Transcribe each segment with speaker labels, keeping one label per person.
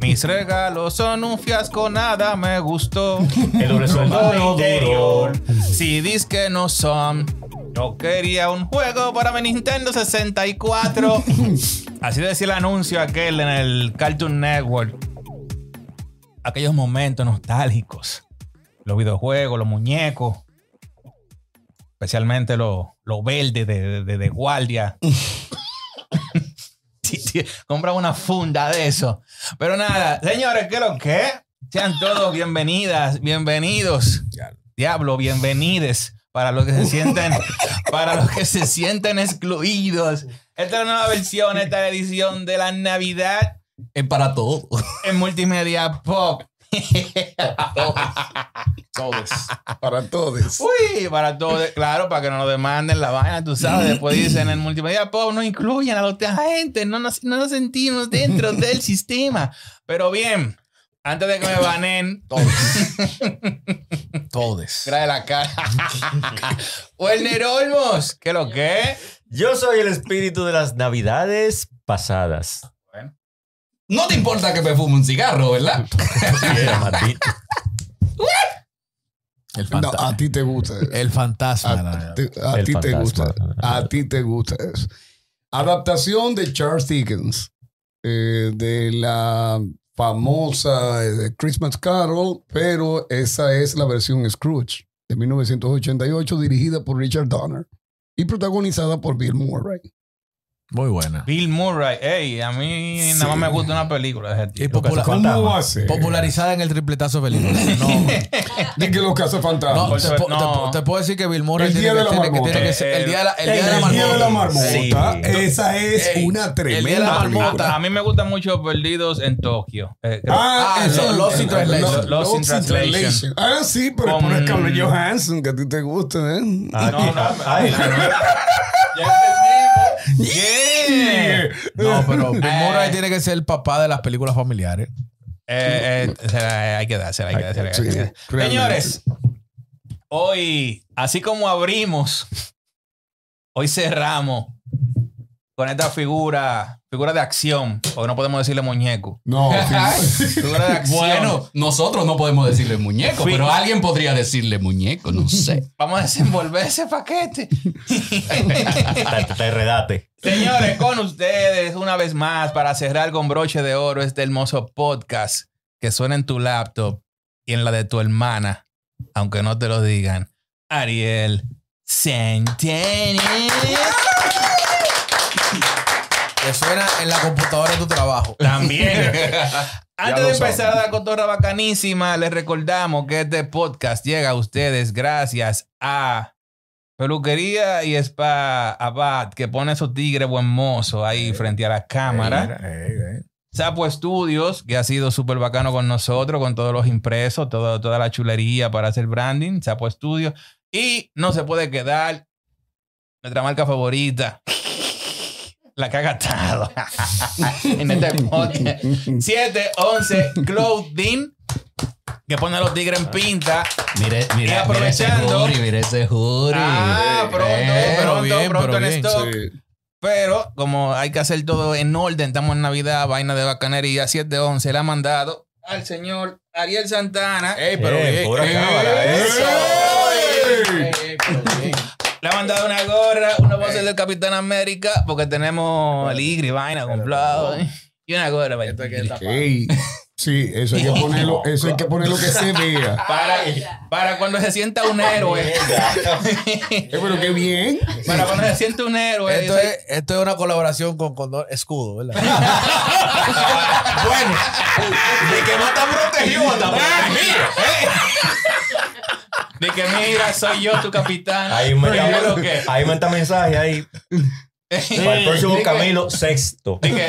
Speaker 1: Mis regalos son un fiasco, nada me gustó.
Speaker 2: El doble sueldo
Speaker 1: Ropa
Speaker 2: de
Speaker 1: interior,
Speaker 2: interior.
Speaker 1: CDs que no son. Yo quería un juego para mi Nintendo 64. Así decía el anuncio aquel en el Cartoon Network. Aquellos momentos nostálgicos. Los videojuegos, los muñecos. Especialmente los los verdes de, de- de guardia. Sí, sí, compra una funda de eso. Pero nada, señores, ¿qué es lo que? Sean todos bienvenidas, bienvenidos. Diablo, bienvenides. Para los que se sienten, para los que se sienten excluidos. Esta es la nueva versión, esta es la edición de la Navidad
Speaker 3: Es para todo.
Speaker 1: en Multimedia Pop.
Speaker 4: Todos. Para todos.
Speaker 1: Uy, para todos, claro, para que no nos demanden la vaina, tú sabes. Después dicen en Multimedia Pop, no incluyen a la otra gente, no nos, no nos sentimos dentro del sistema. Pero bien, antes de que me banen,
Speaker 4: Todos. Todos.
Speaker 1: trae la cara. Werner Olmos, ¿qué lo que?
Speaker 2: Yo soy el espíritu de las navidades pasadas.
Speaker 3: No te importa que me fume un cigarro, ¿verdad?
Speaker 2: Era maldito.
Speaker 5: El,
Speaker 4: No,
Speaker 5: fantasma.
Speaker 4: a ti te gusta.
Speaker 5: el fantasma. la
Speaker 4: A,
Speaker 5: verdad.
Speaker 4: ti- a
Speaker 2: El
Speaker 4: ti te
Speaker 2: fantasma.
Speaker 4: gusta. A ti te gusta eso. Adaptación de Charles Dickens. eh, de la famosa eh, Christmas Carol, pero esa es la versión Scrooge de 1988, dirigida por Richard Donner y protagonizada por Bill Murray.
Speaker 5: Muy buena.
Speaker 1: Bill Murray, ey, a mí nada más me gusta una película de ese
Speaker 5: Y
Speaker 1: tipo.
Speaker 5: popular-
Speaker 2: fantasma.
Speaker 4: va a ser?
Speaker 5: popularizada en el tripletazo feliz. No,
Speaker 4: Di que los
Speaker 5: no,
Speaker 6: Pues,
Speaker 4: cazafantasmas.
Speaker 5: te, po-
Speaker 1: No.
Speaker 5: te- te puedo decir que Bill Murray
Speaker 4: El
Speaker 5: tiene
Speaker 4: día
Speaker 5: que,
Speaker 4: de la
Speaker 5: tiene que- tiene que
Speaker 4: marmota.
Speaker 5: ser- el día de la, el día de la
Speaker 4: El día de la marmota.
Speaker 2: Sí.
Speaker 4: Esa es
Speaker 5: Ey,
Speaker 4: una
Speaker 5: día de la
Speaker 4: tremenda.
Speaker 5: marmota.
Speaker 4: película.
Speaker 1: A mí me gustan mucho Perdidos en Tokio. Eh, creo-
Speaker 4: Ah,
Speaker 5: Ah,
Speaker 4: eso,
Speaker 5: lo- Lost in Translation.
Speaker 4: lo-
Speaker 1: Lost in Translation.
Speaker 4: Ah, sí, pero
Speaker 1: Con- Ah,
Speaker 4: por Scarlett Johansson, que a ti te gusta, ¿eh?
Speaker 2: Aquí-
Speaker 1: No, no,
Speaker 2: ay,
Speaker 1: Ya entendimos. Yeah.
Speaker 5: No, pero Bill
Speaker 1: Eh.
Speaker 5: Murray tiene que ser el papá de las películas familiares.
Speaker 1: Eh, eh, se la- hay que dársela, hay que dársela, hay que
Speaker 4: Sí,
Speaker 1: dársela.
Speaker 4: realmente.
Speaker 1: Señores, hoy, así como abrimos, hoy cerramos con esta figura, figura de acción, porque no podemos decirle muñeco.
Speaker 4: No,
Speaker 1: Figura de acción.
Speaker 3: Bueno, nosotros no podemos decirle muñeco,
Speaker 1: Fui-
Speaker 3: pero alguien podría decirle muñeco, no sé.
Speaker 1: Vamos a desenvolver ese paquete.
Speaker 2: te, te redate.
Speaker 1: Señores, con ustedes una vez más para cerrar con broche de oro este hermoso podcast que suena en tu laptop y en la de tu hermana, aunque no te lo digan. Ariel Centeni.
Speaker 5: Que suena en la computadora de tu trabajo.
Speaker 1: También. Antes
Speaker 2: lo
Speaker 1: de empezar
Speaker 2: saben.
Speaker 1: la cotorra bacanísima, les recordamos que este podcast llega a ustedes gracias a Peluquería y Spa Abad, que pone a esos tigres buen mozo
Speaker 5: Eh,
Speaker 1: ahí frente a la cámara. Sapo Studios, pues, que ha sido súper bacano con nosotros, con todos los impresos, todo- toda la chulería para hacer branding, Sapo Studios. Y no se puede quedar nuestra marca favorita, la que ha gastado en este podcast. 711 Clothing, que pone a los tigres en pinta.
Speaker 3: Mire, mira,
Speaker 1: Y
Speaker 3: mira ese
Speaker 1: aprovechando-
Speaker 3: jury, mira ese jury.
Speaker 1: Ah, pronto,
Speaker 3: Eh,
Speaker 5: pero
Speaker 1: pronto,
Speaker 5: bien,
Speaker 1: pronto
Speaker 5: pero
Speaker 1: en
Speaker 5: bien,
Speaker 1: stock.
Speaker 4: sí.
Speaker 1: Pero como hay que hacer todo en orden, estamos en Navidad, vaina de bacanería, 7 de 11, la ha mandado al señor Ariel Santana.
Speaker 5: Ey,
Speaker 2: Eh,
Speaker 5: bien.
Speaker 2: pura
Speaker 5: Ey,
Speaker 2: cámara, eh.
Speaker 5: eso.
Speaker 4: Ey.
Speaker 5: Ey, pero bien.
Speaker 1: Le ha mandado una gorra, una voz del Capitán América, porque tenemos el Igri, vaina, comprado. ¿eh? Y una gorra, vaya.
Speaker 4: Ey, sí, eso hay que ponerlo, eso hay que ponerlo que se vea.
Speaker 1: Para, para cuando se sienta un héroe.
Speaker 4: Eh, pero qué bien.
Speaker 1: para cuando se sienta un
Speaker 3: pues,
Speaker 1: héroe.
Speaker 5: Esto
Speaker 1: yo soy-
Speaker 5: es, esto es una colaboración con Condor Escudo, ¿verdad? bueno,
Speaker 3: De que no está protegido, está protegido.
Speaker 1: De que mira, soy yo tu capitán.
Speaker 2: Ahí
Speaker 1: Pero yo lo
Speaker 2: me
Speaker 1: que-
Speaker 2: ahí manda mensaje ahí. Para el próximo
Speaker 1: Dije-
Speaker 2: Camilo sexto.
Speaker 1: de que-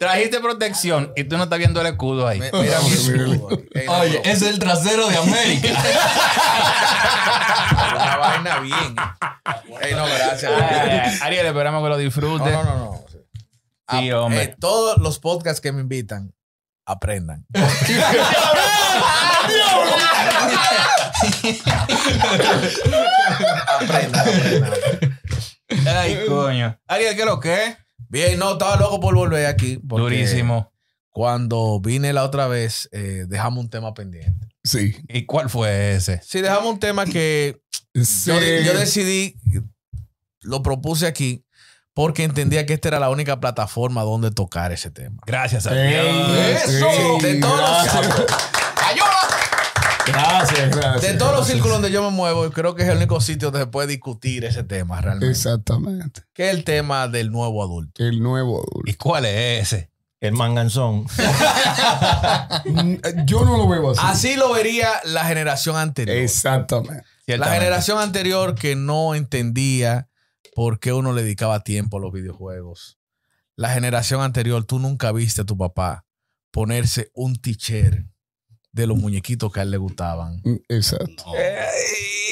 Speaker 1: trajiste protección y tú no estás viendo el escudo ahí.
Speaker 5: mira mi escudo. Ey, no,
Speaker 3: Oye, es el trasero de América.
Speaker 5: pero Una vaina bien. Ey, no, gracias.
Speaker 1: Ay, Ariel, esperamos que lo
Speaker 5: No,
Speaker 1: disfrutes.
Speaker 5: no, no, no.
Speaker 1: Sí,
Speaker 5: Ah,
Speaker 1: hombre.
Speaker 5: eh, todos los podcasts que me invitan, aprendan. aprendan, aprendan.
Speaker 1: Ay, coño. Ariel, ¿qué es lo que es?
Speaker 5: Bien, no, estaba loco por volver aquí. porque
Speaker 1: Durísimo.
Speaker 6: cuando vine la otra vez, eh, dejamos un tema pendiente.
Speaker 4: Sí.
Speaker 1: ¿Y cuál fue ese?
Speaker 6: Sí, dejamos un tema que yo, de- yo decidí, lo propuse aquí, porque entendía que esta era la única plataforma donde tocar ese tema.
Speaker 1: Gracias a
Speaker 4: Ey,
Speaker 1: Dios.
Speaker 4: sí,
Speaker 6: Eso, de todos los-
Speaker 4: gracias, gracias, gracias.
Speaker 6: De todos los
Speaker 4: gracias.
Speaker 6: círculos donde yo me muevo, creo que es el único sitio donde se puede discutir ese tema realmente.
Speaker 4: Exactamente.
Speaker 6: Que es el tema del nuevo adulto.
Speaker 4: El nuevo adulto.
Speaker 1: ¿Y cuál es ese?
Speaker 2: El manganzón.
Speaker 4: Mm, Yo no lo veo así.
Speaker 6: Así lo vería la generación anterior.
Speaker 4: Exactamente.
Speaker 6: La
Speaker 1: Ciertamente.
Speaker 6: generación anterior que no entendía por qué uno le dedicaba tiempo a los videojuegos. La generación anterior, tú nunca viste a tu papá ponerse un t-shirt de los muñequitos que a él le gustaban.
Speaker 4: Mm, Exacto.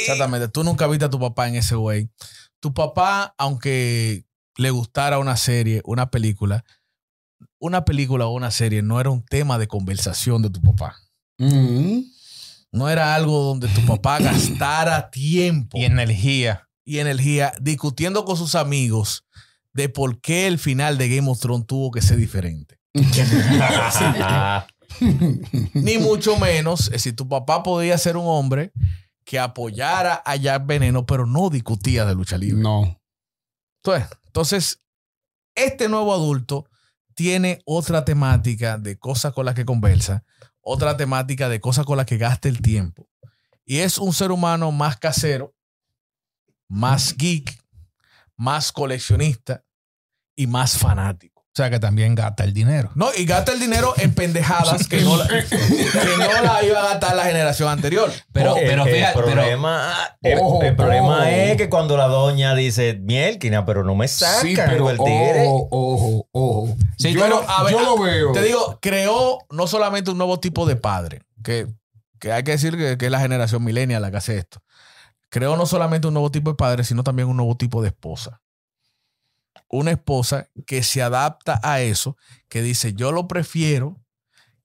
Speaker 6: Exactamente. Tú nunca viste a tu papá en ese güey. Tu papá, aunque le gustara una serie, una película, una película o una serie no era un tema de conversación de tu papá.
Speaker 4: Mm.
Speaker 6: No era algo donde tu papá gastara tiempo
Speaker 1: Y energía.
Speaker 6: y energía discutiendo con sus amigos de por qué el final de Game of Thrones tuvo que ser diferente. Ni mucho menos eh, si tu papá podía ser un hombre que apoyara a Jack Veneno, pero no discutía de lucha libre.
Speaker 4: No.
Speaker 6: Entonces, entonces, este nuevo adulto tiene otra temática de cosas con las que conversa, otra temática de cosas con las que gasta el tiempo. Y es un ser humano más casero, más geek, más coleccionista y más fanático.
Speaker 1: O sea que también gasta el dinero.
Speaker 6: No, y gasta el dinero en pendejadas que no la, que no la iba a gastar la generación anterior.
Speaker 1: Pero,
Speaker 2: el,
Speaker 1: pero
Speaker 2: Eh, el
Speaker 1: fíjate, pero
Speaker 2: problema, el-
Speaker 4: Ojo,
Speaker 2: el, problema
Speaker 4: ojo.
Speaker 2: es que cuando la doña dice mielquina, pero no me sacan eh".
Speaker 4: Sí, pero
Speaker 2: el tigre.
Speaker 4: ojo, ojo, ojo.
Speaker 6: Sí,
Speaker 4: yo
Speaker 6: pero,
Speaker 4: lo,
Speaker 6: a ver,
Speaker 4: yo lo veo.
Speaker 6: Te digo, creó no solamente un nuevo tipo de padre, que, que hay que decir que, que es la generación milenial la que hace esto. Creó no solamente un nuevo tipo de padre, sino también un nuevo tipo de esposa. Una esposa que se adapta a eso, que dice, yo lo prefiero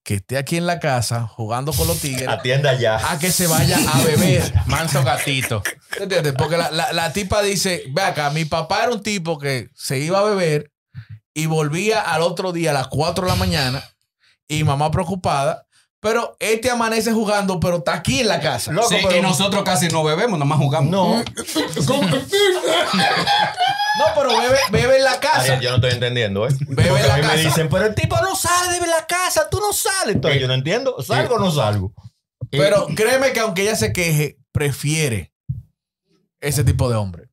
Speaker 6: que esté aquí en la casa jugando con los tigres
Speaker 2: Atienda ya.
Speaker 6: a que se vaya a beber.
Speaker 1: manso gatito.
Speaker 6: ¿Te ¿Entiendes? Porque la, la- la tipa dice, ve acá, mi papá era un tipo que se iba a beber y volvía al otro día a las 4 de la mañana y mamá preocupada, pero este amanece jugando, pero está aquí en la casa.
Speaker 2: Loco,
Speaker 5: Sí,
Speaker 2: pero-
Speaker 5: y nosotros casi no bebemos, nomás jugamos.
Speaker 4: Mm,
Speaker 2: No,
Speaker 4: ¿Cómo?
Speaker 6: No, pero bebe, bebe en la casa.
Speaker 2: Ariel, yo no estoy entendiendo, ¿eh?
Speaker 6: Bebe
Speaker 2: Porque
Speaker 6: la
Speaker 2: a mí
Speaker 6: casa.
Speaker 2: me dicen, pero el tipo no sale de la casa, tú no sales. Entonces yo no entiendo, ¿salgo o no salgo?
Speaker 6: Pero créeme que aunque ella se queje, prefiere ese tipo de hombre.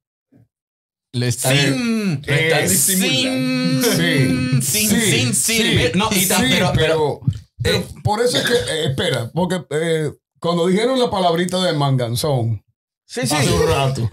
Speaker 5: Le sin,
Speaker 4: eh,
Speaker 5: está
Speaker 4: disimulando.
Speaker 5: sin,
Speaker 4: Sí.
Speaker 5: sin, sin,
Speaker 4: Sí,
Speaker 5: sin,
Speaker 4: sí.
Speaker 5: No, y ta-
Speaker 4: Sí,
Speaker 5: pero, pero,
Speaker 4: pero, eh, por eso es que, eh, espera, porque eh, cuando dijeron la palabrita de manganzón,
Speaker 6: Sí, sí.
Speaker 4: hace un rato,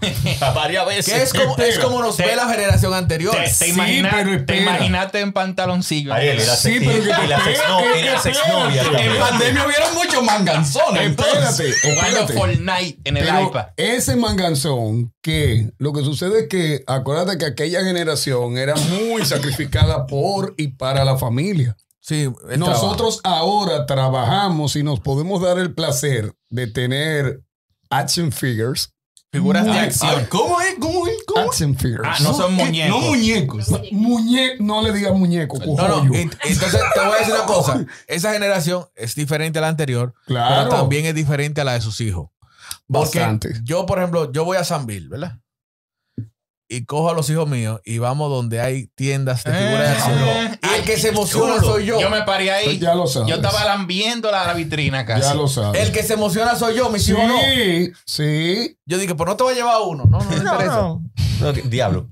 Speaker 2: Varias veces.
Speaker 6: Que es como, es
Speaker 4: Espera.
Speaker 6: como nos ve la generación anterior.
Speaker 1: Te, te
Speaker 4: Sí,
Speaker 1: imagina-
Speaker 4: pero
Speaker 1: te
Speaker 4: espera.
Speaker 1: imaginaste en pantaloncillo.
Speaker 2: Ariel, y la
Speaker 4: Sí,
Speaker 2: sex-
Speaker 4: pero que-
Speaker 2: y la sexno- y la sexnovia
Speaker 5: en
Speaker 2: también.
Speaker 5: pandemia hubieron muchos manganzones.
Speaker 4: espérate,
Speaker 5: entonces.
Speaker 1: Jugando
Speaker 4: espérate.
Speaker 1: Fortnite en el
Speaker 4: Pero
Speaker 1: iPad.
Speaker 4: ese manganzón que lo que sucede es que acuérdate que aquella generación era muy sacrificada por y para la familia.
Speaker 6: Sí, el trabajo.
Speaker 4: Nosotros ahora trabajamos y nos podemos dar el placer de tener action figures.
Speaker 1: Figuras de
Speaker 5: Ay,
Speaker 1: acción.
Speaker 5: ay, ¿Cómo es? ¿Cómo es? ¿Cómo es?
Speaker 4: Action figures.
Speaker 1: Ah, no son
Speaker 5: ¿Qué?
Speaker 1: muñecos.
Speaker 5: No muñecos.
Speaker 4: Muñe- no le digas muñeco,
Speaker 6: No, no,
Speaker 4: cojollo.
Speaker 6: ent- entonces te voy a decir una cosa. Esa generación es diferente a la anterior,
Speaker 4: Claro.
Speaker 6: pero también es diferente a la de sus hijos. Porque
Speaker 4: Bastante.
Speaker 6: yo, por ejemplo, yo voy a San Bill, ¿verdad? Y cojo a los hijos míos y vamos donde hay tiendas de figuras de acción.
Speaker 1: Eh,
Speaker 6: Y el que se emociona
Speaker 1: chulo.
Speaker 6: soy yo.
Speaker 1: Yo me paré ahí.
Speaker 4: Pues Ya lo sabes.
Speaker 1: Yo estaba lambiendo la, la vitrina casi.
Speaker 4: Ya lo sabes.
Speaker 6: El que se emociona soy yo, mis
Speaker 4: sí,
Speaker 6: hijos no.
Speaker 4: sí.
Speaker 6: Yo dije, pues no te voy a llevar uno. No, no me
Speaker 2: No,
Speaker 6: interesa.
Speaker 2: no. No, que- Diablo.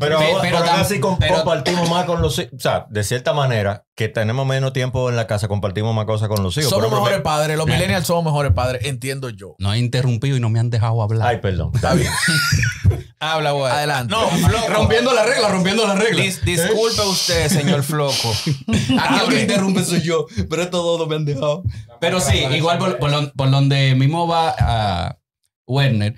Speaker 2: Pero,
Speaker 1: Sí, pero
Speaker 2: ahora- pero
Speaker 1: tam-
Speaker 2: ahora sí com-
Speaker 1: pero-
Speaker 2: compartimos más con los hijos. O sea, de cierta manera, que tenemos menos tiempo en la casa, compartimos más cosas con los hijos.
Speaker 6: somos
Speaker 2: Pero-
Speaker 6: mejores padres. Los millennials somos mejores padres. Entiendo yo.
Speaker 5: No he interrumpido y no me han dejado hablar.
Speaker 2: Ay, perdón. Está bien.
Speaker 1: Habla, güey.
Speaker 6: Adelante.
Speaker 1: No, Floco.
Speaker 5: rompiendo la regla, rompiendo la regla.
Speaker 1: Dis- disculpe usted, señor Floco.
Speaker 5: Aquí el que
Speaker 1: Hable.
Speaker 5: interrumpe soy yo, pero estos dos no me han dejado. Ah, Pero sí, igual por, por lo- por donde mismo va a Werner,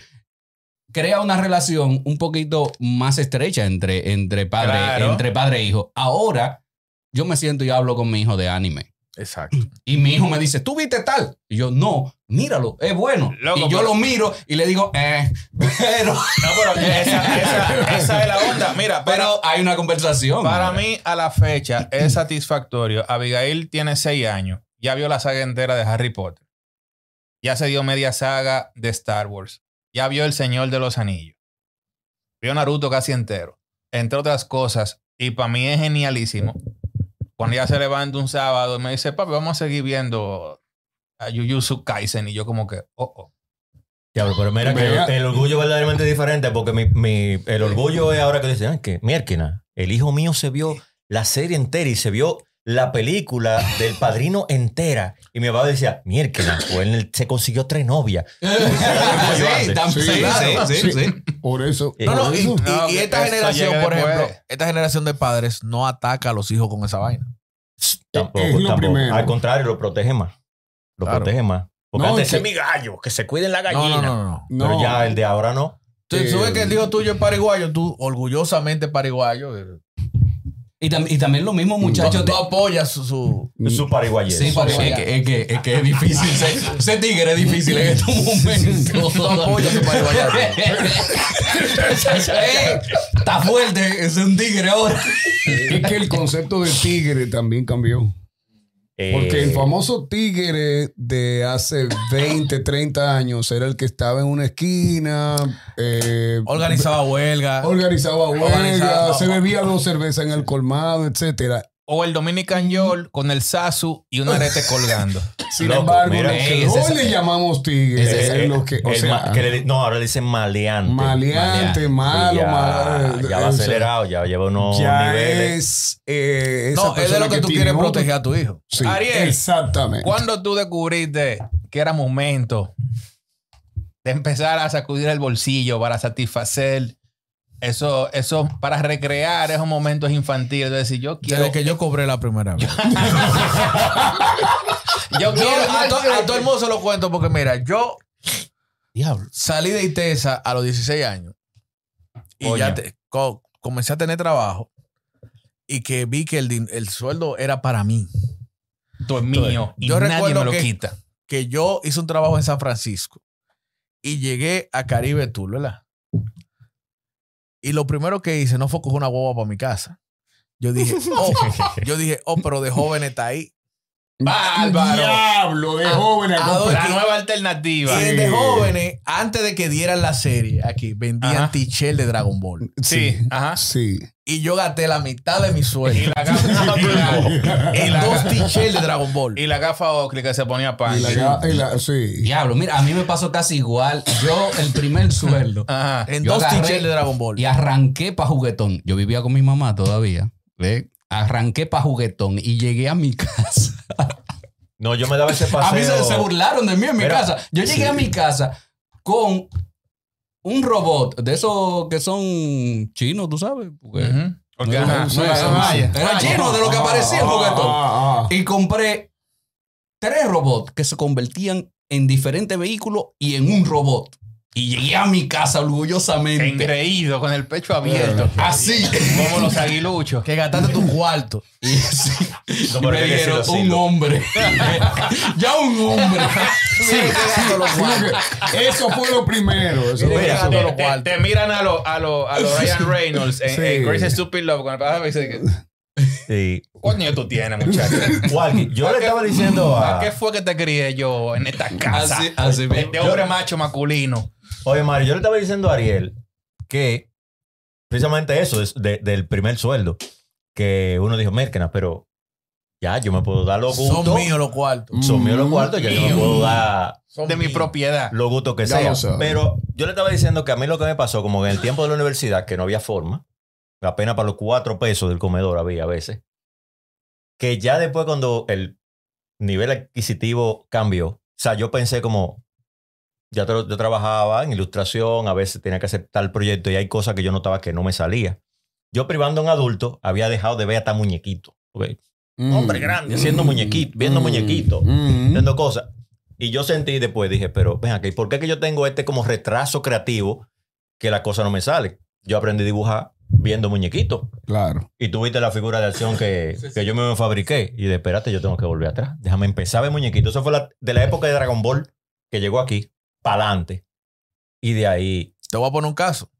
Speaker 5: crea una relación un poquito más estrecha entre, entre, padre,
Speaker 1: Claro.
Speaker 5: entre padre e hijo. Ahora yo me siento y hablo con mi hijo de anime.
Speaker 6: Exacto.
Speaker 5: Y mi hijo me dice, ¿tú viste tal? Y yo, no, míralo, es bueno.
Speaker 1: Loco,
Speaker 5: y yo
Speaker 1: pero-
Speaker 5: lo miro y le digo, eh, pero,
Speaker 1: No, pero esa, esa- esa es la onda. Mira, pero
Speaker 5: pero hay una conversación.
Speaker 1: para mí, a la fecha, es satisfactorio. Abigail tiene seis años. Ya vio la saga entera de Harry Potter. Ya se dio media saga de Star Wars. Ya vio El Señor de los Anillos. Vio Naruto casi entero. Entre otras cosas. Y para mí es genialísimo. Cuando ella se levanta un sábado y me dice, papi, vamos a seguir viendo a Jujutsu Kaisen. Y yo como que, oh, oh.
Speaker 2: Diablo, pero mira que
Speaker 4: Mira.
Speaker 2: el, el orgullo verdaderamente es diferente porque mi, mi- el orgullo es ahora que dicen, "Ay, que mierquina, el hijo mío se vio la serie entera y se vio la película del padrino entera. Y mi papá decía, mierquina, pues él se consiguió tres novias.
Speaker 5: sí, tam-
Speaker 4: Sí,
Speaker 5: sí,
Speaker 4: claro.
Speaker 5: sí, sí, sí.
Speaker 4: Por eso.
Speaker 2: Eh, No,
Speaker 6: No,
Speaker 4: por
Speaker 6: no, y,
Speaker 4: eso.
Speaker 6: y-
Speaker 1: No,
Speaker 6: y esta
Speaker 1: eso
Speaker 6: generación,
Speaker 1: llega
Speaker 6: por
Speaker 1: después.
Speaker 6: ejemplo, esta generación de padres no ataca a los hijos con esa vaina.
Speaker 2: Tampoco,
Speaker 4: Es lo
Speaker 2: tampoco.
Speaker 4: primero.
Speaker 2: Al contrario, lo protege más. Lo
Speaker 6: Claro.
Speaker 2: protege más. Porque
Speaker 4: No,
Speaker 2: antes
Speaker 4: y que-
Speaker 2: "Ese es mi gallo, que se cuiden la
Speaker 6: No,
Speaker 2: gallina.
Speaker 6: no, no, no.
Speaker 4: No,
Speaker 2: Pero ya el de ahora no.
Speaker 6: Tú
Speaker 4: Eh,
Speaker 6: tú ves que el hijo tuyo es pariguayo, tú orgullosamente pariguayo. eh,
Speaker 5: Y, tam- y también lo mismo, muchachos.
Speaker 6: tú, tú apoyas su, su-
Speaker 2: Su pariguayés.
Speaker 5: Sí, para- es, que, es, que, es que es difícil. Ser, ser tigre es difícil en estos momentos.
Speaker 6: tú apoyas su pariguayo.
Speaker 5: Ey, Está fuerte, es un tigre ahora.
Speaker 4: Es que el concepto de tigre también cambió. Porque el
Speaker 2: Eh,
Speaker 4: famoso tigre de hace 20, 30 años era el que estaba en una esquina, eh,
Speaker 6: Organizaba huelga.
Speaker 4: organizaba huelga,
Speaker 6: Organizaba-
Speaker 4: se bebía dos cervezas en el colmado, etcétera.
Speaker 1: O el Dominican Yol con el Sasu y un arete colgando.
Speaker 4: Sin
Speaker 2: Loco,
Speaker 4: embargo,
Speaker 2: mira,
Speaker 4: los que
Speaker 5: ey, ese
Speaker 4: hoy
Speaker 5: es-
Speaker 4: le llamamos tigre
Speaker 5: ese es
Speaker 4: es
Speaker 2: eh,
Speaker 4: los que, o
Speaker 2: el
Speaker 4: sea,
Speaker 2: ma- que le- no, ahora le dicen maleante.
Speaker 4: maleante, malo,
Speaker 2: ya,
Speaker 4: malo, eh,
Speaker 2: ya va
Speaker 4: o sea,
Speaker 2: acelerado, ya lleva unos
Speaker 4: Ya
Speaker 2: niveles.
Speaker 4: es eh, esa
Speaker 6: No, es de
Speaker 4: persona
Speaker 6: lo que, tú
Speaker 4: tiene
Speaker 6: quieres
Speaker 4: otro-
Speaker 6: proteger a tu hijo.
Speaker 4: Sí,
Speaker 1: Ariel,
Speaker 4: exactamente.
Speaker 1: ¿Cuándo tú descubriste que era momento de empezar a sacudir el bolsillo para satisfacer eso, eso para recrear esos momentos infantiles? De decir, yo quiero,
Speaker 6: Desde que yo cobré la primera vez.
Speaker 1: yo
Speaker 6: Yo
Speaker 1: quiero
Speaker 6: a, to- a todo el mundo se lo cuento porque, mira, yo salí de ITESA a los 16 años y
Speaker 2: Coño.
Speaker 6: ya te- co- comencé a tener trabajo y que vi que el, din- el sueldo era para mí.
Speaker 1: esto es mío y
Speaker 6: Yo
Speaker 1: nadie
Speaker 6: recuerdo
Speaker 1: me lo
Speaker 6: que-
Speaker 1: quita.
Speaker 6: Que yo hice un trabajo en San Francisco y llegué a Caribe Tour, ¿verdad? Y lo primero que hice no fue coger una guagua para mi casa. Yo dije, oh, yo dije, oh, pero de joven está ahí.
Speaker 1: ¡Bárbaro!
Speaker 4: Diablo de
Speaker 6: A-
Speaker 4: joven a
Speaker 6: Ah, a
Speaker 4: comprar.
Speaker 6: Porque-
Speaker 1: La nueva
Speaker 6: Y
Speaker 1: alternativa.
Speaker 6: de jóvenes, antes de que dieran la serie aquí, vendían
Speaker 1: Ajá.
Speaker 6: t-shirt de Dragon Ball.
Speaker 1: Sí,
Speaker 6: Ah,
Speaker 1: ajá.
Speaker 4: Sí.
Speaker 6: Y yo gasté la mitad de mi
Speaker 1: Y
Speaker 6: sueldo
Speaker 1: la gafa, y la,
Speaker 6: en
Speaker 1: la-
Speaker 6: dos t-shirts de Dragon Ball.
Speaker 1: y la gafa Oakley que se ponía pan.
Speaker 4: Y la ga- y la- sí.
Speaker 5: Diablo, mira, a mí me pasó casi igual. Yo, el primer sueldo,
Speaker 1: Ajá.
Speaker 6: en
Speaker 5: Yo
Speaker 6: dos
Speaker 5: agarré-
Speaker 6: t-shirts de Dragon Ball.
Speaker 5: y arranqué para juguetón. Yo vivía con mi mamá todavía. ¿ve? Arranqué para juguetón y llegué a mi casa.
Speaker 2: No, yo me daba ese paseo.
Speaker 5: A mí se, se burlaron de mí en mi
Speaker 2: Mira,
Speaker 5: casa. Yo llegué a mi casa con un robot de esos que son chinos, tú sabes. Porque-
Speaker 1: Ujú. Porque,
Speaker 5: No,
Speaker 1: ajá,
Speaker 5: no,
Speaker 1: no,
Speaker 5: no,
Speaker 1: no,
Speaker 5: no,
Speaker 1: vaya.
Speaker 5: Era lleno de lo que aparecía el juguetón.
Speaker 4: Ah, ah,
Speaker 5: Y compré tres robots que se convertían en diferentes vehículos y en un robot. Y llegué a mi casa orgullosamente.
Speaker 1: Engreído, con el pecho abierto.
Speaker 5: Así.
Speaker 1: Como los aguiluchos.
Speaker 6: Que gastaste tu cuarto.
Speaker 5: Y así.
Speaker 2: No,
Speaker 5: Y
Speaker 2: pero
Speaker 5: me
Speaker 2: hay que
Speaker 5: dijeron,
Speaker 2: decirlo así,
Speaker 5: un
Speaker 2: lo-
Speaker 5: hombre. ya un hombre.
Speaker 4: ah. Eso fue lo primero. Eso fue
Speaker 6: Mira,
Speaker 4: eso.
Speaker 6: de-
Speaker 1: te,
Speaker 6: lo cual.
Speaker 1: te- te miran a los a lo, a lo Ryan Reynolds en,
Speaker 4: Sí.
Speaker 1: en Crazy Stupid Love con el pasaje y dicen que,
Speaker 2: Sí.
Speaker 1: ¿cuántos niños tú tienes, muchacho?
Speaker 2: Walkie, yo le estaba diciendo
Speaker 1: ¿Para
Speaker 2: a.
Speaker 1: qué fue que te crié yo en esta casa?
Speaker 5: Así, así
Speaker 1: de,
Speaker 5: mismo.
Speaker 1: de hombre macho masculino.
Speaker 2: Oye, Mario, yo le estaba diciendo a Ariel que precisamente eso es de- del primer sueldo. Que uno dijo, mérquena, pero ya yo me puedo dar los gustos.
Speaker 6: Son míos los cuartos. Mm.
Speaker 2: Son míos los cuartos, ya yo me
Speaker 6: Mío.
Speaker 2: puedo dar
Speaker 6: Son
Speaker 1: De mi
Speaker 6: míos.
Speaker 1: propiedad.
Speaker 2: los gustos que
Speaker 4: Ya
Speaker 2: sea.
Speaker 4: lo sabes.
Speaker 2: Pero yo le estaba diciendo que a mí lo que me pasó, como en el tiempo de la universidad, que no había forma, apenas para los cuatro pesos del comedor había a veces, que ya después cuando el nivel adquisitivo cambió, o sea, yo pensé como, ya tra- yo trabajaba en ilustración, a veces tenía que hacer tal proyecto y hay cosas que yo notaba que no me salía. Yo privando a un adulto había dejado de ver hasta muñequito. ¿ok?
Speaker 4: Mm.
Speaker 2: Hombre grande, haciendo muñequito, viendo
Speaker 4: Mm.
Speaker 2: muñequito
Speaker 4: Mm.
Speaker 2: viendo cosas. Y yo sentí después, dije, pero ven aquí, ¿por qué que yo tengo este como retraso creativo que la cosa no me sale? Yo aprendí a dibujar viendo muñequitos.
Speaker 4: Claro.
Speaker 2: Y tuviste la figura de acción que, que yo me fabriqué. Y de espérate, yo tengo que volver atrás. Déjame empezar a ver muñequitos. Eso fue la- de la época de Dragon Ball que llegó aquí, para adelante. Y de ahí.
Speaker 6: Te voy a poner un caso.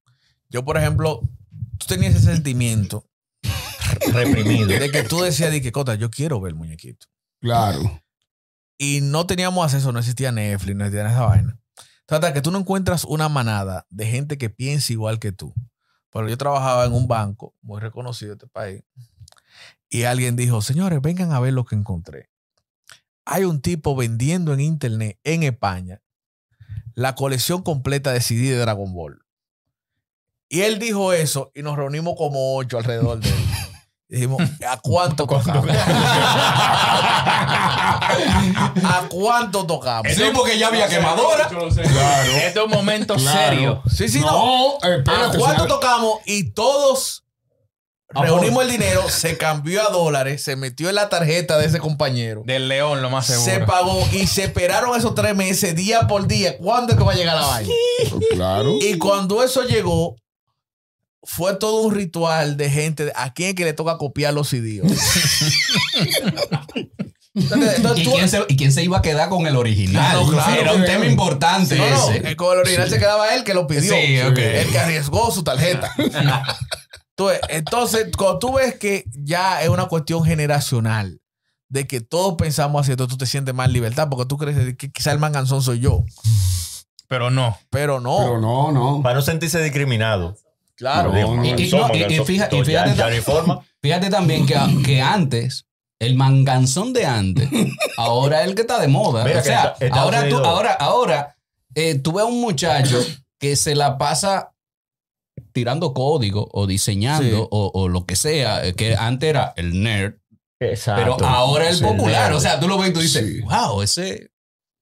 Speaker 6: Yo, por ejemplo, tú tenías ese sentimiento
Speaker 2: reprimido.
Speaker 6: de que tú decías, de que, Cota, yo quiero ver el muñequito.
Speaker 4: Claro.
Speaker 6: Y no teníamos acceso, no existía Netflix, no existía esa vaina. Trata que tú no encuentras una manada de gente que piense igual que tú. Pero yo trabajaba en un banco muy reconocido de este país. Y alguien dijo, señores, vengan a ver lo que encontré. Hay un tipo vendiendo en internet en España la colección completa de CD de Dragon Ball. Y él dijo eso y nos reunimos como ocho alrededor de él. Y dijimos, ¿a cuánto tocamos? ¿A cuánto tocamos?
Speaker 3: Sí, porque ya había quemadora.
Speaker 1: Este es un momento
Speaker 4: Claro.
Speaker 1: serio.
Speaker 6: Sí, sí, no.
Speaker 4: No,
Speaker 6: ¿A
Speaker 4: espérate.
Speaker 6: cuánto
Speaker 4: señor.
Speaker 6: tocamos? Y todos reunimos el dinero, se cambió a dólares, se metió en la tarjeta de ese compañero,
Speaker 1: Del león, lo más seguro.
Speaker 6: se pagó y se esperaron esos tres meses, día por día. ¿Cuándo es que va a llegar la vaina?
Speaker 4: Claro.
Speaker 6: Y cuando eso llegó, fue todo un ritual de gente. ¿A quién es que le toca copiar los idiomas? entonces, entonces
Speaker 5: ¿Y
Speaker 6: tú-
Speaker 5: quién, se, y quién se iba a quedar con el original?
Speaker 6: No, claro.
Speaker 5: Era un tema importante
Speaker 6: No, no,
Speaker 5: ese.
Speaker 6: el color original se quedaba él que lo pidió.
Speaker 5: Sí, ok.
Speaker 6: El que arriesgó su tarjeta. Entonces, entonces, cuando tú ves que ya es una cuestión generacional de que todos pensamos así, entonces tú te sientes más en libertad porque tú crees que quizá el manganzón soy yo.
Speaker 1: Pero no.
Speaker 6: Pero no,
Speaker 4: Pero no, no.
Speaker 2: Para no sentirse discriminado.
Speaker 6: claro.
Speaker 4: No, no,
Speaker 5: Y- y- no, y- y fija- y fíjate
Speaker 2: ya,
Speaker 5: ta- fíjate también que, que antes, el manganzón de antes, ahora es el que está de moda.
Speaker 2: Mira
Speaker 5: o
Speaker 2: que
Speaker 5: sea,
Speaker 2: Esta- Estados
Speaker 5: ahora, tú,
Speaker 2: Unidos-
Speaker 5: ahora, ahora eh, tú ves a un muchacho que se la pasa tirando código o diseñando
Speaker 6: Sí.
Speaker 5: o, o lo que sea, eh, que antes era el nerd,
Speaker 2: Exacto.
Speaker 5: pero ahora el
Speaker 2: Ah, Sí,
Speaker 5: popular.
Speaker 2: nerd.
Speaker 5: O sea, tú lo ves y tú dices,
Speaker 4: Sí.
Speaker 5: wow, ese...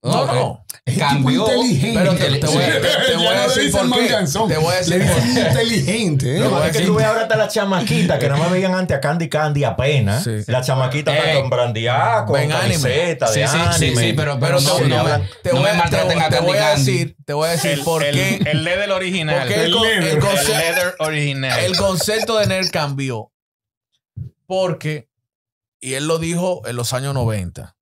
Speaker 6: No,
Speaker 5: oh,
Speaker 6: no.
Speaker 5: eh, cambió.
Speaker 4: inteligente.
Speaker 6: Pero te, te voy, a- te
Speaker 4: Ya
Speaker 6: voy a
Speaker 4: no le
Speaker 6: decir
Speaker 4: dicen
Speaker 6: por qué.
Speaker 4: manganzón.
Speaker 6: Te voy a
Speaker 4: Le
Speaker 6: decir por
Speaker 4: dicen inteligente, ¿eh?
Speaker 6: No,
Speaker 2: Es que tú ves ahora hasta las chamaquitas que nada más veían antes a Candy Candy apenas.
Speaker 6: Sí.
Speaker 2: Las chamaquitas
Speaker 5: Ey.
Speaker 2: están con brandeadas, con
Speaker 6: Ven anime.
Speaker 2: camiseta de
Speaker 5: Sí, sí, sí,
Speaker 2: anime.
Speaker 5: sí, pero-
Speaker 6: Pero
Speaker 5: pero
Speaker 6: no,
Speaker 2: Sí,
Speaker 6: no,
Speaker 2: hablan-
Speaker 6: te
Speaker 5: no
Speaker 6: voy,
Speaker 5: me
Speaker 6: a- te,
Speaker 5: maltraten a
Speaker 6: te voy a
Speaker 5: Candy Candy.
Speaker 6: decir, te voy a decir
Speaker 1: El,
Speaker 6: por
Speaker 1: el-
Speaker 6: qué.
Speaker 1: el led del original.
Speaker 6: Porque el,
Speaker 1: el,
Speaker 6: con- el
Speaker 4: leather.
Speaker 6: conce-
Speaker 1: led del original.
Speaker 6: el concepto de nerd cambió. Porque, y él lo dijo en los años 90,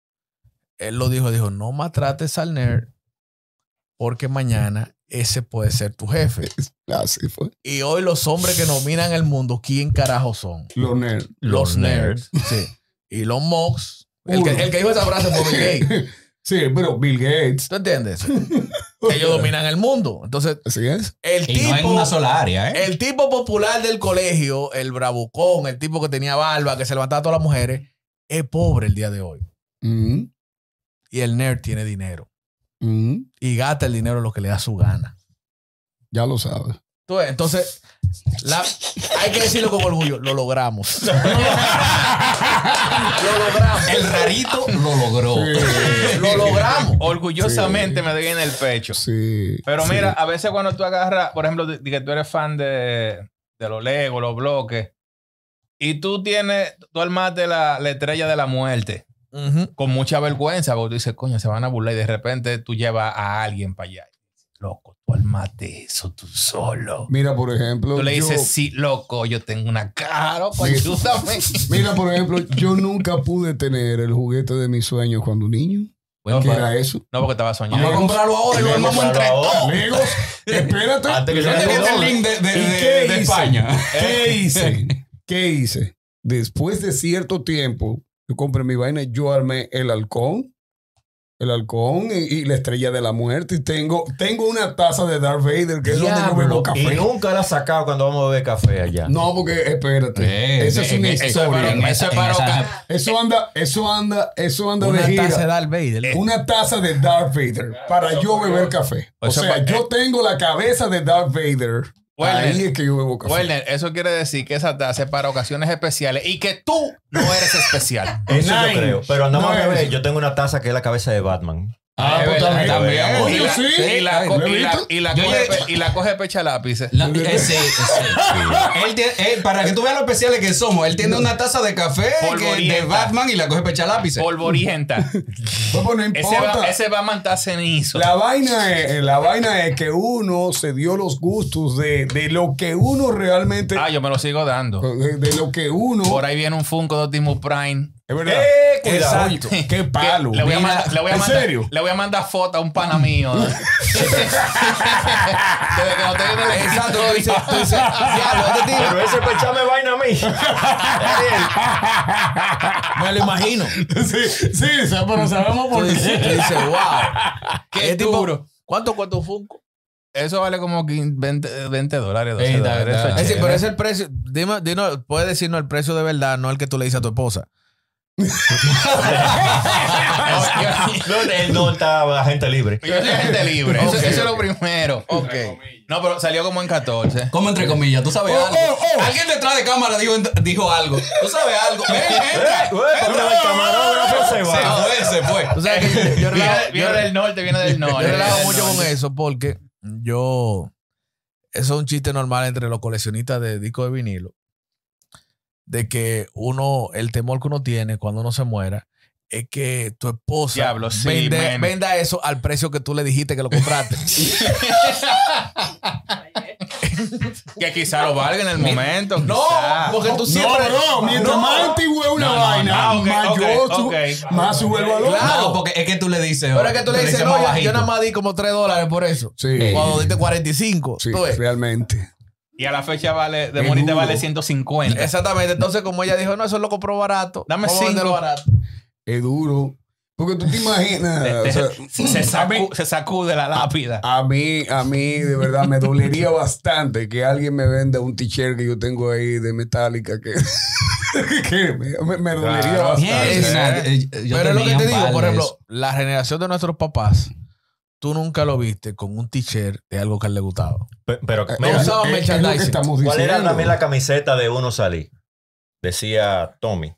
Speaker 6: él lo dijo, dijo, no maltrates al nerd porque mañana ese puede ser tu jefe.
Speaker 4: Así Ah, fue.
Speaker 6: Y hoy los hombres que dominan el mundo, ¿quién carajo son?
Speaker 4: Los nerds.
Speaker 6: Los,
Speaker 2: Los
Speaker 6: nerds. Sí. Y los mocks. El que,
Speaker 4: Uno.
Speaker 6: el que dijo esa frase fue Bill Gates.
Speaker 4: Sí, pero Bill Gates.
Speaker 6: ¿Tú entiendes? Ellos dominan el mundo. Entonces,
Speaker 4: Así es.
Speaker 6: el
Speaker 5: Y
Speaker 6: tipo...
Speaker 5: no en una sola área, ¿eh?
Speaker 6: El tipo popular del colegio, el bravucón, el tipo que tenía barba, que se levantaba a todas las mujeres, es pobre el día de hoy.
Speaker 4: Mm,
Speaker 6: Y el nerd tiene dinero.
Speaker 4: mm,
Speaker 6: Y gasta el dinero en lo que le da su gana.
Speaker 4: ya lo sabes.
Speaker 6: Tú ves, Entonces, la- hay que decirlo con orgullo. Lo logramos. lo logramos.
Speaker 5: El rarito lo logró.
Speaker 1: Oh.
Speaker 4: Sí,
Speaker 6: Lo logramos.
Speaker 1: Orgullosamente me doy en el pecho.
Speaker 4: sí.
Speaker 1: Pero
Speaker 4: sí.
Speaker 1: mira, a veces cuando tú agarras, por ejemplo, de- de que tú eres fan de, de los Lego, los bloques, y tú tienes, tú armaste la, la estrella de la muerte
Speaker 6: Ujú.
Speaker 1: con mucha vergüenza, porque tú dices, coño, se van a burlar, y de repente tú llevas a alguien para allá. Loco, tú armaste eso tú solo.
Speaker 4: Mira, por ejemplo.
Speaker 1: Tú le
Speaker 4: yo-
Speaker 1: dices, sí, loco, yo tengo una cara, loco,
Speaker 4: Sí.
Speaker 1: ayúdame.
Speaker 4: Mira, por ejemplo, yo nunca pude tener el juguete de mis sueños cuando niño.
Speaker 1: Bueno,
Speaker 4: ¿Qué
Speaker 1: pero-
Speaker 4: era eso?
Speaker 1: No, porque estaba soñando.
Speaker 5: Vamos a comprarlo ahora y lo
Speaker 2: Vamos a
Speaker 5: armamos entre
Speaker 2: comprarlo
Speaker 5: todos.
Speaker 2: ahora.
Speaker 4: Amigos, espérate.
Speaker 2: Antes que se
Speaker 5: ¿Dónde
Speaker 2: Pero
Speaker 5: viene el
Speaker 2: doble.
Speaker 5: link de, de-
Speaker 4: ¿Y
Speaker 5: de-
Speaker 4: qué
Speaker 5: de
Speaker 4: hice?
Speaker 5: España?
Speaker 4: ¿Qué hice? ¿Qué hice? Después de cierto tiempo, yo compré mi vaina, yo armé el halcón, el halcón y, y la estrella de la muerte. Y tengo, tengo una taza de Darth Vader que es donde yo bebo
Speaker 2: Y
Speaker 4: café.
Speaker 2: nunca la has sacado cuando vamos a beber café allá.
Speaker 4: No, porque espérate.
Speaker 5: Eh,
Speaker 4: eso es
Speaker 5: eh,
Speaker 4: una
Speaker 5: eh, eso es
Speaker 4: historia.
Speaker 5: para-
Speaker 1: Eso es
Speaker 5: en
Speaker 1: para
Speaker 5: esa-
Speaker 1: Oca-
Speaker 4: Eso anda, eso anda, eso anda
Speaker 6: Una
Speaker 4: de gira.
Speaker 6: taza de Darth Vader.
Speaker 5: Eh,
Speaker 4: Una taza de Darth Vader para yo beber café. O
Speaker 1: Eso
Speaker 4: sea,
Speaker 1: pa-
Speaker 4: yo tengo la cabeza de Darth Vader. Ahí
Speaker 1: Werner.
Speaker 4: es que yo bebo café.
Speaker 1: Werner, eso quiere decir que esa taza es para ocasiones especiales y que tú no eres especial.
Speaker 2: Eso yo
Speaker 4: Nine.
Speaker 2: creo. Pero andamos
Speaker 4: Nine.
Speaker 2: a beber. Yo tengo una taza que es la cabeza de Batman.
Speaker 4: Ah,
Speaker 1: Es
Speaker 4: pues
Speaker 1: verdad,
Speaker 4: también.
Speaker 1: también.
Speaker 4: Oye,
Speaker 1: Y la-
Speaker 4: sí.
Speaker 1: Y la co-
Speaker 4: ¿Lo
Speaker 1: y la-
Speaker 4: viste?
Speaker 1: y la
Speaker 5: Yo
Speaker 1: coge
Speaker 5: llegué-
Speaker 1: pe- y la coge pecha lápices.
Speaker 5: La- ese, ese. Él tiene- eh, para que tú veas lo especiales que somos, él tiene una taza de café que, de
Speaker 1: Polvorienta.
Speaker 5: Batman y la coge pecha lápices.
Speaker 1: Polvorienta.
Speaker 4: Pues, pues, no
Speaker 1: Ese
Speaker 4: importa.
Speaker 1: va, ese va a mantar cenizo.
Speaker 4: La vaina, es, eh, la vaina es que uno se dio los gustos de, de lo que uno realmente.
Speaker 1: Ah, yo me lo sigo dando.
Speaker 4: de, de lo que uno.
Speaker 1: Por ahí viene un Funko de Optimus Prime.
Speaker 4: es verdad.
Speaker 1: Eh, cuidado.
Speaker 4: Exacto. Qué palo.
Speaker 1: Le voy, a
Speaker 4: Mira,
Speaker 1: mandar, le voy a
Speaker 4: ¿En
Speaker 1: mandar-
Speaker 4: serio?
Speaker 1: le voy a mandar foto a un pana mío. Desde que lo tengo en el
Speaker 5: Exacto, tú dices, tú dices, "Diablo, este tío".
Speaker 2: Pero ese pechame vaina a mí.
Speaker 6: Me lo imagino.
Speaker 4: Sí, sí, o sea, pero sabemos
Speaker 6: Tú
Speaker 4: por
Speaker 6: dices, tú
Speaker 4: qué.
Speaker 6: dices, wow.
Speaker 1: Qué
Speaker 6: Es tipo,
Speaker 1: duro.
Speaker 6: ¿Cuánto cuesta un Funko?
Speaker 1: Eso vale como 15, 20, 20 dólares, 12
Speaker 5: Ey, está,
Speaker 1: dólares.
Speaker 5: está.
Speaker 1: Eso es
Speaker 6: Es
Speaker 1: chévere.
Speaker 6: decir, pero es el precio. Dime, dinos, puedes decirnos el precio de verdad, no el que tú le dices a tu esposa.
Speaker 2: No, él no está gente libre.
Speaker 1: Yo soy gente libre. Eso,
Speaker 6: Ok,
Speaker 1: eso es lo primero. Ok. No, pero salió como en 14.
Speaker 5: Como entre comillas, tú
Speaker 6: Oh,
Speaker 5: sabes algo. Alguien detrás de cámara dijo, dijo algo. Tú sabes algo. Ven, entra.
Speaker 2: Eh, güey, porque el camarógrafo se
Speaker 5: Se
Speaker 2: va.
Speaker 5: fue, se fue.
Speaker 6: Tú sabes que yo,
Speaker 1: Viene,
Speaker 6: yo relajo,
Speaker 1: viene
Speaker 6: yo-
Speaker 1: del norte, viene del
Speaker 6: yo
Speaker 1: norte.
Speaker 6: relajo
Speaker 1: Del
Speaker 6: mucho
Speaker 1: norte.
Speaker 6: con eso porque yo. Eso es un chiste normal entre los coleccionistas de discos de vinilo. De que uno, el temor que uno tiene cuando uno se muera es que tu esposa
Speaker 1: Diablo, sí,
Speaker 6: vende-
Speaker 1: men.
Speaker 6: venda eso al precio que tú le dijiste que lo compraste.
Speaker 1: Que quizá lo valga en el momento.
Speaker 6: no,
Speaker 1: quizá.
Speaker 6: porque tú
Speaker 4: No,
Speaker 6: siempre.
Speaker 4: no, mientras más antigua es una
Speaker 1: No, no,
Speaker 4: vaina,
Speaker 1: no, ok,
Speaker 4: mayor
Speaker 1: ok,
Speaker 4: su-
Speaker 1: ok.
Speaker 4: más sube el valor.
Speaker 6: Claro.
Speaker 5: No, porque es que tú le dices.
Speaker 6: Pero es que tú le dices,
Speaker 5: más
Speaker 6: no, yo, yo
Speaker 5: bajito.
Speaker 6: nada más di como 3 dólares por eso.
Speaker 4: Sí.
Speaker 6: Cuando diste 45.
Speaker 4: Sí,
Speaker 6: tú ves.
Speaker 4: realmente.
Speaker 1: Y a la fecha vale, de
Speaker 4: Qué
Speaker 1: monita
Speaker 4: duro.
Speaker 1: vale 150.
Speaker 6: Exactamente. Entonces, como ella dijo, no, eso lo compró barato.
Speaker 1: Dame
Speaker 6: vamos a
Speaker 1: cinco.
Speaker 6: venderlo barato.
Speaker 4: Es duro. Porque tú te imaginas. o sea,
Speaker 1: se, sacu- se sacude la lápida.
Speaker 4: A mí, a mí, de verdad, me dolería bastante que alguien me venda un t-shirt que yo tengo ahí de Metallica que, que me, me- me dolería
Speaker 1: Claro.
Speaker 4: bastante.
Speaker 5: Bien,
Speaker 1: Exacto.
Speaker 5: eh, eh, yo
Speaker 6: Pero es lo que
Speaker 5: tenía
Speaker 6: te
Speaker 5: un
Speaker 6: digo,
Speaker 5: par
Speaker 6: por
Speaker 5: de
Speaker 6: ejemplo,
Speaker 5: eso.
Speaker 6: la generación de nuestros papás, tú nunca lo viste con un t-shirt de algo que a él le gustaba.
Speaker 2: Pe- Pero,
Speaker 4: Eh,
Speaker 2: mira,
Speaker 4: es- es- es lo
Speaker 6: usaba
Speaker 4: que
Speaker 6: merchandising.
Speaker 4: estamos
Speaker 2: ¿cuál era
Speaker 4: diciendo.
Speaker 2: también la camiseta de uno salir? Decía Tommy.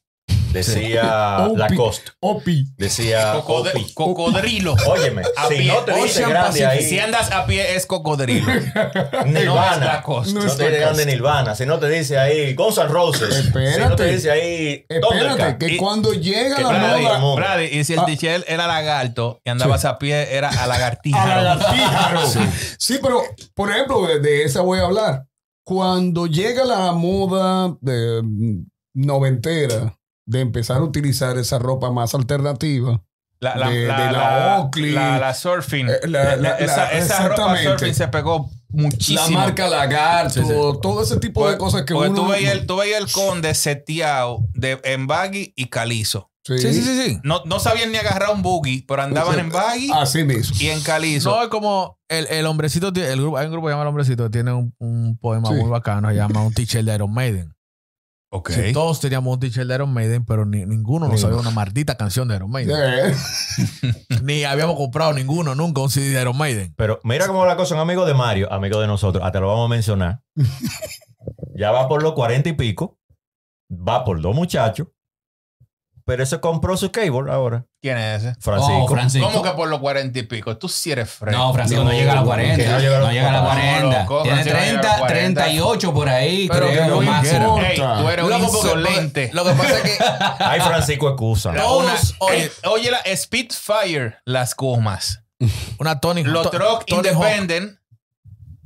Speaker 2: Decía
Speaker 4: Opi.
Speaker 2: Lacoste.
Speaker 4: Opi.
Speaker 6: Ah,
Speaker 2: Decía
Speaker 1: Cocode-
Speaker 2: Opi.
Speaker 1: cocodrilo.
Speaker 2: Óyeme,
Speaker 1: A
Speaker 2: si
Speaker 1: pie.
Speaker 2: no te dice
Speaker 1: Ocean
Speaker 2: grande
Speaker 1: Pacific. Si
Speaker 2: ahí,
Speaker 1: andas a pie es cocodrilo. No es
Speaker 2: Nirvana.
Speaker 1: la costa.
Speaker 2: No te dice grande Nirvana. Si no te dice ahí Guns N' Roses. Si no
Speaker 4: Espérate.
Speaker 2: te dice ahí
Speaker 4: Espérate,
Speaker 2: Thundercat.
Speaker 4: que
Speaker 1: Y-
Speaker 4: cuando llega la
Speaker 1: Brady,
Speaker 4: moda.
Speaker 2: moda.
Speaker 1: Brady, y si el
Speaker 4: Ah.
Speaker 1: tichel era lagarto y andabas a pie, era a lagartija.
Speaker 4: A la lagartija. Sí, pero, por ejemplo, de, de esa voy a hablar. Cuando llega la moda eh, noventera de empezar a utilizar esa ropa más alternativa,
Speaker 1: La,
Speaker 4: De- de la Oakley.
Speaker 1: La, la surfing.
Speaker 4: Eh, la- la-
Speaker 1: esa,
Speaker 4: la-
Speaker 1: esa ropa
Speaker 4: exactamente.
Speaker 1: surfing se pegó muchísimo.
Speaker 4: la marca Lagarto, todo ese tipo de cosas que
Speaker 1: Porque
Speaker 4: uno...
Speaker 1: pues, tú veías el, tú veías el conde seteado de, en baggy y calizo.
Speaker 4: Sí,
Speaker 6: Sí, sí, sí. sí.
Speaker 1: No, no sabían ni agarrar un buggy, pero andaban en baggy
Speaker 4: Así mismo.
Speaker 1: y en calizo.
Speaker 6: No, es como el, el hombrecito, tiene- el grupo, hay un grupo que se llama El Hombrecito, que tiene un, un poema
Speaker 4: Sí.
Speaker 6: muy bacano, se llama Un t-shirt de Iron Maiden.
Speaker 1: ok.
Speaker 6: Sí, todos teníamos un t-shirt de Iron Maiden, pero ni- ninguno nos sabía una maldita canción de Iron Maiden.
Speaker 4: Eh,
Speaker 6: Ni habíamos comprado ninguno nunca un CD de Iron Maiden.
Speaker 2: Pero mira cómo va la cosa, un amigo de Mario, amigo de nosotros, hasta lo vamos a mencionar. ya va por los cuarenta y pico, va por dos muchachos, pero ese compró su cable ahora,
Speaker 1: ¿Quién es ese?
Speaker 2: Francisco.
Speaker 5: Oh, Francisco.
Speaker 1: ¿Cómo que por los cuarenta y pico? Tú sí eres fresco.
Speaker 5: No, Francisco no, llega a la 40.
Speaker 2: que
Speaker 5: No
Speaker 2: no llega a la-
Speaker 5: llega a la
Speaker 2: No,
Speaker 5: 40.
Speaker 1: loco,
Speaker 5: Tiene
Speaker 1: Francisco no llega a
Speaker 5: 30,
Speaker 1: la 40.
Speaker 5: 38 por ahí.
Speaker 6: Pero
Speaker 5: creo,
Speaker 6: que no
Speaker 5: lo máximo.
Speaker 4: importa.
Speaker 1: Ey, tú eres un
Speaker 6: Loco, porque-
Speaker 1: insolente.
Speaker 6: Lo que pasa es que
Speaker 2: Ay, Francisco, excusa.
Speaker 1: La-
Speaker 6: todos,
Speaker 1: una-
Speaker 6: oye,
Speaker 1: eh, oye, la Spitfire, las gomas.
Speaker 6: Una Tony
Speaker 1: Los
Speaker 6: To-
Speaker 1: Truck
Speaker 6: Tony Hawk.
Speaker 1: Independent.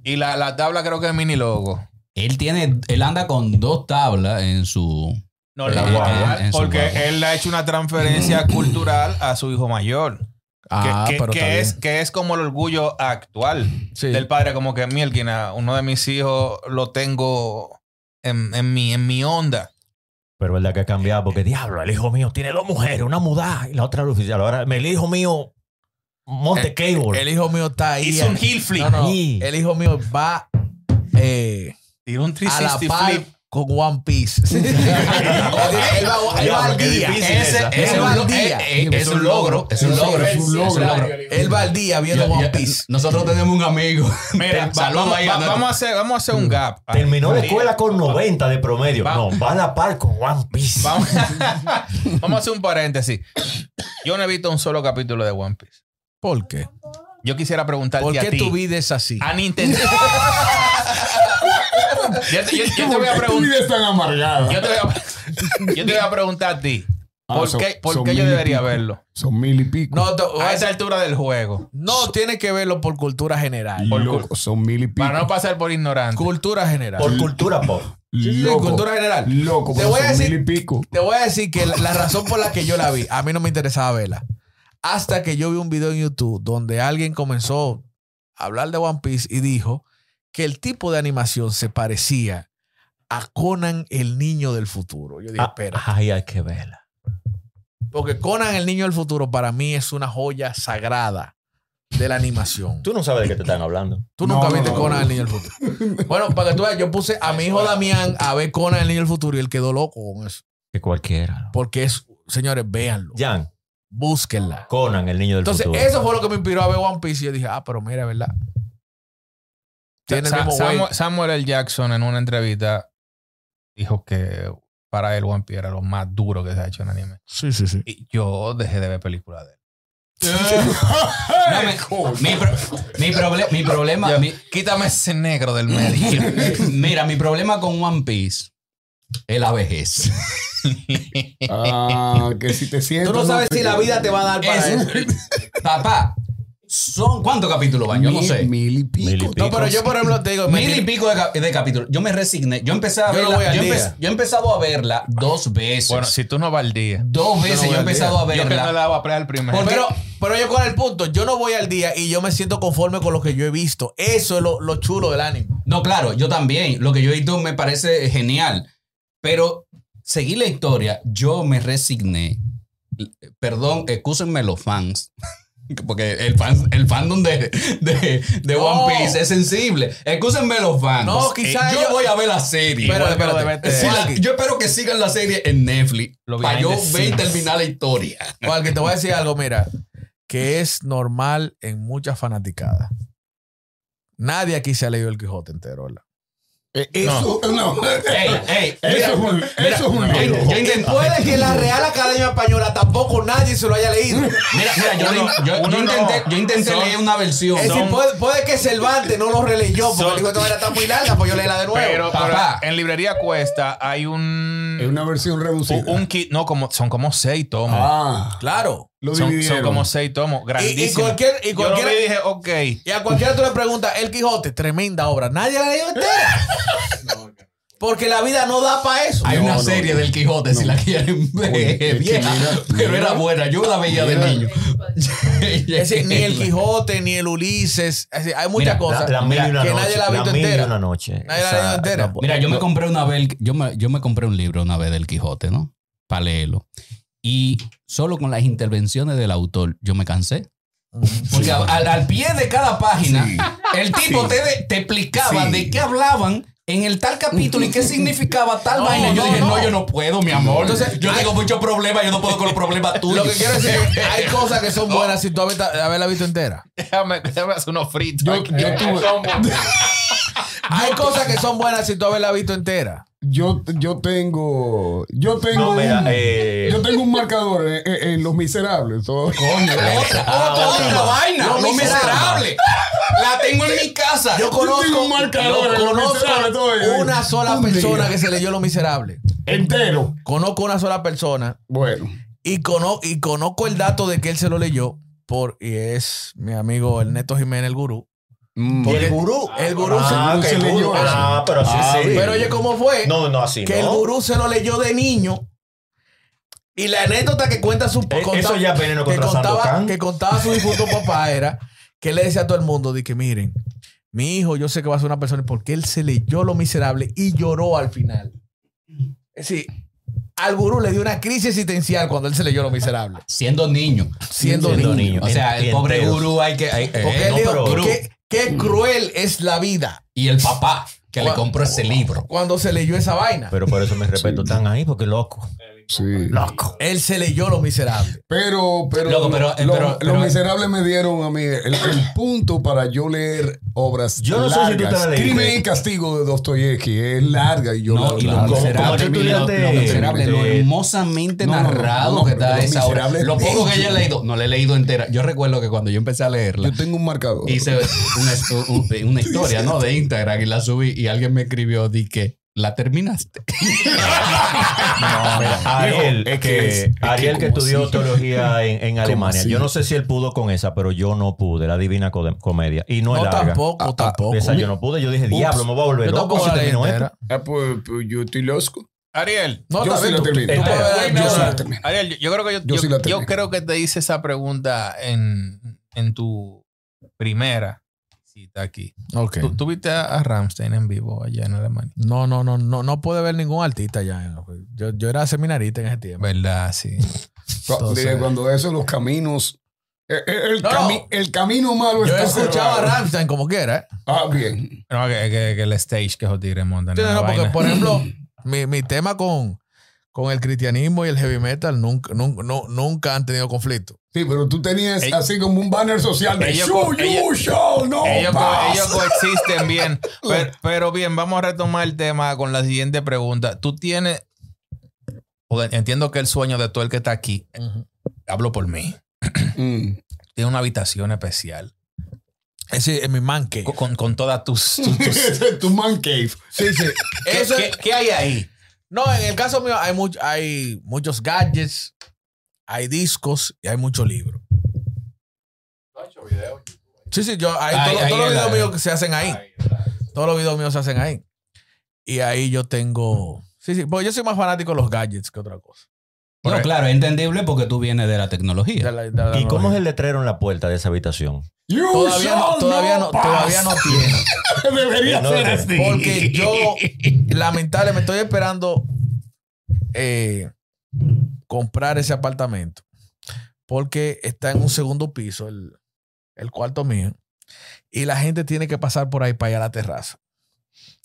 Speaker 1: Y la, la tabla creo que es mini logo.
Speaker 5: Él tiene, él anda con dos tablas en su.
Speaker 1: No,
Speaker 5: Eh,
Speaker 1: la
Speaker 5: eh,
Speaker 1: guagua,
Speaker 5: en su
Speaker 1: ah, porque
Speaker 5: guagua.
Speaker 1: él ha hecho una transferencia cultural a su hijo mayor. Que,
Speaker 6: Ah,
Speaker 1: que-
Speaker 6: pero
Speaker 1: que
Speaker 6: está
Speaker 1: es,
Speaker 6: bien.
Speaker 1: que es como el orgullo actual
Speaker 6: Sí.
Speaker 1: del padre, como que Mielkina, uno de mis hijos lo tengo en, en mi, en mi onda.
Speaker 2: Pero verdad que ha cambiado, porque diablo, el hijo mío tiene dos mujeres, una mudada y la otra era oficial. Ahora, el hijo mío, monte cable.
Speaker 6: Eh, El hijo mío está ahí.
Speaker 1: Hizo un heel flip.
Speaker 6: No, no.
Speaker 2: Sí.
Speaker 6: El hijo mío va eh,
Speaker 1: Tiró un
Speaker 6: a la
Speaker 1: 360
Speaker 6: par
Speaker 1: flip.
Speaker 6: con One Piece. Él va- él va al
Speaker 2: Diablo, qué
Speaker 6: día.
Speaker 2: difícil esa.
Speaker 5: es,
Speaker 6: Ese
Speaker 5: un,
Speaker 6: mal
Speaker 5: lo-
Speaker 6: día.
Speaker 5: eh, eh, es un logro. Es un logro.
Speaker 4: Es un logro.
Speaker 6: Él va al día viendo
Speaker 5: Yo-
Speaker 6: One
Speaker 5: yo-
Speaker 6: Piece.
Speaker 5: nosotros tenemos un amigo.
Speaker 1: Mira, va-
Speaker 5: Saludos
Speaker 1: vamos,
Speaker 5: ahí a
Speaker 1: va-
Speaker 5: nuestro-
Speaker 1: vamos a hacer, vamos a hacer un gap.
Speaker 2: Terminó la
Speaker 1: Ahí.
Speaker 2: escuela con 90 de promedio.
Speaker 1: Va-
Speaker 2: No, va a la par con One Piece.
Speaker 1: Vamos, vamos a hacer un paréntesis. Yo no he visto un solo capítulo de One Piece.
Speaker 6: ¿Por qué?
Speaker 1: Yo quisiera preguntarte
Speaker 6: ¿Por
Speaker 1: a
Speaker 6: qué
Speaker 1: ti.
Speaker 6: tu vida es así?
Speaker 1: A Nintendo. yo, te- yo- yo te voy a
Speaker 4: Tu vida
Speaker 1: preguntar.
Speaker 4: es tan amargada.
Speaker 1: Yo te voy a, yo te voy a preguntar a ti. ¿Por
Speaker 4: Ah, son-
Speaker 1: qué, por
Speaker 4: son
Speaker 1: qué yo
Speaker 4: mil y
Speaker 1: debería
Speaker 4: pico.
Speaker 1: verlo?
Speaker 4: Son mil y pico.
Speaker 6: No, te-
Speaker 1: A esa altura del juego.
Speaker 6: no tiene que verlo por cultura general.
Speaker 4: Loco, son mil y pico.
Speaker 1: Para no pasar por ignorante.
Speaker 6: Cultura general.
Speaker 2: Por cultura pop.
Speaker 6: Sí, sí,
Speaker 4: Loco,
Speaker 6: cultura general.
Speaker 4: loco,
Speaker 6: Te
Speaker 4: pero
Speaker 6: voy a
Speaker 4: son
Speaker 6: decir-
Speaker 4: mil y pico.
Speaker 6: Te voy a decir que la, la razón por la que yo la vi, a mí no me interesaba verla. Hasta que yo vi un video en YouTube donde alguien comenzó a hablar de One Piece y dijo que el tipo de animación se parecía a Conan el niño del futuro. Yo dije,
Speaker 2: Ah,
Speaker 6: espera.
Speaker 2: Ay, hay que verla.
Speaker 6: Porque Conan el niño del futuro para mí es una joya sagrada de la animación.
Speaker 2: Tú no sabes de qué te están hablando.
Speaker 6: Tú
Speaker 4: No,
Speaker 6: nunca
Speaker 4: no,
Speaker 6: viste
Speaker 4: no.
Speaker 6: Conan el niño del futuro. bueno, para que tú veas, yo puse a mi hijo Damián a ver Conan el niño del futuro y él quedó loco con eso.
Speaker 2: Que cualquiera.
Speaker 6: Porque es, señores, véanlo.
Speaker 2: Jan,
Speaker 6: Búsquenla.
Speaker 2: Conan, el niño del
Speaker 6: Entonces,
Speaker 2: futuro.
Speaker 6: eso fue lo que me inspiró a ver One Piece. Y yo dije, ah, pero mira, ¿verdad? Tiene el
Speaker 1: Sa-
Speaker 6: mismo
Speaker 1: Samu-
Speaker 6: weight.
Speaker 1: Samuel L. Jackson en una entrevista dijo que para él One Piece era lo más duro que se ha hecho en anime.
Speaker 6: Sí, sí, sí.
Speaker 1: Y yo dejé de ver películas de él.
Speaker 5: No, mi- mi, pro- mi proble- mi problema, mi-
Speaker 1: Quítame ese negro del medio.
Speaker 5: mira, mi problema con One Piece es la vejez.
Speaker 4: Ah, que si te sientes.
Speaker 6: Tú no sabes si la vida te va a dar para
Speaker 5: Es-
Speaker 6: eso.
Speaker 5: Papá, ¿son cuántos capítulos van? Yo no
Speaker 4: Mil-
Speaker 5: sé.
Speaker 4: Mil y pico.
Speaker 2: Mil y pico.
Speaker 6: No, pero yo, por ejemplo, te digo, me
Speaker 5: Mil y
Speaker 6: tiene-
Speaker 5: pico de, cap- de capítulos. Yo me resigné. Yo empecé a
Speaker 6: Yo no
Speaker 5: verla.
Speaker 6: voy al
Speaker 5: yo, empe-
Speaker 6: día.
Speaker 5: yo he empezado a verla dos veces.
Speaker 1: bueno, si tú no vas al día.
Speaker 5: dos veces yo,
Speaker 6: voy
Speaker 5: he
Speaker 6: al
Speaker 5: empezado a
Speaker 1: Yo que no
Speaker 5: verla.
Speaker 1: le daba play al primero.
Speaker 5: Porque-
Speaker 6: pero, pero yo con el punto, yo no voy al día y yo me siento conforme con lo que yo he visto. Eso es lo, lo chulo del ánimo.
Speaker 5: No, claro, yo también. Lo que yo he visto me parece genial. Pero seguí la historia. Yo me resigné. L- Perdón, excúsenme los fans. Porque el, fan, el fandom de, de, de
Speaker 6: No.
Speaker 5: One Piece es sensible. Excúsenme los fans.
Speaker 6: No, quizá
Speaker 5: Yo
Speaker 6: ellos-
Speaker 5: voy a ver la serie.
Speaker 6: Pero,
Speaker 1: Igual,
Speaker 6: pero,
Speaker 1: pero
Speaker 6: espérate.
Speaker 1: debes-
Speaker 5: Si la-
Speaker 6: Walkie,
Speaker 5: yo espero que sigan la serie en Netflix.
Speaker 1: Lo
Speaker 5: Para yo
Speaker 1: behind
Speaker 5: ver
Speaker 1: the
Speaker 5: y
Speaker 1: scenes.
Speaker 5: terminar la historia.
Speaker 6: Walkie, te voy a decir algo, mira, que es normal en muchas fanaticadas. Nadie aquí se ha leído el Quijote entero, ¿verdad?
Speaker 4: Eh, Eso, no.
Speaker 5: Ey, ey,
Speaker 4: Eso es un- eso es un
Speaker 5: mira,
Speaker 4: libro.
Speaker 5: yo intenté-
Speaker 6: que la Real Academia Española tampoco nadie se lo haya leído.
Speaker 5: Mira, mira, yo,
Speaker 1: Uno-
Speaker 5: yo- yo
Speaker 1: uno no.
Speaker 5: intenté, yo intenté
Speaker 1: Son-
Speaker 5: leer una versión.
Speaker 1: Es decir,
Speaker 6: puede, que Cervantes no lo releyó
Speaker 1: porque Son- dijo,
Speaker 6: que era tan muy larga, pues yo leí la de
Speaker 1: Pero, pero
Speaker 5: Papá.
Speaker 1: en librería cuesta hay un.
Speaker 4: Es una versión reducida.
Speaker 1: un, un kit. No, como, son como seis tomos.
Speaker 4: Ah,
Speaker 6: claro.
Speaker 4: lo
Speaker 1: son, son
Speaker 4: dividieron.
Speaker 1: como seis tomos.
Speaker 6: Y, y
Speaker 1: Grandísimo.
Speaker 6: cualquier, y,
Speaker 1: Yo lo
Speaker 6: cualquiera-
Speaker 1: vi y dije, ok.
Speaker 6: y a cualquiera tú le preguntas, El Quijote, tremenda obra. Nadie la leyó entera. Porque la vida no da para eso.
Speaker 5: Hay
Speaker 4: No,
Speaker 5: una
Speaker 4: no,
Speaker 5: serie
Speaker 4: no.
Speaker 5: del Quijote, si la quieren ver,
Speaker 4: Oye, es que
Speaker 5: vieja,
Speaker 4: mira,
Speaker 5: pero
Speaker 4: mira.
Speaker 5: era buena, yo la veía de
Speaker 4: Mira.
Speaker 5: niño.
Speaker 6: Es decir, ni el Quijote, ni el Ulises. Es decir, hay muchas
Speaker 5: Mira,
Speaker 6: cosas
Speaker 2: la, la mil y una
Speaker 6: que
Speaker 2: noche.
Speaker 6: nadie la ha visto
Speaker 2: mil y
Speaker 6: entera.
Speaker 2: una noche.
Speaker 6: Nadie la ha leído entera.
Speaker 5: Mira, yo me compré una vez, yo me, yo me compré un libro una vez del Quijote, ¿no? Para leerlo. Y solo con las intervenciones del autor, yo me cansé.
Speaker 6: Ah.
Speaker 5: Porque al, al pie de cada página, el tipo te, de- te explicaba
Speaker 4: Sí.
Speaker 5: de qué hablaban en el tal capítulo y qué significaba tal
Speaker 6: No,
Speaker 5: vaina. Y Yo
Speaker 6: no,
Speaker 5: dije, no.
Speaker 6: no.
Speaker 5: yo no puedo, mi amor.
Speaker 6: Entonces,
Speaker 5: yo
Speaker 6: hay-
Speaker 5: tengo muchos problemas, yo no puedo con los problemas tuyos.
Speaker 6: Lo que quiero decir es que hay cosas que
Speaker 1: Oh.
Speaker 6: son buenas si tú habita- haberla visto entera.
Speaker 1: Déjame, déjame hacer unos fritos.
Speaker 4: Yo-
Speaker 1: aquí.
Speaker 4: yo tuve-
Speaker 1: Son buenos.
Speaker 6: Hay cosas que son buenas si tú haberla visto entera.
Speaker 4: Yo, yo tengo. Yo tengo.
Speaker 2: No, mira,
Speaker 4: un,
Speaker 2: eh,
Speaker 4: Yo tengo un marcador en, en- en Los Miserables. todo.
Speaker 5: Otra, otra, otra vaina. Lo miserable. La tengo en mi casa.
Speaker 6: Yo
Speaker 4: tengo un
Speaker 6: conozco,
Speaker 4: marcador en Los Miserables, todo eso.
Speaker 6: una sola
Speaker 4: Un día.
Speaker 6: persona que se leyó Lo Miserable.
Speaker 4: Entero.
Speaker 6: Conozco una sola persona
Speaker 4: Bueno.
Speaker 6: y, cono- y conozco el dato de que él se lo leyó por, y es mi amigo Ernesto Jiménez, el gurú.
Speaker 4: Mm.
Speaker 2: ¿Y el gurú?
Speaker 6: El gurú
Speaker 2: Ah,
Speaker 6: se,
Speaker 2: que el
Speaker 6: se leyó
Speaker 2: gurú.
Speaker 6: eso.
Speaker 2: Ah, pero sí,
Speaker 4: Ah,
Speaker 2: sí.
Speaker 6: Pero oye, ¿cómo fue?
Speaker 2: No, no, así
Speaker 6: que el
Speaker 2: no.
Speaker 6: gurú se lo leyó de niño. Y la anécdota que cuenta su
Speaker 2: Eh,
Speaker 6: conta-
Speaker 2: Eso ya es veneno
Speaker 6: que
Speaker 2: contra
Speaker 6: contaba,
Speaker 2: Sandokan.
Speaker 6: que contaba su difunto papá era que él le decía a todo el mundo de que miren, mi hijo yo sé que va a ser una persona porque él se leyó lo miserable y lloró al final. Es decir, al gurú le dio una crisis existencial cuando él se leyó lo miserable,
Speaker 5: Siendo niño.
Speaker 6: siendo, niño.
Speaker 5: O sea, el pobre
Speaker 2: Enteros.
Speaker 5: gurú hay que. hay-
Speaker 6: Porque
Speaker 5: eh,
Speaker 6: él
Speaker 5: no,
Speaker 6: dijo,
Speaker 5: pero- gurú.
Speaker 6: "Qué- qué cruel es la vida
Speaker 5: Y el papá que le
Speaker 6: Cu-
Speaker 5: compró ese libro.
Speaker 6: cuando se leyó esa vaina.
Speaker 2: Pero por eso me respeto tan ahí, porque loco.
Speaker 4: Sí.
Speaker 6: Loco. Él se leyó Lo Miserable.
Speaker 4: Pero, pero,
Speaker 5: Loco, pero-
Speaker 4: lo-
Speaker 5: pero-
Speaker 4: los
Speaker 5: pero-
Speaker 4: miserables me dieron a mí el, el punto para yo leer obras
Speaker 2: Yo no sé si tú te la
Speaker 4: largas.
Speaker 2: leíste.
Speaker 4: Crimen y castigo de Dostoyevsky es larga y yo
Speaker 5: No,
Speaker 4: la-
Speaker 5: y
Speaker 4: la-
Speaker 5: lo
Speaker 2: claro. ¿Cómo
Speaker 5: miserable,
Speaker 2: tú
Speaker 5: mira, lo,
Speaker 2: estudiaste?
Speaker 5: lo miserable, lo
Speaker 2: Eh,
Speaker 5: hermosamente
Speaker 4: no, no, no,
Speaker 5: narrado
Speaker 4: no,
Speaker 5: que
Speaker 4: pero
Speaker 5: está
Speaker 4: Lo
Speaker 5: esa obra.
Speaker 4: Miserable
Speaker 5: Lo
Speaker 4: es
Speaker 5: poco que
Speaker 4: bello.
Speaker 5: yo he leído, no la he leído entera. Yo recuerdo que cuando yo empecé a leerla,
Speaker 4: Yo tengo un marcador.
Speaker 5: hice una, un- una historia, ¿no? De Instagram y la subí y alguien me escribió, di que la terminaste.
Speaker 2: No, Ah, mira, Ariel,
Speaker 4: es que
Speaker 2: que,
Speaker 4: es- es que
Speaker 2: Ariel que
Speaker 4: como
Speaker 2: estudió
Speaker 4: así.
Speaker 2: teología en, en Alemania.
Speaker 4: así?
Speaker 2: Yo no sé si él pudo con esa, pero yo no pude. La divina Code- comedia. Y no,
Speaker 6: No,
Speaker 2: es larga.
Speaker 6: tampoco,
Speaker 4: Ah, ah,
Speaker 6: tampoco.
Speaker 2: Esa yo no pude. Yo dije, diablo, me voy a volver
Speaker 6: Yo
Speaker 2: loco
Speaker 6: tampoco
Speaker 2: si
Speaker 6: la leí
Speaker 2: termino esto.
Speaker 6: entera.
Speaker 4: Ah, pues, pues yo estoy losco.
Speaker 1: Ariel,
Speaker 6: No,
Speaker 4: Yo
Speaker 6: está
Speaker 4: sí
Speaker 6: bien,
Speaker 4: lo
Speaker 6: tú- tú
Speaker 4: terminé.
Speaker 6: puedes
Speaker 1: Ah,
Speaker 6: ver-
Speaker 1: bueno,
Speaker 6: yo sí la-
Speaker 4: terminé.
Speaker 1: Ariel, yo, yo creo que yo,
Speaker 4: Yo
Speaker 1: yo-
Speaker 4: sí la
Speaker 1: yo
Speaker 4: terminé.
Speaker 1: creo que te hice esa pregunta en, en tu primera cita aquí.
Speaker 6: Ok.
Speaker 1: ¿Tú, tú viste a, a Ramstein en vivo allá en Alemania?
Speaker 6: No, no, no, no, no pude ver ningún artista ya. Yo, yo era seminarista en ese tiempo.
Speaker 1: ¿Verdad? Sí.
Speaker 4: Cu-
Speaker 6: Entonces-
Speaker 4: de- Cuando eso, los caminos. eh, eh, El,
Speaker 6: No,
Speaker 4: cami-
Speaker 6: no.
Speaker 4: el camino malo
Speaker 6: Yo
Speaker 4: está
Speaker 6: escuchaba a
Speaker 4: cerrado.
Speaker 6: Rammstein como quiera, ¿eh?
Speaker 4: Ah, bien.
Speaker 1: No, que, que- que el stage que esos tigres montan.
Speaker 6: Sí,
Speaker 1: es
Speaker 6: no,
Speaker 1: una
Speaker 6: porque,
Speaker 1: vaina.
Speaker 6: por ejemplo, mi, mi tema con, con el cristianismo y el heavy metal nunca, nunca, no- nunca han tenido conflicto.
Speaker 4: Sí, pero tú tenías
Speaker 1: Ell-
Speaker 4: así como un banner social de
Speaker 1: Ellos
Speaker 4: "Show
Speaker 1: co-
Speaker 4: you shall no
Speaker 1: ellos, co-
Speaker 4: pass".
Speaker 1: ellos coexisten bien. Pero, pero bien, vamos a retomar el tema con la siguiente pregunta. Tú tienes. porque Entiendo que el sueño de todo el que está aquí, hablo por mí,
Speaker 4: Mm.
Speaker 1: tiene una habitación especial
Speaker 6: Ese es mi man que.
Speaker 1: co- con, con todas tus. tus- tus-
Speaker 4: Ese es tu man cave.
Speaker 6: Sí, sí.
Speaker 1: ¿Qué,
Speaker 6: Eso
Speaker 1: qué- qué hay ahí?
Speaker 6: No, en el caso mío hay, much- hay muchos gadgets, hay discos y hay muchos libros. Sí, sí, yo, ahí,
Speaker 1: Ahí-
Speaker 6: todo-
Speaker 1: ahí
Speaker 6: todos los
Speaker 1: en la-
Speaker 6: videos míos que se hacen ahí. Todos los videos míos se hacen ahí. Y ahí yo tengo. Sí, sí, porque yo soy más fanático de los gadgets que otra cosa.
Speaker 5: No, claro, es entendible porque tú vienes de la tecnología.
Speaker 6: De la- de la
Speaker 2: ¿Y cómo
Speaker 6: tecnología.
Speaker 2: es el letrero en la puerta de esa habitación?
Speaker 4: You
Speaker 6: Todavía no,
Speaker 4: shall
Speaker 6: todavía no,
Speaker 4: pass.
Speaker 6: todavía no tiene.
Speaker 4: Debería
Speaker 2: No,
Speaker 4: ser
Speaker 2: no.
Speaker 4: así.
Speaker 6: Porque yo, lamentablemente, estoy esperando eh, comprar ese apartamento. Porque está en un segundo piso, el, el cuarto mío. Y la gente tiene que pasar por ahí para ir a la terraza.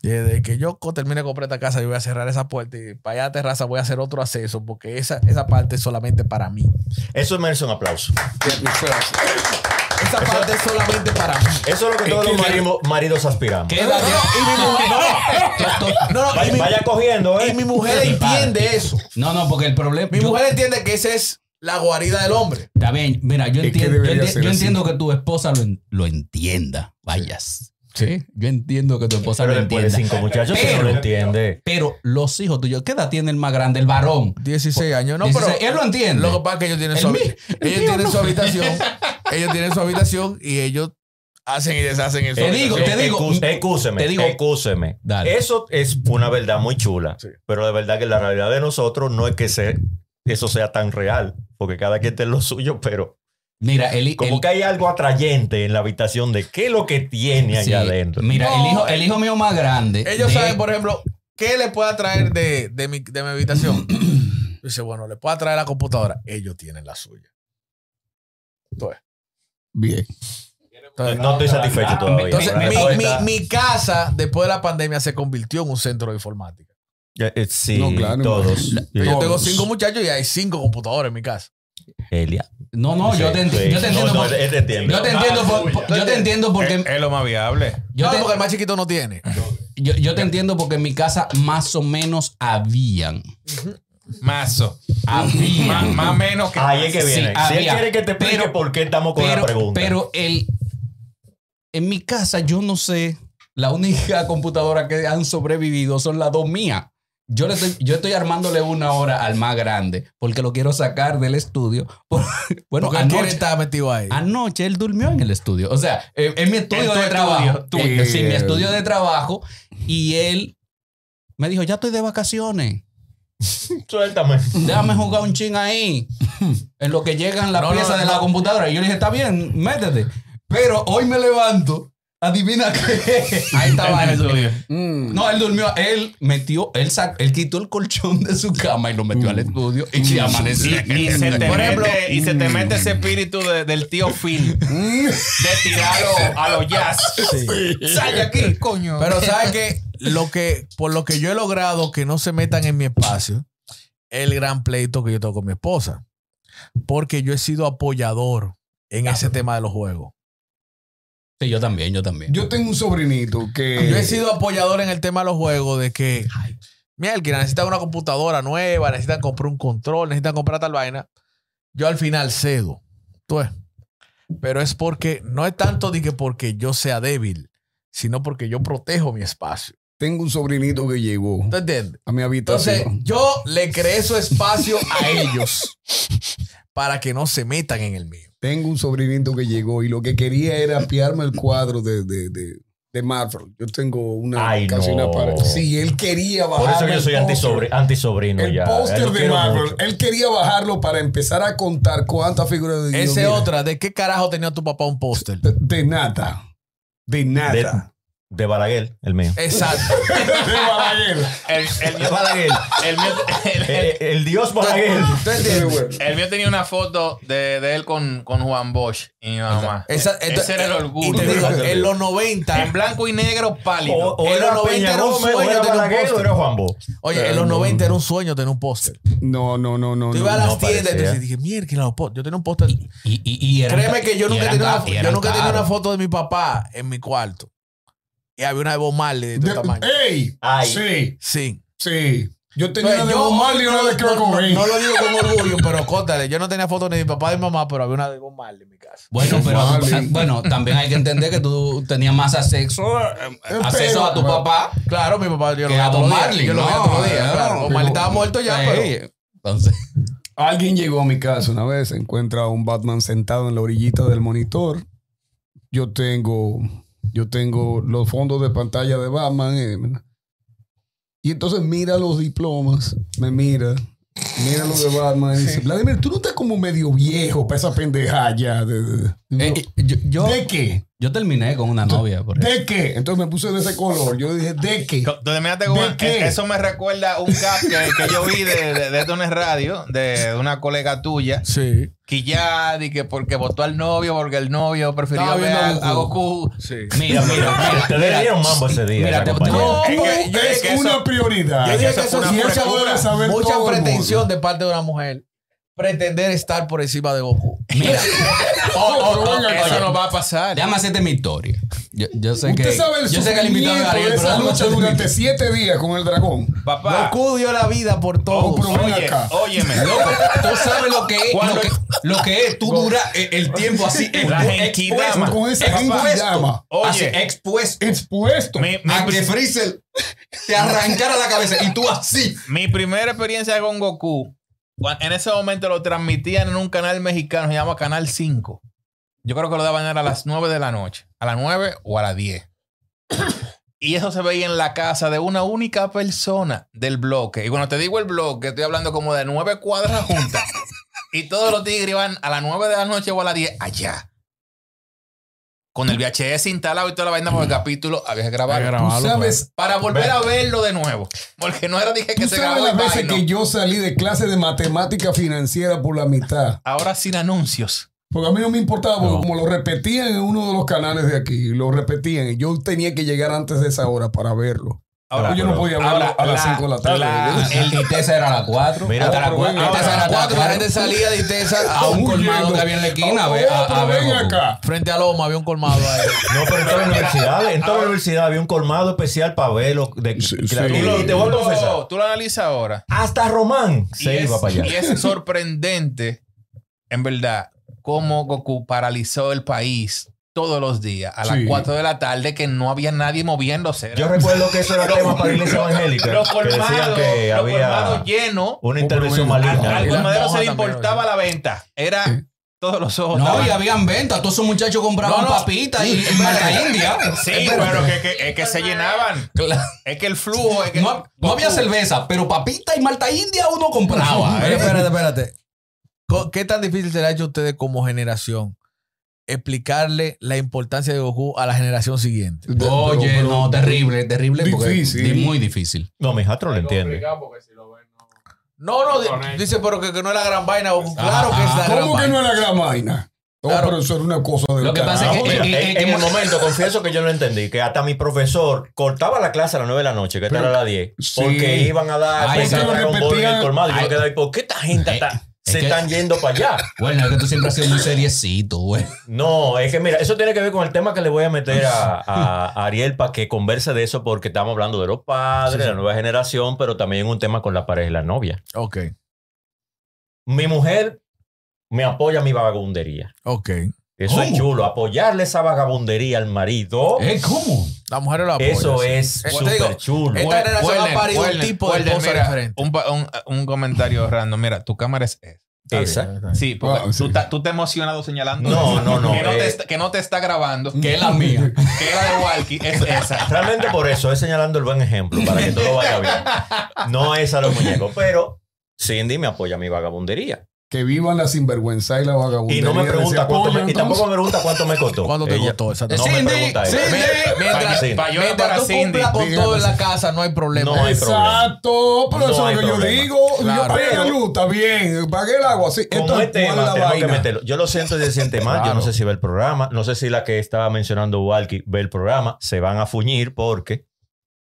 Speaker 6: Y Desde que yo co- termine de comprar esta casa, yo voy a cerrar esa puerta y para allá a la terraza voy a hacer otro acceso porque esa, esa parte es solamente para mí.
Speaker 2: Eso merece un aplauso.
Speaker 6: Esa parte es solamente para mí.
Speaker 2: Eso es lo que todos los marimo- maridos aspiramos.
Speaker 5: Quédate.
Speaker 6: No, no, y
Speaker 2: Vaya,
Speaker 6: mi-
Speaker 2: vaya cogiendo,
Speaker 6: y
Speaker 2: ¿eh?
Speaker 6: mi mujer entiende eso.
Speaker 5: No, no, porque el problema.
Speaker 6: Mi
Speaker 5: yo-
Speaker 6: mujer entiende que esa es la guarida del hombre.
Speaker 5: Está bien, mira,
Speaker 4: Es
Speaker 5: yo,
Speaker 4: que
Speaker 5: entiendo, yo,
Speaker 4: debería
Speaker 5: enti-
Speaker 4: ser
Speaker 5: yo
Speaker 4: así.
Speaker 5: entiendo que tu esposa lo, en- lo entienda. Vayas. Sí. Yo entiendo que tu esposa
Speaker 2: Pero
Speaker 5: lo
Speaker 2: después de
Speaker 5: entienda.
Speaker 2: cinco muchachos, si no
Speaker 5: Pero-
Speaker 2: lo entiende.
Speaker 5: Pero los hijos tuyos, ¿qué edad tiene el más grande, el varón?
Speaker 6: 16 años. No,
Speaker 5: 16.
Speaker 6: pero
Speaker 5: Él lo entiende.
Speaker 6: Lo que pasa es que ellos tienen
Speaker 5: El
Speaker 6: su,
Speaker 5: mí-
Speaker 6: habi-
Speaker 5: el
Speaker 6: ellos
Speaker 5: mío
Speaker 6: tienen
Speaker 5: no.
Speaker 6: su habitación. ellos tienen su habitación y ellos hacen y deshacen eso.
Speaker 5: Te digo, te digo.
Speaker 2: Excús- Excúseme,
Speaker 5: Te digo-
Speaker 2: excúseme.
Speaker 5: Dale.
Speaker 2: Eso es una verdad muy chula.
Speaker 6: Sí.
Speaker 2: Pero de verdad que la realidad de nosotros no es que se- eso sea tan real. Porque cada quien tiene lo suyo, pero
Speaker 5: Mira, el, hi-
Speaker 2: como
Speaker 5: el-
Speaker 2: que hay algo atrayente en la habitación de qué es lo que tiene
Speaker 5: sí,
Speaker 2: allá adentro.
Speaker 5: Mira,
Speaker 6: No.
Speaker 5: el, hijo, el hijo mío más grande.
Speaker 6: Ellos
Speaker 5: de-
Speaker 6: saben, por ejemplo, qué le puede atraer de, de mi, de mi habitación. Dice, bueno, le puede atraer la computadora. Ellos tienen la suya.
Speaker 4: Bien.
Speaker 6: Entonces,
Speaker 2: No estoy satisfecho todavía.
Speaker 6: entonces,
Speaker 2: con la
Speaker 6: mi,
Speaker 2: respuesta.
Speaker 6: mi- mi casa, después de la pandemia, se convirtió en un centro de informática.
Speaker 2: Eh, eh, sí,
Speaker 4: No, claro,
Speaker 2: todos.
Speaker 6: Yo
Speaker 4: Todos.
Speaker 6: tengo cinco muchachos y hay cinco computadoras en mi casa.
Speaker 2: Elia.
Speaker 5: No, no, yo
Speaker 2: Sí,
Speaker 5: te, ent-
Speaker 2: sí.
Speaker 5: yo te
Speaker 2: No,
Speaker 5: entiendo.
Speaker 2: no,
Speaker 5: por-
Speaker 2: él te entiende.
Speaker 5: yo te entiendo, por- por- yo te entiendo
Speaker 1: Es,
Speaker 5: porque.
Speaker 1: es lo más viable.
Speaker 5: Yo
Speaker 6: no,
Speaker 5: te,
Speaker 6: porque el más chiquito no tiene.
Speaker 5: yo- yo te entiendo porque en mi casa más o menos habían.
Speaker 1: Mazo. Más
Speaker 5: Habían.
Speaker 1: más menos que.
Speaker 2: Ahí es que
Speaker 5: Sí,
Speaker 2: viene. si él
Speaker 5: había.
Speaker 2: quiere que te explique
Speaker 5: Pero-
Speaker 2: por qué estamos con la
Speaker 5: pero,
Speaker 2: pregunta.
Speaker 5: pero el, en mi casa, yo no sé, la única computadora que han sobrevivido son las dos mías. Yo, le estoy, yo estoy armándole una hora al más grande porque lo quiero sacar del estudio. Por- bueno,
Speaker 6: Porque él quiere
Speaker 5: anoche, Ah,
Speaker 6: estar metido ahí.
Speaker 5: anoche él durmió en el estudio. O sea, en, en mi estudio
Speaker 1: tu
Speaker 5: de trabajo.
Speaker 1: estudio,
Speaker 4: tú.
Speaker 5: Eh, sí, mi estudio de trabajo. Y él me dijo, ya estoy de vacaciones.
Speaker 2: Suéltame.
Speaker 5: Déjame jugar un ching ahí. En lo que llegan las
Speaker 6: No, no,
Speaker 5: piezas de
Speaker 6: no.
Speaker 5: la computadora. Y yo le dije, está bien, métete. Pero hoy me levanto. Adivina qué.
Speaker 6: Ahí estaba él.
Speaker 4: Mm.
Speaker 5: No, él durmió. Él metió, él, sac- él quitó el colchón de su cama y lo metió al
Speaker 6: Mm.
Speaker 5: estudio y
Speaker 4: Mm.
Speaker 5: se amaneció.
Speaker 1: Y se te,
Speaker 5: Por ejemplo,
Speaker 1: mete, y se te mete ese espíritu de- del tío Phil de
Speaker 4: Mm.
Speaker 1: tirarlo a los jazz. Sal de aquí, coño.
Speaker 6: Pero sabes que lo que por lo que yo he logrado que no se metan en mi espacio el gran pleito que yo tengo con mi esposa. Porque yo he sido apoyador en ese tema de los juegos.
Speaker 5: Sí, yo también, yo también.
Speaker 4: Yo tengo un sobrinito que.
Speaker 6: Yo he sido apoyador en el tema de los juegos de que, mira, el que necesita una computadora nueva, necesitan comprar un control, necesitan comprar tal vaina. Yo al final cedo. Tú ves. Pero es porque, no es tanto de que porque yo sea débil, sino porque yo protejo mi espacio.
Speaker 4: Tengo un sobrinito que llegó
Speaker 6: ¿Tú entiendes?
Speaker 4: a mi habitación.
Speaker 6: Entonces, yo le creé su espacio a ellos para que no se metan en el mío.
Speaker 4: Tengo un sobrinito que llegó y lo que quería era apiarme el cuadro de, de, de, de Marvel. Yo tengo una
Speaker 2: Ay,
Speaker 4: casi una
Speaker 2: no.
Speaker 4: pared. Sí, él quería
Speaker 2: Por
Speaker 4: bajarme
Speaker 2: eso yo
Speaker 4: el
Speaker 2: soy
Speaker 4: póster.
Speaker 2: antisobre- antisobrino
Speaker 4: El
Speaker 2: ya.
Speaker 4: póster
Speaker 2: Lo
Speaker 4: de
Speaker 2: quiero
Speaker 4: Marvel.
Speaker 2: mucho.
Speaker 4: Él quería bajarlo para empezar a contar cuántas figuras de
Speaker 6: Ese
Speaker 4: Dios, mira,
Speaker 6: otra, ¿de qué carajo tenía tu papá un póster?
Speaker 4: De, de nada. De nada.
Speaker 2: De Balaguer, el mío.
Speaker 6: Exacto.
Speaker 4: De, Balaguer.
Speaker 1: El, el
Speaker 2: De
Speaker 1: mío,
Speaker 2: Balaguer.
Speaker 1: el mío- el- el-
Speaker 2: Eh, el dios Balaguer.
Speaker 6: ¿Tú entiendes?
Speaker 1: el mío tenía una foto de, de él con, con Juan Bosch y mi mamá.
Speaker 6: Esa-
Speaker 1: Ese era el
Speaker 6: Y te
Speaker 1: orgullo.
Speaker 6: digo, en los
Speaker 1: En
Speaker 6: 90,
Speaker 1: blanco y negro pálido.
Speaker 2: O, o
Speaker 6: En
Speaker 2: era
Speaker 6: los 90
Speaker 2: Peña
Speaker 6: era un
Speaker 2: Gómez, o
Speaker 6: sueño
Speaker 2: era
Speaker 6: tener un
Speaker 2: Balaguer, o
Speaker 6: póster.
Speaker 2: era Juanbo.
Speaker 6: oye, en los 90 era un sueño tener un póster.
Speaker 4: No, no, no, no.
Speaker 6: Tú
Speaker 4: no.
Speaker 6: ibas a
Speaker 2: no
Speaker 6: las tiendas y tú
Speaker 2: parecía.
Speaker 6: decías, dije, mierda, que los póster- yo tenía un póster.
Speaker 5: Y, y, y eran-
Speaker 6: Créeme que yo
Speaker 5: y
Speaker 6: nunca,
Speaker 5: eran
Speaker 6: tenía una,
Speaker 5: ca- y
Speaker 6: fo- yo
Speaker 5: eran
Speaker 6: nunca tenía una
Speaker 5: caros.
Speaker 6: foto de mi papá en mi cuarto. Y había una de Bob Marley de todo
Speaker 4: De- eh.
Speaker 6: tamaño.
Speaker 4: ¡Ey!
Speaker 2: Ay.
Speaker 4: Sí,
Speaker 6: Sí.
Speaker 4: sí. Yo tenía una de
Speaker 6: Pues, Yo-
Speaker 4: Bob Marley y una de Kurt
Speaker 6: no, no,
Speaker 4: Cobain.
Speaker 6: no lo digo con orgullo, pero cóntale. Yo no tenía fotos ni de mi papá ni de mi mamá, pero había una de Bob Marley en mi casa.
Speaker 5: Bueno, pero
Speaker 4: Vale.
Speaker 5: bueno, también hay que entender que tú tenías más acceso, eh, acceso a tu
Speaker 4: Pero-
Speaker 5: papá
Speaker 6: Claro, mi papá, yo lo
Speaker 5: que
Speaker 6: veía
Speaker 5: a
Speaker 6: todos
Speaker 5: Bob
Speaker 6: los días.
Speaker 5: Marley.
Speaker 6: Yo lo veía
Speaker 5: No,
Speaker 6: todos los días,
Speaker 5: no,
Speaker 6: claro. Bob Marley estaba muerto ya,
Speaker 5: Sí.
Speaker 6: pero...
Speaker 5: Entonces,
Speaker 4: Alguien llegó a mi casa una vez, encuentra a un Batman sentado en la orillita del monitor. Yo tengo, yo tengo los fondos de pantalla de Batman. eh, mira. y entonces mira los diplomas, me mira, mira los de Batman y dice, Vladimir, tú no estás como medio viejo para esa pendejada ya. De, de- de-
Speaker 5: eh, eh, yo, yo,
Speaker 4: ¿De qué?
Speaker 5: yo terminé con una novia. Por eso.
Speaker 4: ¿De qué? Entonces me puse de ese color. Yo dije, ¿de qué?
Speaker 1: Tú- tú terminaste con-
Speaker 4: ¿De qué?
Speaker 1: eh, Eso me recuerda un cap que, que yo vi de, de, de Dones Radio, de una colega tuya,
Speaker 6: Sí.
Speaker 1: que ya di que porque votó al novio, porque el novio prefirió
Speaker 6: Estaba
Speaker 1: ver a,
Speaker 6: viendo
Speaker 1: a
Speaker 6: Goku.
Speaker 1: Goku.
Speaker 6: Sí.
Speaker 5: Mira, mira, mira.
Speaker 2: Te
Speaker 5: mira,
Speaker 2: dieron mambo ese día.
Speaker 5: mira,
Speaker 2: la
Speaker 5: te-
Speaker 2: compañía.
Speaker 5: no,
Speaker 4: ¿Cómo
Speaker 1: es que-
Speaker 4: es,
Speaker 1: es que eso-
Speaker 4: una prioridad?
Speaker 6: Yo diría que eso
Speaker 1: fue
Speaker 6: sí
Speaker 1: una
Speaker 6: es
Speaker 4: frescura.
Speaker 6: ahora saber
Speaker 4: Mucha
Speaker 6: Mucha pretensión
Speaker 4: pretensión
Speaker 6: de parte de una mujer. Pretender estar por encima de Goku.
Speaker 5: Mira,
Speaker 4: Oh,
Speaker 6: O, o- o-
Speaker 4: Oye,
Speaker 6: eso
Speaker 5: oye.
Speaker 6: no va a pasar.
Speaker 5: déjame hacerte mi historia. Yo, yo sé
Speaker 4: Usted
Speaker 5: que.
Speaker 4: sabe el
Speaker 5: yo sé que el invitado es
Speaker 4: sufrimiento de
Speaker 5: Ariel, pero
Speaker 4: esa
Speaker 5: déjame
Speaker 4: lucha
Speaker 5: hacerte mi-
Speaker 4: durante siete días con el dragón.
Speaker 1: Papá,
Speaker 6: Goku dio la vida por todos.
Speaker 4: Oh, pero-
Speaker 1: oye,
Speaker 4: acá.
Speaker 1: óyeme.
Speaker 5: Loco, tú sabes lo que es, lo
Speaker 1: Cuando-
Speaker 5: que, lo que es tú dura el, el tiempo así.
Speaker 1: La
Speaker 5: expu-
Speaker 1: genkidama.
Speaker 5: expuesto,
Speaker 4: Con esa
Speaker 5: expuesto,
Speaker 4: genkidama.
Speaker 5: así,
Speaker 1: Oye,
Speaker 5: expuesto.
Speaker 4: Expuesto.
Speaker 1: mi, mi
Speaker 5: A
Speaker 1: pri-
Speaker 5: que Freezer te arrancara la cabeza y tú así.
Speaker 1: mi primera experiencia con Goku, cuan- en ese momento lo transmitían en un canal mexicano, se llama Canal 5. Yo creo que lo daban era a las 9 de la noche, a las 9 o a las 10. Y eso se veía en la casa de una única persona del bloque. Y cuando te digo el bloque, estoy hablando como de nueve cuadras juntas. Y todos los tigres iban a las 9 de la noche o a las 10 allá. Con el VHS instalado y toda la vaina por el capítulo había que grabarlo.
Speaker 6: Había que
Speaker 4: Tú
Speaker 6: Malo,
Speaker 4: sabes,
Speaker 1: Pues, Para volver a verlo de nuevo. Porque no era dije que
Speaker 4: tú
Speaker 1: se
Speaker 4: sabes
Speaker 1: grabó y
Speaker 4: las veces
Speaker 1: vaino.
Speaker 4: que yo salí de clase de matemática financiera por la mitad.
Speaker 1: Ahora sin anuncios.
Speaker 4: Porque a mí no me importaba, porque como lo repetían en uno de los canales de aquí, lo repetían, y yo tenía que llegar antes de esa hora para verlo.
Speaker 1: Ahora,
Speaker 4: yo no podía verlo
Speaker 1: ahora,
Speaker 4: a las
Speaker 1: la-
Speaker 4: 5 de la tarde.
Speaker 1: la-
Speaker 5: El Ditesa era a las 4.
Speaker 2: Mira,
Speaker 5: hasta las
Speaker 4: pero
Speaker 5: 4.
Speaker 4: venga,
Speaker 5: Ditesa
Speaker 4: ahora,
Speaker 5: era a las
Speaker 6: cuatro,
Speaker 5: 4.
Speaker 6: la gente salía de Itesa a un colmado que había en la esquina.
Speaker 5: a
Speaker 4: Oh,
Speaker 5: ver- a- a
Speaker 4: pero
Speaker 5: ver,
Speaker 4: ven
Speaker 5: Goku.
Speaker 4: acá.
Speaker 6: Frente a Loma había un colmado ahí.
Speaker 2: No, pero en toda la universidad, en toda la universidad había un colmado especial para ver los de,
Speaker 4: Sí,
Speaker 2: que-
Speaker 4: sí.
Speaker 2: la-
Speaker 1: tú
Speaker 2: y-
Speaker 1: lo-
Speaker 2: y te voy a confesar.
Speaker 1: tú lo analizas ahora.
Speaker 2: Hasta Román se
Speaker 1: y, es,
Speaker 2: iba para
Speaker 1: y
Speaker 2: allá.
Speaker 1: es sorprendente, en verdad, cómo Goku paralizó el país todos los días a las
Speaker 4: Sí.
Speaker 1: 4 de la tarde que no había nadie moviéndose.
Speaker 2: Yo recuerdo que eso era tema para iglesia evangélica.
Speaker 1: los
Speaker 2: que decían
Speaker 1: colmados,
Speaker 2: que
Speaker 1: los
Speaker 2: había
Speaker 1: colmados llenos.
Speaker 2: una intervención
Speaker 4: Al-
Speaker 2: maligna.
Speaker 1: Al
Speaker 6: Las
Speaker 1: colmadero se
Speaker 6: monjas
Speaker 1: le
Speaker 6: también,
Speaker 1: importaba la venta. Era todos los ojos.
Speaker 5: No,
Speaker 1: estaban-
Speaker 5: y habían ventas. Todos esos muchachos compraban
Speaker 1: No, no.
Speaker 5: papitas y, y marca india.
Speaker 1: Sí,
Speaker 5: Espérate.
Speaker 1: pero que, que- es que se llenaban.
Speaker 5: Claro.
Speaker 1: Es que el flujo. Es que
Speaker 5: No, no había cerveza, pero papita y malta india uno compraba.
Speaker 6: Pero
Speaker 5: ¿eh?
Speaker 6: espérate, espérate. Co- ¿Qué tan difícil se le ha hecho a ustedes como generación explicarle la importancia de Goku a la generación siguiente?
Speaker 5: Oye, no, terrible, terrible. porque
Speaker 4: Difícil.
Speaker 5: es muy difícil.
Speaker 2: No, mi jatro lo entiende.
Speaker 6: No, no, di- dice, pero que, que no es la gran vaina. Goku. Claro que es la gran
Speaker 4: Ah, ¿Cómo que
Speaker 6: vaina.
Speaker 4: no era gran vaina? No, pero eso era una cosa de
Speaker 5: Lo que pasa es que-
Speaker 2: Mira,
Speaker 5: eh, eh,
Speaker 2: Ah, en, en
Speaker 5: eh,
Speaker 2: el momento, confieso que yo no entendí, que hasta mi profesor cortaba la clase a las 9 de la noche, que esta
Speaker 4: Pero-
Speaker 2: era a las 10,
Speaker 4: Sí.
Speaker 2: porque iban a dar
Speaker 5: Ay,
Speaker 2: porque
Speaker 5: es que
Speaker 4: lo
Speaker 2: entraron bol en
Speaker 4: repetían.
Speaker 2: el colmado. Y yo
Speaker 5: Ay.
Speaker 2: me quedaba ahí, ¿por qué esta gente está-
Speaker 5: Eh, es
Speaker 2: se
Speaker 5: que-
Speaker 2: están yendo para allá?
Speaker 5: Bueno, es que tú siempre has sido muy seriecito, güey.
Speaker 2: No, es que mira, eso tiene que ver con el tema que le voy a meter a, a- a Ariel para que converse de eso, porque estamos hablando de los padres, la nueva generación, pero también un tema con la pareja y la novia.
Speaker 6: Ok,
Speaker 2: Mi mujer me apoya mi vagabundería.
Speaker 6: ok.
Speaker 2: Eso es
Speaker 6: Oh.
Speaker 5: ¿Cómo?
Speaker 2: chulo, apoyarle esa vagabundería al marido.
Speaker 5: Eh, ¿Cómo?
Speaker 6: La mujer lo apoya.
Speaker 2: Eso
Speaker 6: sí.
Speaker 2: es
Speaker 6: Eh, te digo,
Speaker 2: súper chulo.
Speaker 6: Esta
Speaker 1: Wel-
Speaker 6: generación ha
Speaker 1: Welder,
Speaker 6: parido un
Speaker 1: Welder,
Speaker 6: tipo de
Speaker 1: Welder,
Speaker 6: esposa
Speaker 1: mira,
Speaker 6: diferente.
Speaker 1: Un, pa- un- un comentario random. Mira, tu cámara es esa.
Speaker 2: Esa.
Speaker 1: Sí, porque
Speaker 4: Ah,
Speaker 1: tú,
Speaker 4: sí.
Speaker 1: ta- tú te has emocionado señalando.
Speaker 2: No, no, no,
Speaker 1: Que no, te
Speaker 2: eh.
Speaker 1: está, que no te está grabando.
Speaker 5: Que es la mía.
Speaker 1: Que era de Walkie. Es esa.
Speaker 2: Realmente por eso es señalando el buen ejemplo, para que todo vaya bien. No es a los muñecos, pero Cindy me apoya mi vagabundería.
Speaker 4: Que vivan la sinvergüenza y la vagabundería.
Speaker 2: Y no me
Speaker 4: de ese
Speaker 2: pregunta cuánto
Speaker 4: apoyo,
Speaker 2: me, y tampoco
Speaker 4: entonces.
Speaker 2: me pregunta cuánto me costó.
Speaker 6: ¿Cuándo te
Speaker 2: Ella-
Speaker 6: gustó esa
Speaker 2: No me pregunta eso.
Speaker 6: Cindy, mientras-
Speaker 2: Cindy.
Speaker 1: Payola
Speaker 6: Mientras
Speaker 1: para
Speaker 6: tú
Speaker 1: Cindy.
Speaker 6: cumplas con
Speaker 4: Dígame,
Speaker 6: todo en la
Speaker 4: sí.
Speaker 6: casa, no hay problema.
Speaker 2: No hay problema.
Speaker 4: Exacto, pero
Speaker 2: No
Speaker 4: eso
Speaker 2: hay
Speaker 4: es lo que yo
Speaker 2: problema.
Speaker 4: digo.
Speaker 6: Claro.
Speaker 4: yo pagué la luz, está bien. Pagué el agua, sí.
Speaker 2: Como
Speaker 4: Entonces,
Speaker 2: es este tema,
Speaker 4: ¿cuál es la
Speaker 2: tenemos que
Speaker 4: vaina?
Speaker 2: meterlo. Yo lo siento y se siente mal. Yo no
Speaker 6: Claro.
Speaker 2: sé si ve el programa. No sé si la que estaba mencionando Walkie ve el programa. Se van a fuñir porque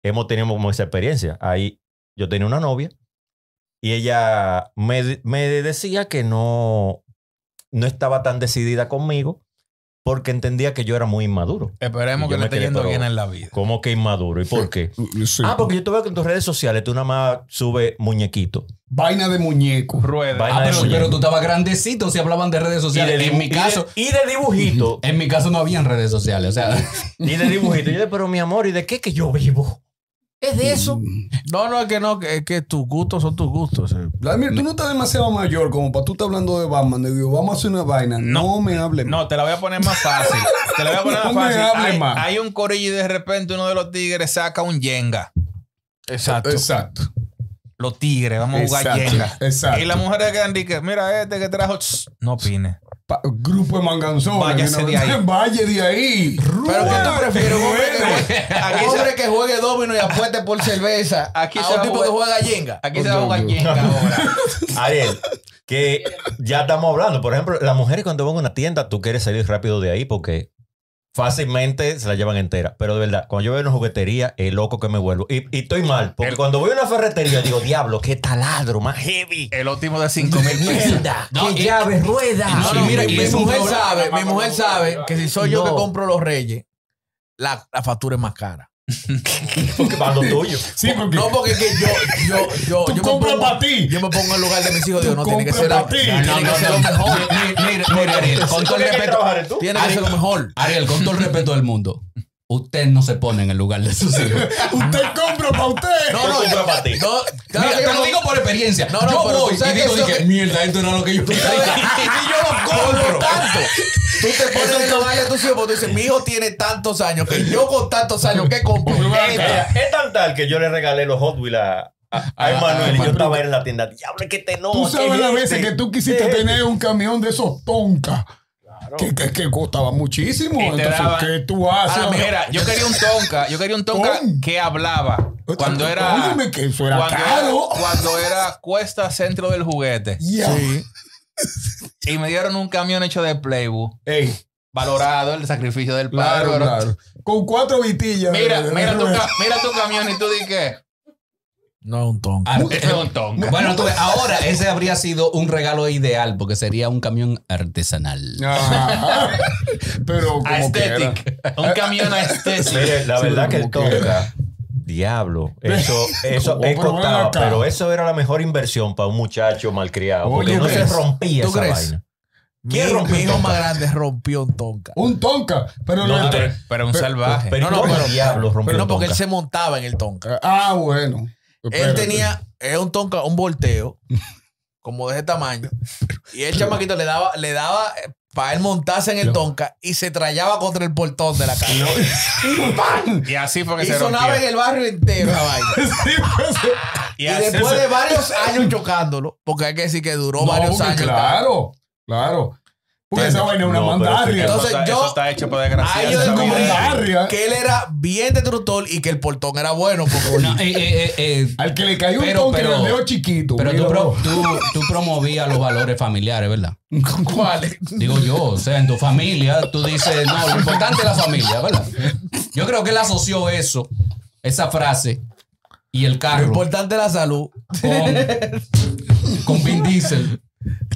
Speaker 2: hemos tenido como esa experiencia. Ahí yo tenía una novia y ella me, me decía que no, no estaba tan decidida conmigo porque entendía que yo era muy inmaduro.
Speaker 1: Esperemos
Speaker 2: Yo
Speaker 1: que le
Speaker 2: me
Speaker 1: esté
Speaker 2: quedé,
Speaker 1: yendo
Speaker 2: pero-
Speaker 1: bien en la vida.
Speaker 2: ¿Cómo que inmaduro? ¿Y por qué?
Speaker 4: Sí.
Speaker 2: Ah, porque yo te veo que en tus redes sociales tú nada más subes muñequito.
Speaker 4: Vaina de muñeco.
Speaker 1: Rueda.
Speaker 2: Vaina
Speaker 5: Ah,
Speaker 2: de
Speaker 5: pero,
Speaker 2: muñeco.
Speaker 5: pero tú estabas grandecito si hablaban de redes sociales.
Speaker 2: dibu-
Speaker 5: en mi
Speaker 2: y de-
Speaker 5: caso,
Speaker 2: y de dibujito.
Speaker 5: en mi caso no habían redes sociales. O sea,
Speaker 2: Y de dibujito. Y yo, pero mi amor, ¿y de qué que yo vivo? Es de eso.
Speaker 4: Mm.
Speaker 6: No, no, es que no, que- es que tus gustos son tus gustos. eh.
Speaker 4: Vladimir, tú no estás demasiado mayor como para tú estar hablando de Batman. Le digo, vamos a hacer una vaina. No,
Speaker 1: No.
Speaker 4: me hables.
Speaker 1: No, te la voy a poner más fácil. Te la voy a poner
Speaker 4: No
Speaker 1: más
Speaker 4: me
Speaker 1: fácil.
Speaker 4: hables
Speaker 1: Hay,
Speaker 6: Ah.
Speaker 4: más.
Speaker 1: hay un corillo y de repente uno de los tigres saca un yenga.
Speaker 6: Exacto.
Speaker 4: Exacto.
Speaker 1: Los tigres, vamos a jugar
Speaker 4: Exacto,
Speaker 1: yenga.
Speaker 4: exacto.
Speaker 1: Y las mujeres quedan di que mira este que trajo. Tss, No opine.
Speaker 4: Pa- grupo de manganzones.
Speaker 1: Váyase
Speaker 4: Mira,
Speaker 1: de ahí.
Speaker 4: Vaya de ahí.
Speaker 6: Pero ¿qué tú prefieres? Un hombre que
Speaker 4: Rueda.
Speaker 6: juegue-
Speaker 1: Aquí
Speaker 6: un
Speaker 1: se-
Speaker 6: hombre que juegue domino y apueste por cerveza.
Speaker 1: Aquí
Speaker 6: a
Speaker 1: se
Speaker 6: un
Speaker 1: va a
Speaker 6: tipo
Speaker 1: jugar-
Speaker 6: que juega yenga.
Speaker 1: Aquí se va a jugar
Speaker 4: No,
Speaker 1: yenga ahora.
Speaker 2: Ariel, que ya estamos hablando. Por ejemplo, las mujeres cuando van a una tienda, tú quieres salir rápido de ahí porque fácilmente se la llevan entera. Pero de verdad, cuando yo veo una juguetería, es loco que me vuelvo. Y, y estoy mal, porque cuando voy a una ferretería, digo, diablo, qué taladro, más heavy.
Speaker 1: El óptimo de 5 mil pesos.
Speaker 2: Mierda,
Speaker 5: No,
Speaker 2: qué
Speaker 5: y-
Speaker 2: llave, rueda.
Speaker 5: No,
Speaker 6: Ah, No, no,
Speaker 5: Sí,
Speaker 6: mira,
Speaker 5: y
Speaker 6: mi
Speaker 5: es un
Speaker 6: mujer
Speaker 5: problema
Speaker 6: sabe, mi mujer sabe que si soy yo que
Speaker 2: No.
Speaker 6: compro los reyes, la, la factura es más cara.
Speaker 2: porque para lo tuyo.
Speaker 4: Sí, porque
Speaker 6: No, porque es que yo, yo, yo,
Speaker 4: Tú
Speaker 6: yo
Speaker 4: compras
Speaker 6: pongo-
Speaker 4: pa' ti.
Speaker 6: Yo me pongo en el lugar de mis hijos, digo,
Speaker 4: Tú
Speaker 6: no, tiene que ser
Speaker 4: compras pa'
Speaker 6: lo,
Speaker 4: ti.
Speaker 6: tiene
Speaker 5: No, no,
Speaker 6: que ser
Speaker 5: no,
Speaker 6: lo
Speaker 5: no.
Speaker 6: mejor.
Speaker 5: Mi- mi- Mira, mira, Ariel, con todo
Speaker 2: ¿Por
Speaker 5: el
Speaker 2: qué hay que
Speaker 5: respeto.
Speaker 2: trabajar tú?
Speaker 6: Tiene que ser lo mejor.
Speaker 5: Ariel, con todo el respeto del mundo, usted no se pone en el lugar de sus hijos.
Speaker 4: usted compra para usted.
Speaker 6: No, no,
Speaker 2: Tú compras
Speaker 6: yo-
Speaker 2: pa' ti.
Speaker 6: no, claro
Speaker 5: Mira,
Speaker 6: que
Speaker 5: te
Speaker 6: yo
Speaker 5: lo
Speaker 6: no-
Speaker 5: digo por experiencia.
Speaker 6: No, no,
Speaker 5: yo
Speaker 6: pero
Speaker 5: voy
Speaker 6: tú sabes
Speaker 5: y
Speaker 6: que
Speaker 5: digo,
Speaker 6: eso
Speaker 5: dije,
Speaker 6: que-
Speaker 5: mierda, esto no es lo que yo pensaba.
Speaker 6: y yo lo compro. Por tanto, tú te pones en la valla de tus hijos porque tú dices, mi hijo tiene tantos años que yo con tantos años que compro.
Speaker 2: Mira, es tan tal que yo le regalé los Hot Wheels a, a, a Ah, Emanuel y yo estaba ahí en la tienda. Diablo, que te no.
Speaker 4: Tú sabes las veces que tú quisiste
Speaker 2: Gente.
Speaker 4: tener un camión de esos toncas. Que, que, que costaba muchísimo.
Speaker 1: Y te
Speaker 4: Entonces,
Speaker 1: daban-
Speaker 4: ¿qué tú haces?
Speaker 1: Ahora, mira, yo quería un tonka, yo quería un tonka
Speaker 4: Ton.
Speaker 1: que hablaba. Cuando era.
Speaker 4: Óyeme, que eso era
Speaker 1: cuando,
Speaker 4: caro.
Speaker 1: Era, cuando era cuesta centro del juguete.
Speaker 4: Ya.
Speaker 1: Y me dieron un camión hecho de Playbook.
Speaker 4: Ey,
Speaker 1: Valorado el sacrificio del padre.
Speaker 4: claro,
Speaker 1: pero-
Speaker 4: claro. Con cuatro vitillas.
Speaker 1: Mira,
Speaker 4: de- de
Speaker 1: mira, tu,
Speaker 4: rueda.
Speaker 1: ca- mira tu camión y tú di que.
Speaker 6: No es un tonto.
Speaker 5: Ar-
Speaker 1: Este es un tonka.
Speaker 5: Bueno, tú ves, ahora ese habría sido un regalo ideal porque sería un camión artesanal.
Speaker 4: Ajá. Pero como quiera.
Speaker 1: Aesthetic. Un camión aesthetic.
Speaker 2: Mire, la
Speaker 4: Sí,
Speaker 2: verdad que
Speaker 4: como
Speaker 2: el Tonka. Diablo, eso, eso
Speaker 4: Como
Speaker 2: es
Speaker 4: por
Speaker 2: costado,
Speaker 4: acá.
Speaker 2: pero eso era la mejor inversión para un muchacho malcriado. Porque
Speaker 4: Oye,
Speaker 2: no se
Speaker 4: ¿crees?
Speaker 2: rompía
Speaker 6: ¿Tú
Speaker 2: esa
Speaker 6: crees?
Speaker 2: vaina.
Speaker 6: Mi,
Speaker 2: ¿Quién rompió
Speaker 6: mi hijo
Speaker 2: un tonka?
Speaker 6: más grande rompió un tonka.
Speaker 4: Un tonca. Pero
Speaker 2: No,
Speaker 4: lo-
Speaker 2: pero-
Speaker 1: Pero un salvaje.
Speaker 2: Pero
Speaker 6: No, no,
Speaker 2: ¿cómo
Speaker 6: pero-
Speaker 2: diablo rompió
Speaker 6: Pero no,
Speaker 2: un
Speaker 6: porque él
Speaker 2: Tonka?
Speaker 6: se montaba en el tonka.
Speaker 4: Ah, bueno.
Speaker 6: Él
Speaker 4: Espérate.
Speaker 6: tenía eh, un tonka, un volteo, como de ese tamaño. Y el chamaquito le daba, le daba para él montarse en el tonka y se trayaba contra el portón de la casa.
Speaker 1: Y así fue que
Speaker 6: y
Speaker 1: se
Speaker 6: sonaba
Speaker 1: rompió.
Speaker 6: en el barrio entero la vaina.
Speaker 4: Sí, pues,
Speaker 1: Y
Speaker 6: Y
Speaker 1: así
Speaker 6: después
Speaker 1: se-
Speaker 6: de varios años chocándolo, porque hay que decir que duró
Speaker 4: no,
Speaker 6: varios
Speaker 4: porque
Speaker 6: años.
Speaker 4: Claro, claro. Porque esa vaina es una
Speaker 3: No, pero
Speaker 4: mandarria.
Speaker 3: eso
Speaker 6: Entonces,
Speaker 3: está-
Speaker 6: yo-
Speaker 3: Eso está hecho para desgraciar.
Speaker 6: Ahí yo
Speaker 4: Esa
Speaker 6: descubrí
Speaker 4: mandarria.
Speaker 6: que él era bien destructor y que el portón era bueno. Porque,
Speaker 5: No, eh, eh, eh, eh,
Speaker 4: Al que le cayó un
Speaker 5: Pero-
Speaker 4: toque en
Speaker 5: pero-
Speaker 4: el dedo chiquito.
Speaker 5: pero tú,
Speaker 4: míralo.
Speaker 5: pro- tú, tú promovías los valores familiares, ¿verdad?
Speaker 6: ¿Cuál?
Speaker 5: Digo yo, o sea, en tu familia, tú dices, no, lo importante es la familia, ¿verdad? Yo creo que él asoció eso, esa frase y el
Speaker 6: Lo
Speaker 5: carro con,
Speaker 6: importante es la salud.
Speaker 5: con Vin Diesel.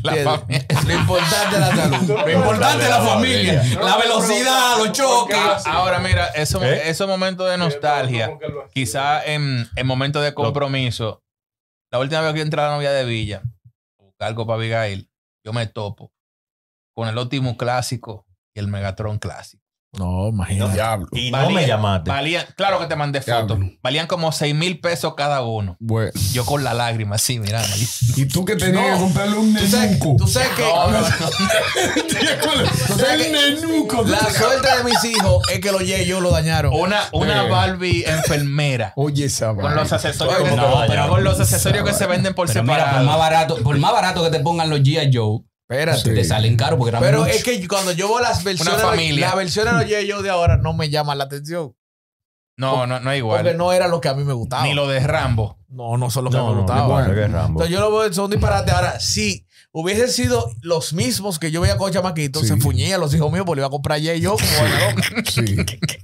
Speaker 6: ¿Entiendes? Lo importante es la salud. Lo importante es la familia. La velocidad, los choques.
Speaker 1: Ah, ahora mira, esos
Speaker 2: ¿Eh?
Speaker 1: esos momentos de nostalgia, quizá en, en momentos de compromiso, la última vez que entré a la novia de Villa, a buscar algo para Abigail, yo me topo con el Optimus clásico y el Megatron clásico.
Speaker 6: No, imagínate.
Speaker 4: Diablo.
Speaker 2: Y no
Speaker 1: Valía-
Speaker 2: me llamaste.
Speaker 1: Valían, claro que te mandé fotos,
Speaker 4: Diablo.
Speaker 1: valían como 6 mil pesos cada uno.
Speaker 4: Bueno.
Speaker 1: Yo con la lágrima, sí, mira.
Speaker 4: Y tú que tenías
Speaker 6: No.
Speaker 4: que comprarle un
Speaker 6: Tú sabes,
Speaker 4: nenuco.
Speaker 6: tú sabes que sabes
Speaker 4: El nenuco.
Speaker 6: la suerte de mis hijos es que los Ye- yo lo dañaron.
Speaker 1: Una, una
Speaker 4: Eh.
Speaker 1: Barbie enfermera.
Speaker 4: Oye, esa
Speaker 1: Con los
Speaker 4: vaina.
Speaker 1: accesorios,
Speaker 2: Oye,
Speaker 1: que,
Speaker 2: no,
Speaker 1: con
Speaker 2: pero-
Speaker 1: los accesorios que se venden por
Speaker 5: Pero mira, por
Speaker 1: separado.
Speaker 5: más barato, por más barato que te pongan los G.I. Joe,
Speaker 6: Espérate.
Speaker 5: te salen caros porque eran
Speaker 6: Pero
Speaker 5: muchos.
Speaker 6: es que cuando yo veo las versiones,
Speaker 1: familia.
Speaker 6: las versiones de los Ye- yo de ahora no me llaman la atención.
Speaker 1: no, no, no es
Speaker 6: Porque
Speaker 1: igual.
Speaker 6: no era lo que a mí me gustaba.
Speaker 1: Ni lo de Rambo.
Speaker 6: No, no son los que
Speaker 2: No,
Speaker 6: me
Speaker 2: no,
Speaker 6: gustaban.
Speaker 2: no,
Speaker 4: Bueno.
Speaker 2: que es Rambo.
Speaker 6: Entonces yo lo veo, son disparates. Ahora, si hubiesen sido los mismos que yo veía con chamaquito,
Speaker 4: Sí.
Speaker 6: se fuñía a los hijos míos porque iba a comprar Ye- yo como una loca,
Speaker 4: Sí.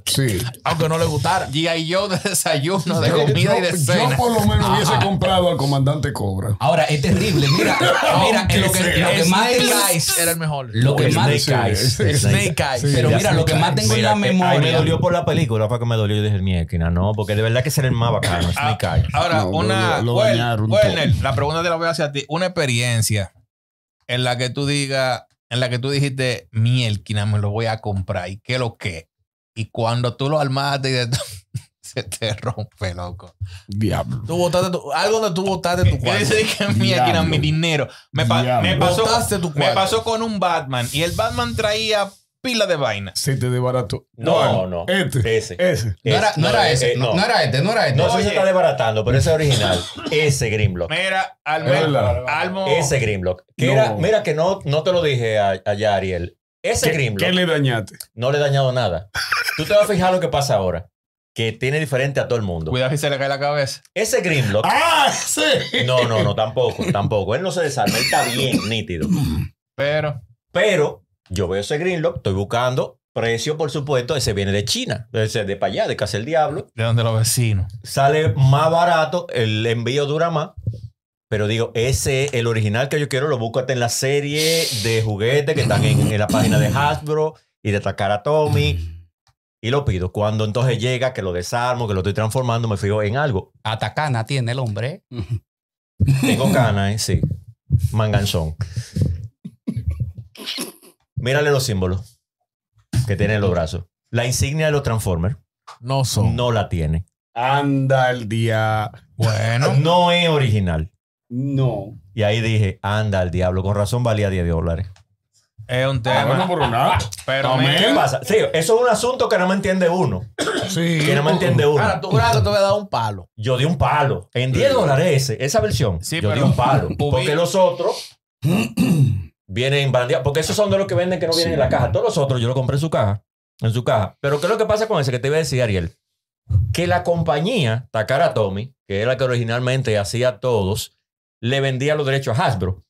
Speaker 4: Sí.
Speaker 6: aunque no le gustara.
Speaker 1: G.I. Joe de desayuno, de
Speaker 4: Yo-
Speaker 1: comida
Speaker 4: yo,
Speaker 1: y de
Speaker 4: yo
Speaker 1: cena.
Speaker 4: por lo
Speaker 6: Ah.
Speaker 4: menos hubiese comprado al comandante Cobra.
Speaker 5: Ahora, es terrible. Mira, mira, en lo que, lo que más
Speaker 6: Snake
Speaker 5: tengo-
Speaker 6: Eyes era el mejor.
Speaker 5: Lo que más-
Speaker 2: Snake Eyes.
Speaker 6: Snake Eyes.
Speaker 4: Sí.
Speaker 5: pero
Speaker 2: Ya
Speaker 5: mira, lo que más tengo en
Speaker 2: Mira,
Speaker 5: la
Speaker 2: que ahí me
Speaker 5: memoria.
Speaker 2: dolió por la película, fue que me dolió. Yo dije, mi esquina, no, porque de verdad que ese era el más bacano, Snake Eyes.
Speaker 1: Ahora,
Speaker 4: No, lo-
Speaker 1: una.
Speaker 4: lo- lo
Speaker 1: Wel-
Speaker 4: dañaron
Speaker 1: Werner, la pregunta te la voy a hacer a ti. Una experiencia en la que tú digas, en la que tú dijiste, mielquina, me lo voy a comprar. ¿Y qué lo que? Y cuando tú lo armaste y de todo, se te rompe, loco.
Speaker 4: Diablo.
Speaker 6: Tú botaste tu, algo donde tú botaste tu
Speaker 1: Yo
Speaker 6: cuarto.
Speaker 1: dice que mielquina, mi
Speaker 4: Diablo.
Speaker 1: dinero. Me, pa-
Speaker 4: Diablo.
Speaker 1: me pasó,
Speaker 6: Botaste tu
Speaker 1: me
Speaker 6: cuarto.
Speaker 1: pasó con un Batman y el Batman traía pila de vaina.
Speaker 4: Se te desbarató.
Speaker 2: No, no.
Speaker 1: Eh,
Speaker 4: Este.
Speaker 2: Ese.
Speaker 4: Ese.
Speaker 5: No era, no era ese,
Speaker 2: eh,
Speaker 5: no, no era este, no era este.
Speaker 2: No sé si se
Speaker 1: Oye.
Speaker 2: está desbaratando, pero ese original, ese Grimlock.
Speaker 1: Mira,
Speaker 4: Es verdad.
Speaker 1: Almo, Almo
Speaker 2: Ese Grimlock. Que
Speaker 4: No.
Speaker 2: era, mira que no, no te lo dije a, allá, Ariel. Ese
Speaker 4: ¿Qué,
Speaker 2: Grimlock
Speaker 4: qué le dañaste?
Speaker 2: no le he dañado nada. Tú te vas a fijar lo que pasa ahora. Que tiene diferente a todo el mundo.
Speaker 1: cuidado si se le cae la cabeza.
Speaker 2: Ese Grimlock.
Speaker 4: ¡Ah! Sí.
Speaker 2: No, no, no, tampoco, tampoco. Él no se desarma, él está bien nítido.
Speaker 1: Pero,
Speaker 2: Pero yo veo ese Greenlock, estoy buscando precio, por supuesto. Ese viene de China, ese de para allá, de Casa del Diablo.
Speaker 1: de donde los vecinos.
Speaker 2: Sale más barato, el envío dura más. Pero digo, ese, el original que yo quiero, lo busco hasta en la serie de juguetes que están en, en la página de Hasbro y de Takara Tomy. Y lo pido. Cuando entonces llega, que lo desarmo, que lo estoy transformando, me fijo en algo.
Speaker 5: Atacana tiene el hombre. ¿eh?
Speaker 2: Tengo canas, ¿eh? sí. Manganzón. Mírale los símbolos que tiene en los brazos. La insignia de los Transformers
Speaker 6: No son.
Speaker 2: no la tiene.
Speaker 4: Anda el día.
Speaker 1: Bueno,
Speaker 2: No es original.
Speaker 4: No.
Speaker 2: Y ahí dije, anda al diablo, con razón valía 10 dólares.
Speaker 1: es un
Speaker 4: Ah,
Speaker 1: tema.
Speaker 4: bueno, por nada.
Speaker 1: pero
Speaker 4: amén.
Speaker 1: mira,
Speaker 2: ¿Qué pasa? Sí, eso es un asunto que no me entiende uno.
Speaker 4: Sí.
Speaker 2: Que no me entiende
Speaker 6: Ahora,
Speaker 2: uno.
Speaker 6: Ah, tú verás que te voy a dar un palo.
Speaker 2: Yo di un palo. En 10 dólares ese, esa versión.
Speaker 1: Sí,
Speaker 2: yo di
Speaker 1: pero-
Speaker 2: un palo.
Speaker 1: Ubi-
Speaker 2: Porque los otros vienen bandeados. Porque esos son de los que venden que no vienen en la caja. Todos los otros yo lo compré en su caja. En su caja. Pero ¿qué es lo que pasa con ese que te iba a decir, Ariel? Que la compañía Takara Tomy, que era la que originalmente hacía todos, le vendía los derechos a Hasbro.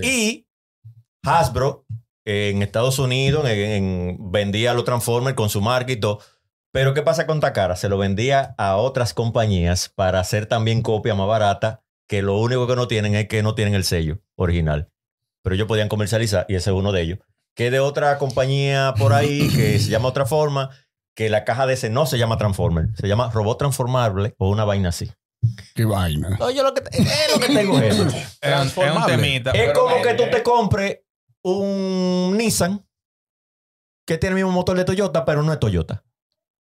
Speaker 2: Y Hasbro eh, en Estados Unidos en- en- vendía los Transformers con su marca y todo. Pero ¿qué pasa con Takara? Se lo vendía a otras compañías para hacer también copia más barata, que lo único que no tienen es que no tienen el sello original. Pero ellos podían comercializar, y ese es uno de ellos. Que de otra compañía por ahí, que se llama otra forma, que la caja de ese no se llama Transformer, se llama Robot Transformable o una vaina así.
Speaker 4: Qué vaina.
Speaker 2: Entonces yo lo que,
Speaker 6: eh,
Speaker 2: es lo que tengo es eso.
Speaker 1: es, un- es un
Speaker 6: transformable.
Speaker 1: temita.
Speaker 2: Es
Speaker 1: pero
Speaker 2: como
Speaker 1: mira,
Speaker 2: que tú te compres un Nissan que tiene el mismo motor de Toyota, pero no es Toyota.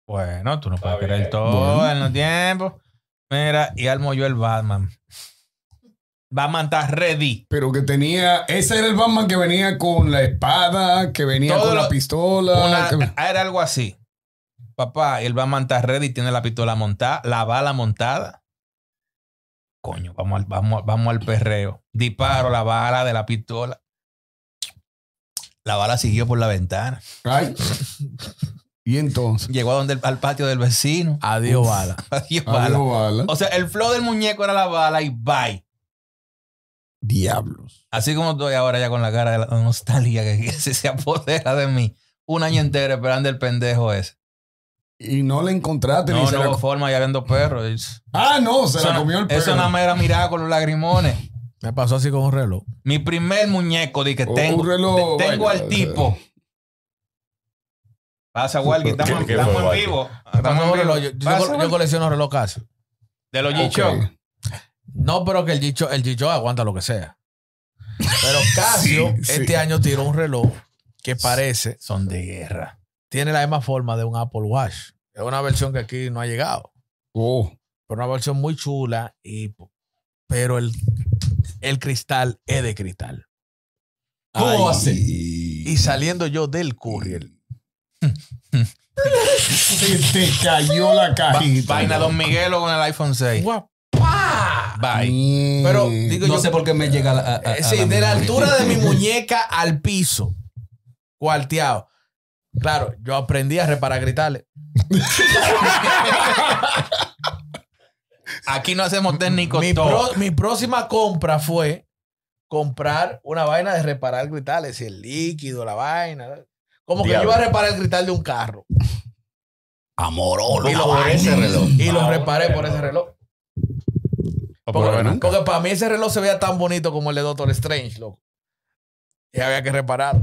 Speaker 1: Bueno, tú no puedes
Speaker 3: Está
Speaker 1: creer
Speaker 3: bien.
Speaker 1: todo en los tiempos. Mira, y Almo yo el Batman. Batman está ready.
Speaker 4: Pero que tenía. Ese era el Batman que venía con la espada, que venía
Speaker 1: Todo
Speaker 4: con
Speaker 1: lo-
Speaker 4: la pistola.
Speaker 1: Una-
Speaker 4: que-
Speaker 1: era algo así. Papá, y el Batman está ready, tiene la pistola montada, la bala montada. Coño, vamos al, vamos, vamos al perreo. Disparo la bala de la pistola. La bala siguió por la ventana.
Speaker 4: Ay. Y entonces.
Speaker 1: Llegó a donde el- al patio del vecino.
Speaker 6: Adiós, bala.
Speaker 1: Adiós,
Speaker 4: Adiós,
Speaker 1: bala.
Speaker 4: bala.
Speaker 1: O sea, el flow del muñeco era la bala y bye.
Speaker 4: Diablos.
Speaker 1: Así como estoy ahora ya con la cara de la nostalgia que, que se, se apodera de mí. Un año entero esperando el pendejo ese.
Speaker 4: Y no le encontraste ni
Speaker 1: No,
Speaker 4: se
Speaker 1: no
Speaker 4: la-
Speaker 1: hubo forma, ya habiendo perros. Es-
Speaker 4: Ah, no, se
Speaker 1: eso
Speaker 4: la
Speaker 1: na-
Speaker 4: comió el perro.
Speaker 1: Eso nada más era mirar con los lagrimones.
Speaker 6: Me pasó así con un reloj.
Speaker 1: Mi primer muñeco, dije,
Speaker 4: O
Speaker 1: tengo,
Speaker 4: Oh, un reloj, eh,
Speaker 1: te- tengo
Speaker 4: vaya,
Speaker 1: al
Speaker 4: o sea.
Speaker 1: tipo. Pasa, Walkie, estamos,
Speaker 2: ¿Qué- qué
Speaker 1: estamos
Speaker 2: fue,
Speaker 1: en
Speaker 2: Walkie?
Speaker 1: vivo.
Speaker 6: Estamos
Speaker 1: Estamos en vivo.
Speaker 6: reloj. Yo, yo
Speaker 1: Pasa,
Speaker 6: col- yo
Speaker 1: Walkie.
Speaker 6: colecciono reloj casi.
Speaker 1: de los
Speaker 4: Ok.
Speaker 1: G-Shock.
Speaker 6: No, pero que el Gicho, el Gicho aguanta lo que sea. Pero Casio
Speaker 4: Sí, sí.
Speaker 6: este año tiró un reloj que parece,
Speaker 1: Son de guerra.
Speaker 6: tiene la misma forma de un Apple Watch. Es una versión que aquí no ha llegado.
Speaker 4: Oh,
Speaker 6: Pero una versión muy chula. Y, pero el, el cristal es de cristal. ¿Cómo así? Y saliendo yo del courier.
Speaker 4: se te cayó la
Speaker 1: Va-
Speaker 4: cajita.
Speaker 1: vaina Don Miguelo con el iPhone
Speaker 6: eh,
Speaker 1: 6.
Speaker 6: ¡guapá!
Speaker 1: Bye.
Speaker 4: Mm.
Speaker 6: Pero digo
Speaker 5: No
Speaker 6: yo-
Speaker 5: sé por qué me llega a la- a- a-
Speaker 6: Eh,
Speaker 5: a
Speaker 6: sí, de la
Speaker 5: memoria.
Speaker 6: altura de mi muñeca al piso. Cuarteado. Claro, yo aprendí a reparar gritales.
Speaker 1: Aquí no hacemos técnicos
Speaker 6: Mi,
Speaker 1: todos.
Speaker 6: pro- mi próxima compra fue comprar una vaina de reparar gritales, el líquido, la vaina. Como que yo
Speaker 2: Diablo.
Speaker 6: iba a reparar el grital de un carro.
Speaker 2: Amorolo. Por ese reloj.
Speaker 6: Y lo reparé por ese reloj. Porque, porque para mí ese reloj se veía tan bonito como el de Doctor Strange, loco. Y había que reparar.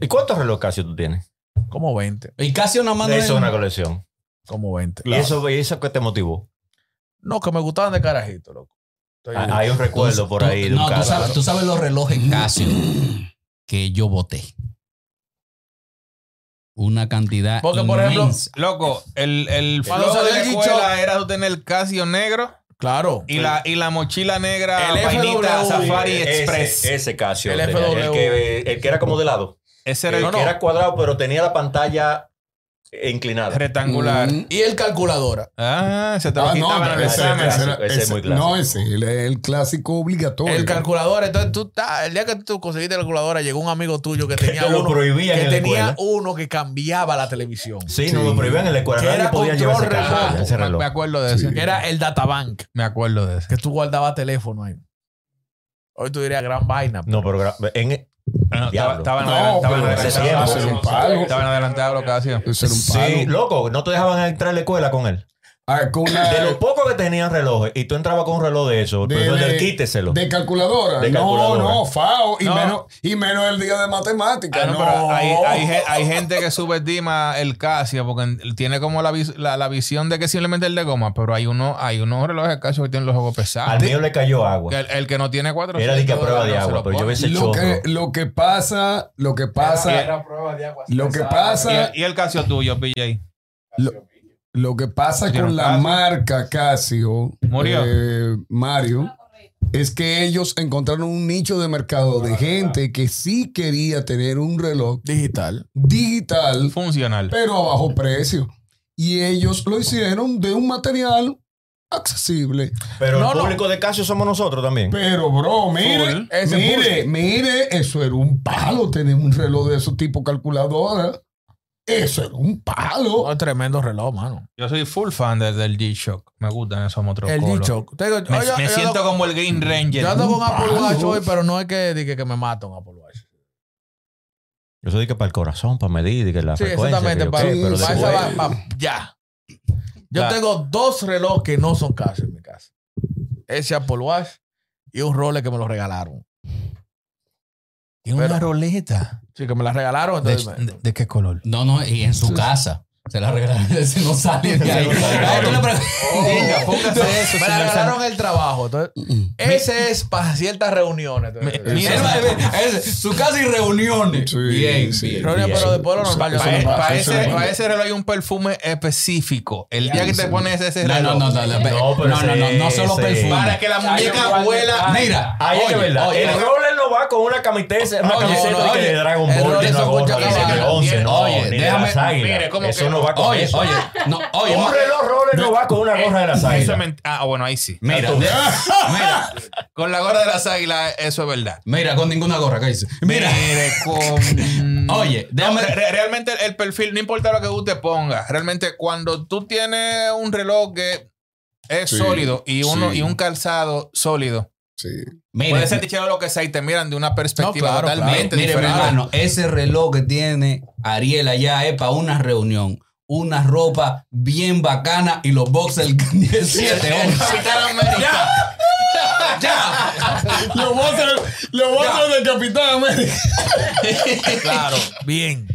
Speaker 2: ¿Y cuántos relojes Casio tú tienes?
Speaker 6: Como 20.
Speaker 5: Y casi una mano.
Speaker 2: Eso es
Speaker 5: en-
Speaker 2: una colección.
Speaker 6: Como 20.
Speaker 2: ¿Y eso, y eso qué te motivó?
Speaker 6: No, que me gustaban de carajito, loco. Estoy-
Speaker 2: Ah, Hay un recuerdo por
Speaker 5: Tú-
Speaker 2: ahí. de un
Speaker 5: No, tú
Speaker 2: Casio.
Speaker 5: sabes, tú sabes los relojes
Speaker 6: Mm.
Speaker 5: Casio que yo voté. Una cantidad.
Speaker 6: Porque, por ejemplo,
Speaker 5: inmensa.
Speaker 1: Loco, el, el
Speaker 6: Cuando
Speaker 1: flow de
Speaker 6: salió
Speaker 1: la
Speaker 6: el G-Shock-
Speaker 1: escuela era tú tener el Casio negro
Speaker 6: Claro.
Speaker 1: y, la, y la mochila negra
Speaker 6: El
Speaker 1: vainita
Speaker 6: FW.
Speaker 1: Safari
Speaker 2: Ese-
Speaker 1: Express.
Speaker 2: Ese, Casio.
Speaker 6: El
Speaker 2: tenía, El,
Speaker 6: FW.
Speaker 2: que, el que era como de lado.
Speaker 1: Ese era
Speaker 2: El
Speaker 1: el
Speaker 2: que era cuadrado, pero tenía la pantalla inclinada.
Speaker 1: rectangular.
Speaker 4: Mm.
Speaker 6: Y el calculadora.
Speaker 1: Ah, se te lo
Speaker 4: Ah, no,
Speaker 1: quitaban en
Speaker 4: pero
Speaker 1: el
Speaker 4: ese,
Speaker 1: examen.
Speaker 4: ese era-
Speaker 2: clásico, ese es
Speaker 4: ese-
Speaker 2: muy clásico.
Speaker 4: No, ese el, el clásico obligatorio.
Speaker 6: El calculador. Entonces, tú, ta- el día que tú conseguiste la calculadora, llegó un amigo tuyo que tenía
Speaker 2: Te lo
Speaker 6: uno.
Speaker 2: prohibían
Speaker 6: que
Speaker 2: en la
Speaker 6: tenía
Speaker 2: escuela.
Speaker 6: uno que cambiaba la televisión.
Speaker 2: Sí, no lo prohibían en la escuela.
Speaker 6: Que
Speaker 2: Nadie
Speaker 6: era
Speaker 2: podía
Speaker 6: control
Speaker 2: llevarse
Speaker 6: remoto.
Speaker 2: Casio, ese
Speaker 1: Ah, Me-
Speaker 2: reloj.
Speaker 1: Me acuerdo de ese.
Speaker 6: Que era el databank.
Speaker 1: Me acuerdo de ese.
Speaker 6: Que tú guardabas teléfono ahí. Hoy tú dirías gran vaina.
Speaker 2: No, pero gra- en, e,
Speaker 1: No, estaba-
Speaker 2: Diablo.
Speaker 1: estaban
Speaker 4: No,
Speaker 1: adelan- estaban
Speaker 4: pero
Speaker 2: ese tiempo,
Speaker 1: adelantados.
Speaker 2: ese era
Speaker 4: un palo.
Speaker 1: Estaban adelantados lo que hacían.
Speaker 4: Ese era un palo.
Speaker 2: Sí, loco, no te dejaban entrar a la escuela con él.
Speaker 4: Ah, con una-
Speaker 2: De
Speaker 6: Eh.
Speaker 2: lo poco que tenían relojes, y tú entrabas con un reloj de eso, el
Speaker 4: De-
Speaker 2: profesor
Speaker 4: de-
Speaker 2: del quíteselo.
Speaker 4: de calculadora.
Speaker 2: De
Speaker 4: No,
Speaker 2: calculadora.
Speaker 4: no, FAO. Y,
Speaker 1: No.
Speaker 4: Menos, y menos el día de
Speaker 1: Ah,
Speaker 4: matemáticas.
Speaker 1: no,
Speaker 4: no,
Speaker 1: pero hay, hay gen- hay gente que subestima el Casio porque en- tiene como la, vis- la, la visión de que simplemente el de goma, pero hay uno hay unos relojes Casio que tienen los ojos
Speaker 2: Al
Speaker 1: pesados.
Speaker 2: mío le cayó agua.
Speaker 1: Que el, el que no tiene cuatro.
Speaker 2: Era de que a prueba de agua, pero yo hubiese
Speaker 4: lo,
Speaker 2: hecho
Speaker 4: que, lo que pasa, lo que pasa, lo que pasa,
Speaker 1: ¿Y el, y el Casio tuyo, PJ.
Speaker 4: lo que pasa
Speaker 1: Tiene
Speaker 4: con
Speaker 1: un
Speaker 4: la
Speaker 1: caso.
Speaker 4: marca Casio,
Speaker 1: Murió.
Speaker 4: eh, Mario, es que ellos encontraron un nicho de mercado de gente que sí quería tener un reloj
Speaker 6: Digital.
Speaker 4: digital
Speaker 1: Funcional.
Speaker 4: pero a bajo precio. Y ellos lo hicieron de un material accesible.
Speaker 2: Pero
Speaker 6: No,
Speaker 2: el
Speaker 6: no.
Speaker 2: público de Casio somos nosotros también.
Speaker 4: Pero, bro,
Speaker 1: Full.
Speaker 4: mire,
Speaker 6: Ese
Speaker 4: mire, mire, eso era un palo, tener un reloj de esos tipo calculadora. Eso era un palo.
Speaker 6: Un tremendo reloj, mano.
Speaker 1: Yo soy full fan de- del G-Shock. Me gustan esos
Speaker 6: El
Speaker 1: motrocolos.
Speaker 6: G-Shock. Te digo,
Speaker 1: Me,
Speaker 6: yo- yo
Speaker 1: me
Speaker 6: ando-
Speaker 1: siento como el Green Ranger.
Speaker 6: Yo ando con Apple
Speaker 4: palo.
Speaker 6: Watch hoy, pero no es que, dije que me mata un Apple Watch.
Speaker 2: Yo soy de que para el corazón, para medir, de que la
Speaker 6: Sí,
Speaker 2: frecuencia. que
Speaker 6: exactamente.
Speaker 2: yo
Speaker 6: Para,
Speaker 2: quiero, pero
Speaker 6: para
Speaker 2: después-
Speaker 6: esa va- pa- ya. Yo
Speaker 1: Ya.
Speaker 6: tengo dos relojes que no son Casio en mi casa. Ese Apple Watch y un Rolex que me lo regalaron.
Speaker 1: Y una
Speaker 6: Pero-
Speaker 1: roleta.
Speaker 6: Sí, que me la regalaron.
Speaker 1: ¿De, Eh,
Speaker 6: Entonces, me-
Speaker 1: de- de qué color?
Speaker 5: No, no, y en su casa. Se la regalaron, se no sale de ahí. Ah, Ay, tú le preguntas-
Speaker 1: Venga, póngase eso,
Speaker 6: me la
Speaker 1: señor San-
Speaker 6: regalaron el trabajo. Entonces,
Speaker 5: Mm,
Speaker 6: ese es para ciertas reuniones. entonces.
Speaker 1: Mi- mi-
Speaker 5: Él va a ver, él- su casa y reuniones.
Speaker 4: Sí,
Speaker 5: bien,
Speaker 4: sí.
Speaker 5: bien.
Speaker 6: Reuniones,
Speaker 2: Bien.
Speaker 6: pero después lo normal. yo-
Speaker 4: Eso
Speaker 1: Para,
Speaker 4: no
Speaker 1: para
Speaker 4: pasa, eso
Speaker 1: ese,
Speaker 4: no
Speaker 1: para
Speaker 4: pasa.
Speaker 1: ese reloj hay un perfume específico. El día que te pones ese
Speaker 5: No,
Speaker 1: reloj.
Speaker 5: no, no, no, no,
Speaker 2: No, pero
Speaker 5: no, no, no, no
Speaker 2: ese-
Speaker 5: solo
Speaker 2: ese-
Speaker 5: perfume.
Speaker 1: Para que la muñeca huela.
Speaker 5: Mira,
Speaker 2: Ahí es que
Speaker 5: oye,
Speaker 2: verdad.
Speaker 5: oye,
Speaker 2: el rol en los no va con una camiseta, una
Speaker 5: Oye,
Speaker 2: camiseta
Speaker 5: no,
Speaker 2: de que
Speaker 5: oye,
Speaker 2: de Dragon
Speaker 5: el
Speaker 2: Ball,
Speaker 5: Rolling
Speaker 2: ni una
Speaker 5: son
Speaker 2: gorra,
Speaker 5: muchas
Speaker 2: ni de
Speaker 5: cosas.
Speaker 2: 11, no,
Speaker 5: Oye,
Speaker 2: ni de
Speaker 5: déjame-
Speaker 2: las águilas.
Speaker 1: mire, ¿cómo
Speaker 2: eso
Speaker 1: que-
Speaker 2: no va con
Speaker 5: Oye,
Speaker 2: eso.
Speaker 5: oye, no, oye,
Speaker 2: un
Speaker 5: ma-
Speaker 2: reloj Rolex no va con una gorra de las
Speaker 1: Eso es
Speaker 2: águilas.
Speaker 1: ment- ah, bueno, ahí sí.
Speaker 5: mira, de- mira,
Speaker 1: Con la gorra de las águilas, eso es verdad.
Speaker 5: mira, con ninguna gorra, ¿qué dice? Mira,
Speaker 1: Mire, con-
Speaker 5: oye, déjame.
Speaker 1: Re- re- realmente el- el perfil, no importa lo que usted ponga, realmente cuando tú tienes un reloj que es
Speaker 4: Sí,
Speaker 1: sólido y, uno,
Speaker 4: sí.
Speaker 1: y un calzado sólido,
Speaker 4: Sí.
Speaker 5: Mira,
Speaker 1: puede ser tichero lo que sea y te miran de una perspectiva
Speaker 6: claro, claro.
Speaker 1: totalmente
Speaker 5: mire, mi
Speaker 1: diferente.
Speaker 5: hermano, ese reloj que tiene Ariel allá es para una reunión. Una ropa bien bacana y los boxers 17 onzas.
Speaker 1: Ya.
Speaker 4: Lo voy a hacer, lo voy a hacer de Capitán América.
Speaker 6: Claro, bien.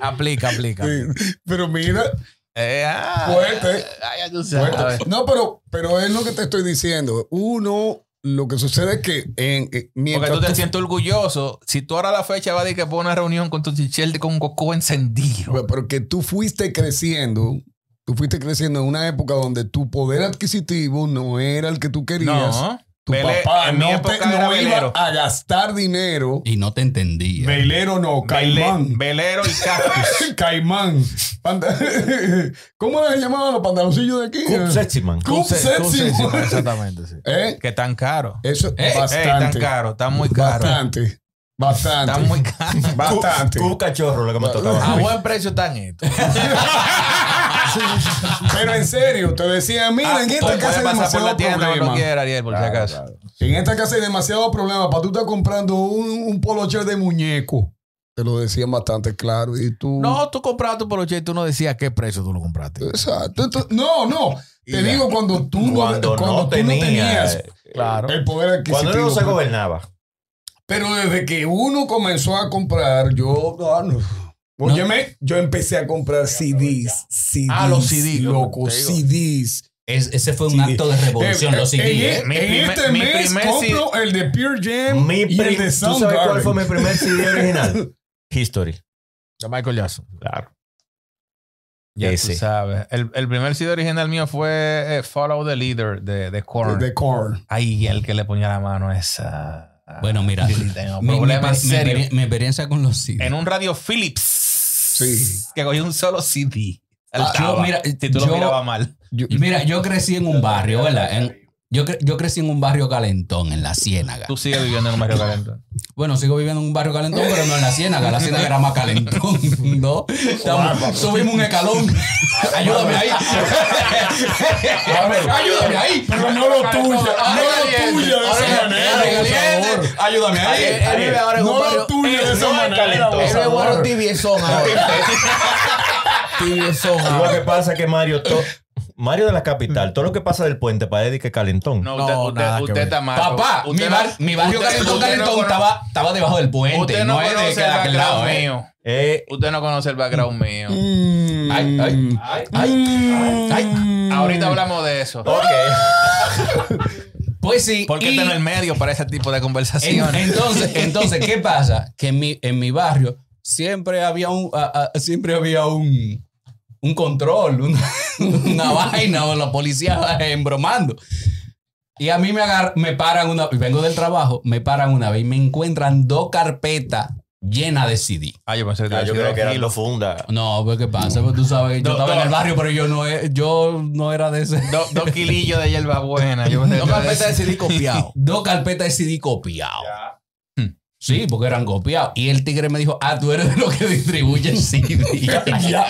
Speaker 6: Aplica, aplica.
Speaker 4: Sí. Pero mira,
Speaker 1: Eh, ah.
Speaker 4: Fuerte.
Speaker 1: Ah, ya tú
Speaker 4: Bueno,
Speaker 1: sabes.
Speaker 4: No, pero, pero es lo que te estoy diciendo. Uno, lo que sucede es que en, en-
Speaker 1: Porque
Speaker 4: mientras
Speaker 1: tú te
Speaker 4: tú-
Speaker 1: sientes orgulloso. Si tú ahora a la fecha vas a decir que pones una reunión con tu chichel con un coco encendido.
Speaker 4: Bueno, Porque tú fuiste creciendo, tú fuiste creciendo en una época donde tu poder adquisitivo no era el que tú querías.
Speaker 1: No.
Speaker 4: Tu
Speaker 1: Vele-
Speaker 4: papá
Speaker 1: en mi
Speaker 4: no,
Speaker 1: época
Speaker 4: te, no
Speaker 1: era
Speaker 4: iba
Speaker 1: velero.
Speaker 4: a gastar dinero.
Speaker 5: Y no te eh. entendía.
Speaker 4: Velero no,
Speaker 1: Vele-
Speaker 4: caimán.
Speaker 1: velero y cactus.
Speaker 4: Caimán. Panda- ¿Cómo les llamaban los pantaloncillos de aquí?
Speaker 2: Cup sexy, man.
Speaker 4: Cup sexy.
Speaker 6: Sexy, Exactamente, sí.
Speaker 4: ¿Eh?
Speaker 1: que tan caro.
Speaker 4: Eso es
Speaker 1: Ey, ey,
Speaker 4: bastante.
Speaker 1: Eh, tan caro, está muy caro.
Speaker 4: Bastante. Bastante.
Speaker 1: Está muy caro.
Speaker 4: Bastante.
Speaker 2: Cup cachorro lo que me tocaba.
Speaker 6: A buen precio están estos.
Speaker 4: Pero en serio, te decían, mira,
Speaker 6: Ah,
Speaker 4: en esta
Speaker 1: Puedes
Speaker 4: casa
Speaker 1: pasar
Speaker 4: hay
Speaker 1: por
Speaker 4: demasiado
Speaker 1: la tienda cuando
Speaker 4: problema.
Speaker 1: quiera, Ariel, por si acaso.
Speaker 4: En esta casa hay demasiado problema. Para tú estar comprando un, un polo shirt de muñeco. Te lo decían bastante claro. Y tú.
Speaker 6: No, tú compraste tu poloche y tú no decías qué precio tú lo compraste.
Speaker 4: Exacto. Tú- No, no. Te
Speaker 2: Mira,
Speaker 4: digo cuando tú no,
Speaker 2: Cuando
Speaker 4: cuando
Speaker 2: no
Speaker 4: tú no
Speaker 2: tenía.
Speaker 4: tenías
Speaker 2: eh,
Speaker 6: Claro.
Speaker 4: el poder
Speaker 2: Cuando
Speaker 4: adquisitivo.
Speaker 2: él no se gobernaba.
Speaker 4: Pero desde que uno comenzó a comprar, yo. ah, no. Óyeme, yo empecé a comprar CDs, CDs.
Speaker 6: Ah, los CDs,
Speaker 4: Loco,
Speaker 6: te digo.
Speaker 4: CDs.
Speaker 5: Es- ese fue un
Speaker 4: Sí.
Speaker 5: acto de revolución,
Speaker 4: Eh,
Speaker 5: los
Speaker 4: eh,
Speaker 5: CDs.
Speaker 4: en-
Speaker 5: ¿eh?
Speaker 1: Mi
Speaker 4: en
Speaker 1: primer-
Speaker 4: este
Speaker 1: mi
Speaker 4: mes
Speaker 1: primer
Speaker 4: compro el de Pure Jam
Speaker 2: Mi
Speaker 4: y el
Speaker 2: prim-
Speaker 4: de
Speaker 2: ¿Tú sabes cuál fue
Speaker 4: Soundgarden.
Speaker 2: mi primer CD original? History.
Speaker 6: De Michael Jackson.
Speaker 2: Claro.
Speaker 1: Ya
Speaker 2: Ese.
Speaker 1: tú sabes. El, el primer CD original mío fue eh, Follow the Leader de, de Korn.
Speaker 4: De Korn.
Speaker 1: Ahí el que le ponía la mano a esa.
Speaker 5: Bueno, mira,
Speaker 1: Sí, tengo
Speaker 5: mi, mi-
Speaker 1: problema
Speaker 5: mi-
Speaker 1: serio.
Speaker 5: mi- mi experiencia con los CDs.
Speaker 1: En un radio Philips.
Speaker 4: Sí.
Speaker 1: Que cogía un solo CD.
Speaker 5: Ah, yo,
Speaker 1: Saltaba.
Speaker 5: mira,
Speaker 1: si tú lo
Speaker 5: yo-
Speaker 1: mirabas mal.
Speaker 4: Yo-
Speaker 5: Mira, yo crecí en un barrio, ¿verdad? En- yo, cre- yo crecí en un barrio calentón, en la Ciénaga.
Speaker 1: Tú sigues viviendo en un barrio calentón.
Speaker 5: Bueno, sigo viviendo en un barrio calentón, pero no en la Ciénaga. La Ciénaga era más calentón, ¿no? Estamos- subimos un escalón. Ayúdame ahí. Ayúdame ahí.
Speaker 4: Pero no lo tuyo, no lo tuyo de esa manera, por favor.
Speaker 5: Ayúdame ahí.
Speaker 6: Él vive ahora en un
Speaker 4: No lo
Speaker 6: barrio.
Speaker 4: tuyo de esa manera, por
Speaker 6: Él vive en un barrio
Speaker 4: favor.
Speaker 6: tibiezón ahora. Tibiezón
Speaker 2: Lo que
Speaker 6: ahora.
Speaker 2: pasa es que Mario, to- Mario de la capital, todo lo que pasa del puente para Eddie que calentón.
Speaker 1: No,
Speaker 6: No,
Speaker 1: usted, usted,
Speaker 6: nada que
Speaker 1: usted
Speaker 6: ver.
Speaker 1: está mal.
Speaker 5: Papá, mi,
Speaker 1: Usted
Speaker 5: bar-
Speaker 1: no-
Speaker 5: mi barrio
Speaker 1: usted- usted
Speaker 5: calentón,
Speaker 1: no
Speaker 5: calentón,
Speaker 1: conoce-
Speaker 5: estaba, estaba debajo del puente.
Speaker 1: Usted
Speaker 5: no,
Speaker 1: no,
Speaker 5: es de
Speaker 1: conoce
Speaker 5: que de
Speaker 1: el
Speaker 5: aquel lado,
Speaker 1: background
Speaker 5: ¿eh?
Speaker 1: mío.
Speaker 2: Eh,
Speaker 1: Usted no conoce el background mío.
Speaker 4: Mm.
Speaker 5: Ay, ay, ay,
Speaker 6: Mm.
Speaker 5: ay, ay.
Speaker 1: Ahorita hablamos de eso.
Speaker 2: ok.
Speaker 5: Pues sí.
Speaker 1: Porque
Speaker 5: y-
Speaker 1: está en el medio para ese tipo de
Speaker 5: En-
Speaker 1: conversaciones.
Speaker 5: entonces, entonces, ¿qué pasa? Que en mi, en mi barrio siempre había un, a- a- siempre había un, un control, una, una vaina, o la policía embromando. Y a mí me, agar- me paran una vengo del trabajo, me paran una vez y me encuentran dos carpetas llenas de CD.
Speaker 1: ah, yo pensé que te
Speaker 2: Ah, yo
Speaker 1: iba a
Speaker 2: creo que
Speaker 1: decir
Speaker 2: era
Speaker 1: dos
Speaker 2: lo funda.
Speaker 5: No, pues qué pasa, pues tú sabes,
Speaker 1: No,
Speaker 5: yo estaba
Speaker 1: no.
Speaker 5: en el barrio, pero yo no, e- yo no era de ese.
Speaker 1: kilos. Dos kilillos de hierba buena. Yo pensé que
Speaker 6: No
Speaker 1: te iba a
Speaker 6: carpeta de
Speaker 1: decir-
Speaker 6: CD copiado.
Speaker 5: Dos carpetas de CD copiados. Sí, porque eran copiados. Y el tigre me dijo, ah, tú eres de los que distribuyen CD.
Speaker 4: Ya.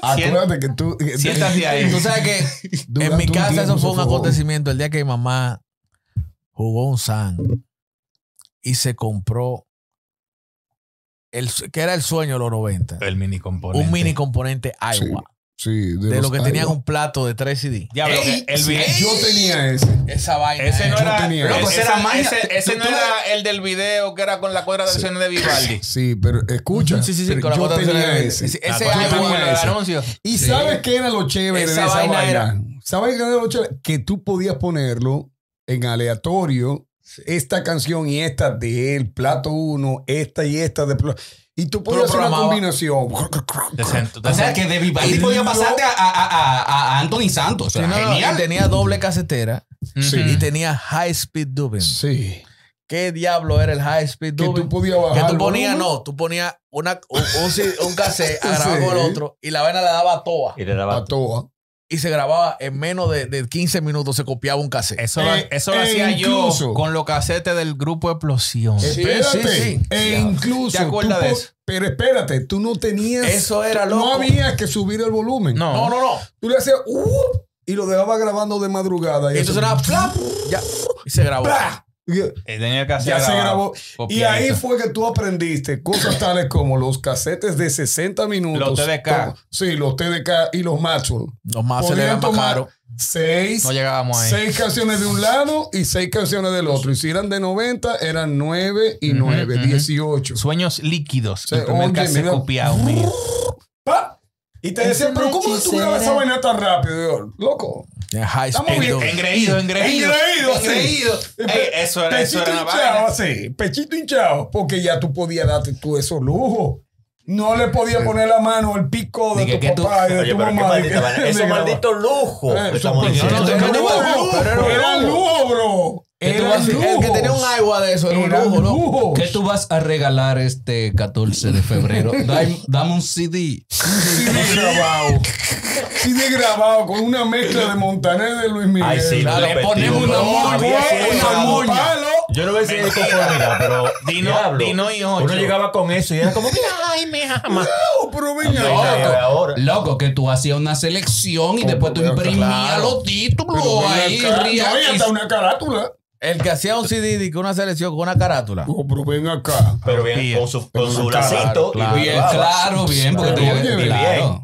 Speaker 2: Ah,
Speaker 4: Acuérdate que Ah, tú. que-
Speaker 1: Siéntate ahí.
Speaker 6: Tú sabes que
Speaker 4: durante
Speaker 6: en mi
Speaker 4: un
Speaker 6: casa
Speaker 4: tiempo
Speaker 6: eso fue un
Speaker 4: se
Speaker 6: acontecimiento el día que mi mamá jugó un san y se compró el que era el sueño de los 90.
Speaker 1: El mini componente.
Speaker 6: Un mini componente agua.
Speaker 4: Sí,
Speaker 6: de
Speaker 4: los
Speaker 6: lo que tenían
Speaker 4: Iowa.
Speaker 6: un plato de 3 CD.
Speaker 1: Diablo,
Speaker 5: Ey,
Speaker 1: que el
Speaker 5: sí,
Speaker 1: video.
Speaker 5: ey.
Speaker 4: Yo tenía ese.
Speaker 6: Esa vaina.
Speaker 1: Ese no
Speaker 4: Yo
Speaker 1: era.
Speaker 4: tenía
Speaker 1: Loco,
Speaker 4: eso.
Speaker 1: ese,
Speaker 5: Esa magia-
Speaker 1: ese- ese
Speaker 5: tú-
Speaker 1: no
Speaker 5: tú
Speaker 1: era el del video que era con la cuerda de
Speaker 4: Sí.
Speaker 1: acción de Vivaldi.
Speaker 4: Sí, pero escucha.
Speaker 6: Sí, sí, sí,
Speaker 4: pero
Speaker 6: con la
Speaker 4: yo
Speaker 6: bota de
Speaker 4: tenía
Speaker 6: cerebro.
Speaker 4: ese.
Speaker 6: Ese- ese
Speaker 4: Yo
Speaker 1: Ah,
Speaker 6: agua-
Speaker 1: me acuerdo
Speaker 4: tenía
Speaker 1: del
Speaker 4: ese.
Speaker 1: anuncio.
Speaker 4: ¿Y sabes qué era lo chévere
Speaker 6: Esa
Speaker 4: de esa
Speaker 6: vaina
Speaker 4: vaina?
Speaker 6: era-
Speaker 4: ¿Sabes qué era lo chévere? Que tú podías ponerlo en aleatorio, esta canción y esta de él, plato uno, esta y esta de plato. Y tú podías hacer una
Speaker 6: programabas.
Speaker 4: combinación.
Speaker 1: Te sento- te
Speaker 5: O sea,
Speaker 1: sento-
Speaker 5: que de Vivaldi podía pasarte a, a, a, a- a Anthony Santos. O
Speaker 6: Sí,
Speaker 5: sea,
Speaker 6: no, no, y
Speaker 5: genial.
Speaker 6: tenía doble casetera
Speaker 1: Ujú.
Speaker 4: Sí.
Speaker 6: y tenía high speed dubbing.
Speaker 4: Sí.
Speaker 6: ¿Qué diablo era el High Speed
Speaker 4: Que
Speaker 6: Dubbing?
Speaker 4: tú podías
Speaker 6: Que
Speaker 4: bajar.
Speaker 6: tú
Speaker 4: el
Speaker 6: ponías,
Speaker 4: volumen.
Speaker 6: no, tú ponías una, un, un CD un cassette a grabar
Speaker 4: Sí.
Speaker 6: con el otro y la vaina la daba a toa
Speaker 2: Y le daba
Speaker 4: A toa.
Speaker 6: y se grababa en menos de, de 15 minutos, se copiaba un cassette.
Speaker 1: Eso, lo-
Speaker 4: Eh,
Speaker 1: eso lo
Speaker 4: e
Speaker 1: hacía
Speaker 4: incluso-
Speaker 1: yo con los casetes del grupo Explosión.
Speaker 6: Sí,
Speaker 4: Espérate.
Speaker 6: sí, sí.
Speaker 4: E incluso.
Speaker 1: ¿Te acuerdas
Speaker 4: tú
Speaker 1: de
Speaker 4: po-
Speaker 1: eso?
Speaker 4: Pero espérate, tú no tenías.
Speaker 6: Eso era loco.
Speaker 4: No había que subir el volumen.
Speaker 1: No.
Speaker 6: No, no, no.
Speaker 4: Tú le hacías. "Uh", y lo dejabas grabando de madrugada. Y
Speaker 6: Entonces
Speaker 4: eso-
Speaker 6: era plap, ya, y se grabó.
Speaker 4: ¡Pra! Y-
Speaker 1: eh, Tenía el cassette
Speaker 4: Ya se
Speaker 1: grabado.
Speaker 4: grabó. Y
Speaker 1: Copiar
Speaker 4: ahí
Speaker 1: eso.
Speaker 4: fue que tú aprendiste cosas tales como los casetes de 60 minutos.
Speaker 1: Los TDK.
Speaker 4: Como- sí, los TDK y los Maxwell.
Speaker 6: Los más se le
Speaker 4: Podían
Speaker 6: eran más
Speaker 4: tomar
Speaker 6: caro.
Speaker 4: Seis,
Speaker 1: No llegábamos ahí.
Speaker 4: seis canciones de un lado y seis canciones del otro. Y si eran de 90, eran 9 y
Speaker 1: Ujú,
Speaker 4: 9,
Speaker 1: ujú.
Speaker 4: 18.
Speaker 1: Sueños líquidos.
Speaker 4: sea,
Speaker 1: el primer
Speaker 4: oye,
Speaker 1: cassette
Speaker 4: mira.
Speaker 1: copiado mío.
Speaker 4: Pa. Y te decían, pero ¿cómo tú grabas esa vaina tan rápido? Y yo, Loco.
Speaker 6: En High
Speaker 4: Estamos
Speaker 6: Speed
Speaker 4: bien,
Speaker 6: Dubbing.
Speaker 1: Engreído, engreído.
Speaker 4: Engreído, sí.
Speaker 1: Ey, eso era, eso
Speaker 4: Pechito
Speaker 1: era una
Speaker 4: hinchado,
Speaker 1: vaina.
Speaker 4: así. Pechito hinchado. Porque ya tú podías darte tú esos lujos. No le podías poner la mano al pico de
Speaker 1: Dije,
Speaker 4: tu
Speaker 1: ¿qué tú-
Speaker 4: papá y de
Speaker 2: Oye,
Speaker 4: tu
Speaker 2: pero qué
Speaker 4: mamá. de
Speaker 2: maldita
Speaker 4: que-
Speaker 2: vaina. Eso
Speaker 4: de
Speaker 2: es
Speaker 4: grabar.
Speaker 2: maldito lujo.
Speaker 4: Eh,
Speaker 2: que
Speaker 4: eso
Speaker 2: estamos
Speaker 4: fue-
Speaker 2: diciendo.
Speaker 6: Ah, no, no,
Speaker 4: Era
Speaker 6: no,
Speaker 4: lujo,
Speaker 6: no, pero era
Speaker 4: Era
Speaker 6: lujo.
Speaker 4: lujo, bro.
Speaker 6: Que tú
Speaker 4: Era
Speaker 6: vas-
Speaker 4: lujo.
Speaker 6: El que tenía un agua de eso era un
Speaker 4: Era
Speaker 6: lujo, loco.
Speaker 4: lujo.
Speaker 5: ¿Qué tú vas a regalar este 14 de febrero? Dame, dame un CD.
Speaker 4: CD grabado. CD grabado con una mezcla de Montaner de Luis Miguel.
Speaker 2: Ay, sí,
Speaker 6: Claro,
Speaker 2: repetido,
Speaker 6: ponemos
Speaker 2: bro.
Speaker 6: una moña,
Speaker 2: Había
Speaker 6: una
Speaker 2: sido-
Speaker 6: moña.
Speaker 2: Yo no voy a decir de conformidad, pero
Speaker 1: Dino-
Speaker 2: diablo,
Speaker 1: Dino y ocho.
Speaker 2: Uno llegaba con eso y era como, mira, ay, me ama.
Speaker 4: No, pero venga.
Speaker 2: Venga,
Speaker 4: acá.
Speaker 2: ahora.
Speaker 5: Loco, que tú hacías una selección y después tú
Speaker 4: claro.
Speaker 5: imprimías los títulos
Speaker 4: Pero venga
Speaker 5: ahí.
Speaker 4: acá. No, y
Speaker 5: ría-
Speaker 4: hasta una carátula.
Speaker 6: El que hacía un CD de que una selección con una carátula.
Speaker 4: No, pero ven acá.
Speaker 2: Pero bien, con su, con su
Speaker 4: Claro,
Speaker 2: lacito.
Speaker 5: Claro,
Speaker 2: y lo llevaba.
Speaker 5: claro, bien, porque tú
Speaker 4: Claro,
Speaker 5: llegas-
Speaker 4: oye,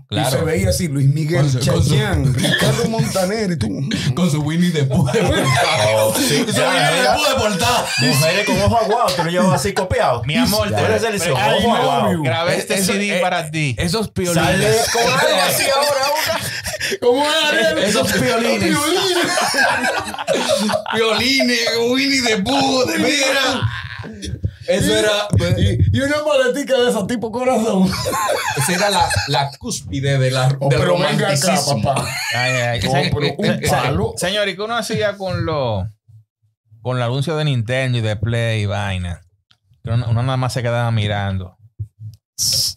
Speaker 5: Claro,
Speaker 4: Y se
Speaker 5: claro.
Speaker 4: veía así Luis Miguel,
Speaker 5: Con su- con su-
Speaker 4: Chayanne, Ricardo Montaner y tú.
Speaker 5: Con su Winnie the Pooh.
Speaker 2: Oh, sí,
Speaker 5: Su
Speaker 2: ya,
Speaker 5: Winnie the
Speaker 2: ya.
Speaker 5: Pooh de portada.
Speaker 2: Mujeres con ojo aguado, tú lo llevas así copiado.
Speaker 1: Mi amor,
Speaker 2: Ya.
Speaker 1: te-
Speaker 2: Tú eres el
Speaker 1: pero-
Speaker 2: ojo
Speaker 4: I love
Speaker 2: aguado.
Speaker 4: you.
Speaker 1: Grabé este
Speaker 6: Eso-
Speaker 1: CD
Speaker 6: eh,
Speaker 1: para ti.
Speaker 6: Esos
Speaker 2: Sale
Speaker 6: piolines.
Speaker 2: con algo así ahora.
Speaker 4: ¿Cómo era Ariel?
Speaker 6: Esos piolines.
Speaker 5: Violines, Winnie the Pooh, de mira. Eso era, pues,
Speaker 4: Y, y una maletica de ese tipo corazón.
Speaker 5: esa era la, la cúspide de la,
Speaker 4: Oh,
Speaker 5: del
Speaker 4: pero venga acá,
Speaker 5: romanticismo.
Speaker 4: papá.
Speaker 1: Ay, ay, ay.
Speaker 4: No,
Speaker 1: Se-
Speaker 4: pero un
Speaker 1: se-
Speaker 4: palo.
Speaker 1: Señor, ¿y qué uno hacía con los con los anuncios de Nintendo y de Play y vaina? Que Uno, uno nada más se quedaba mirando.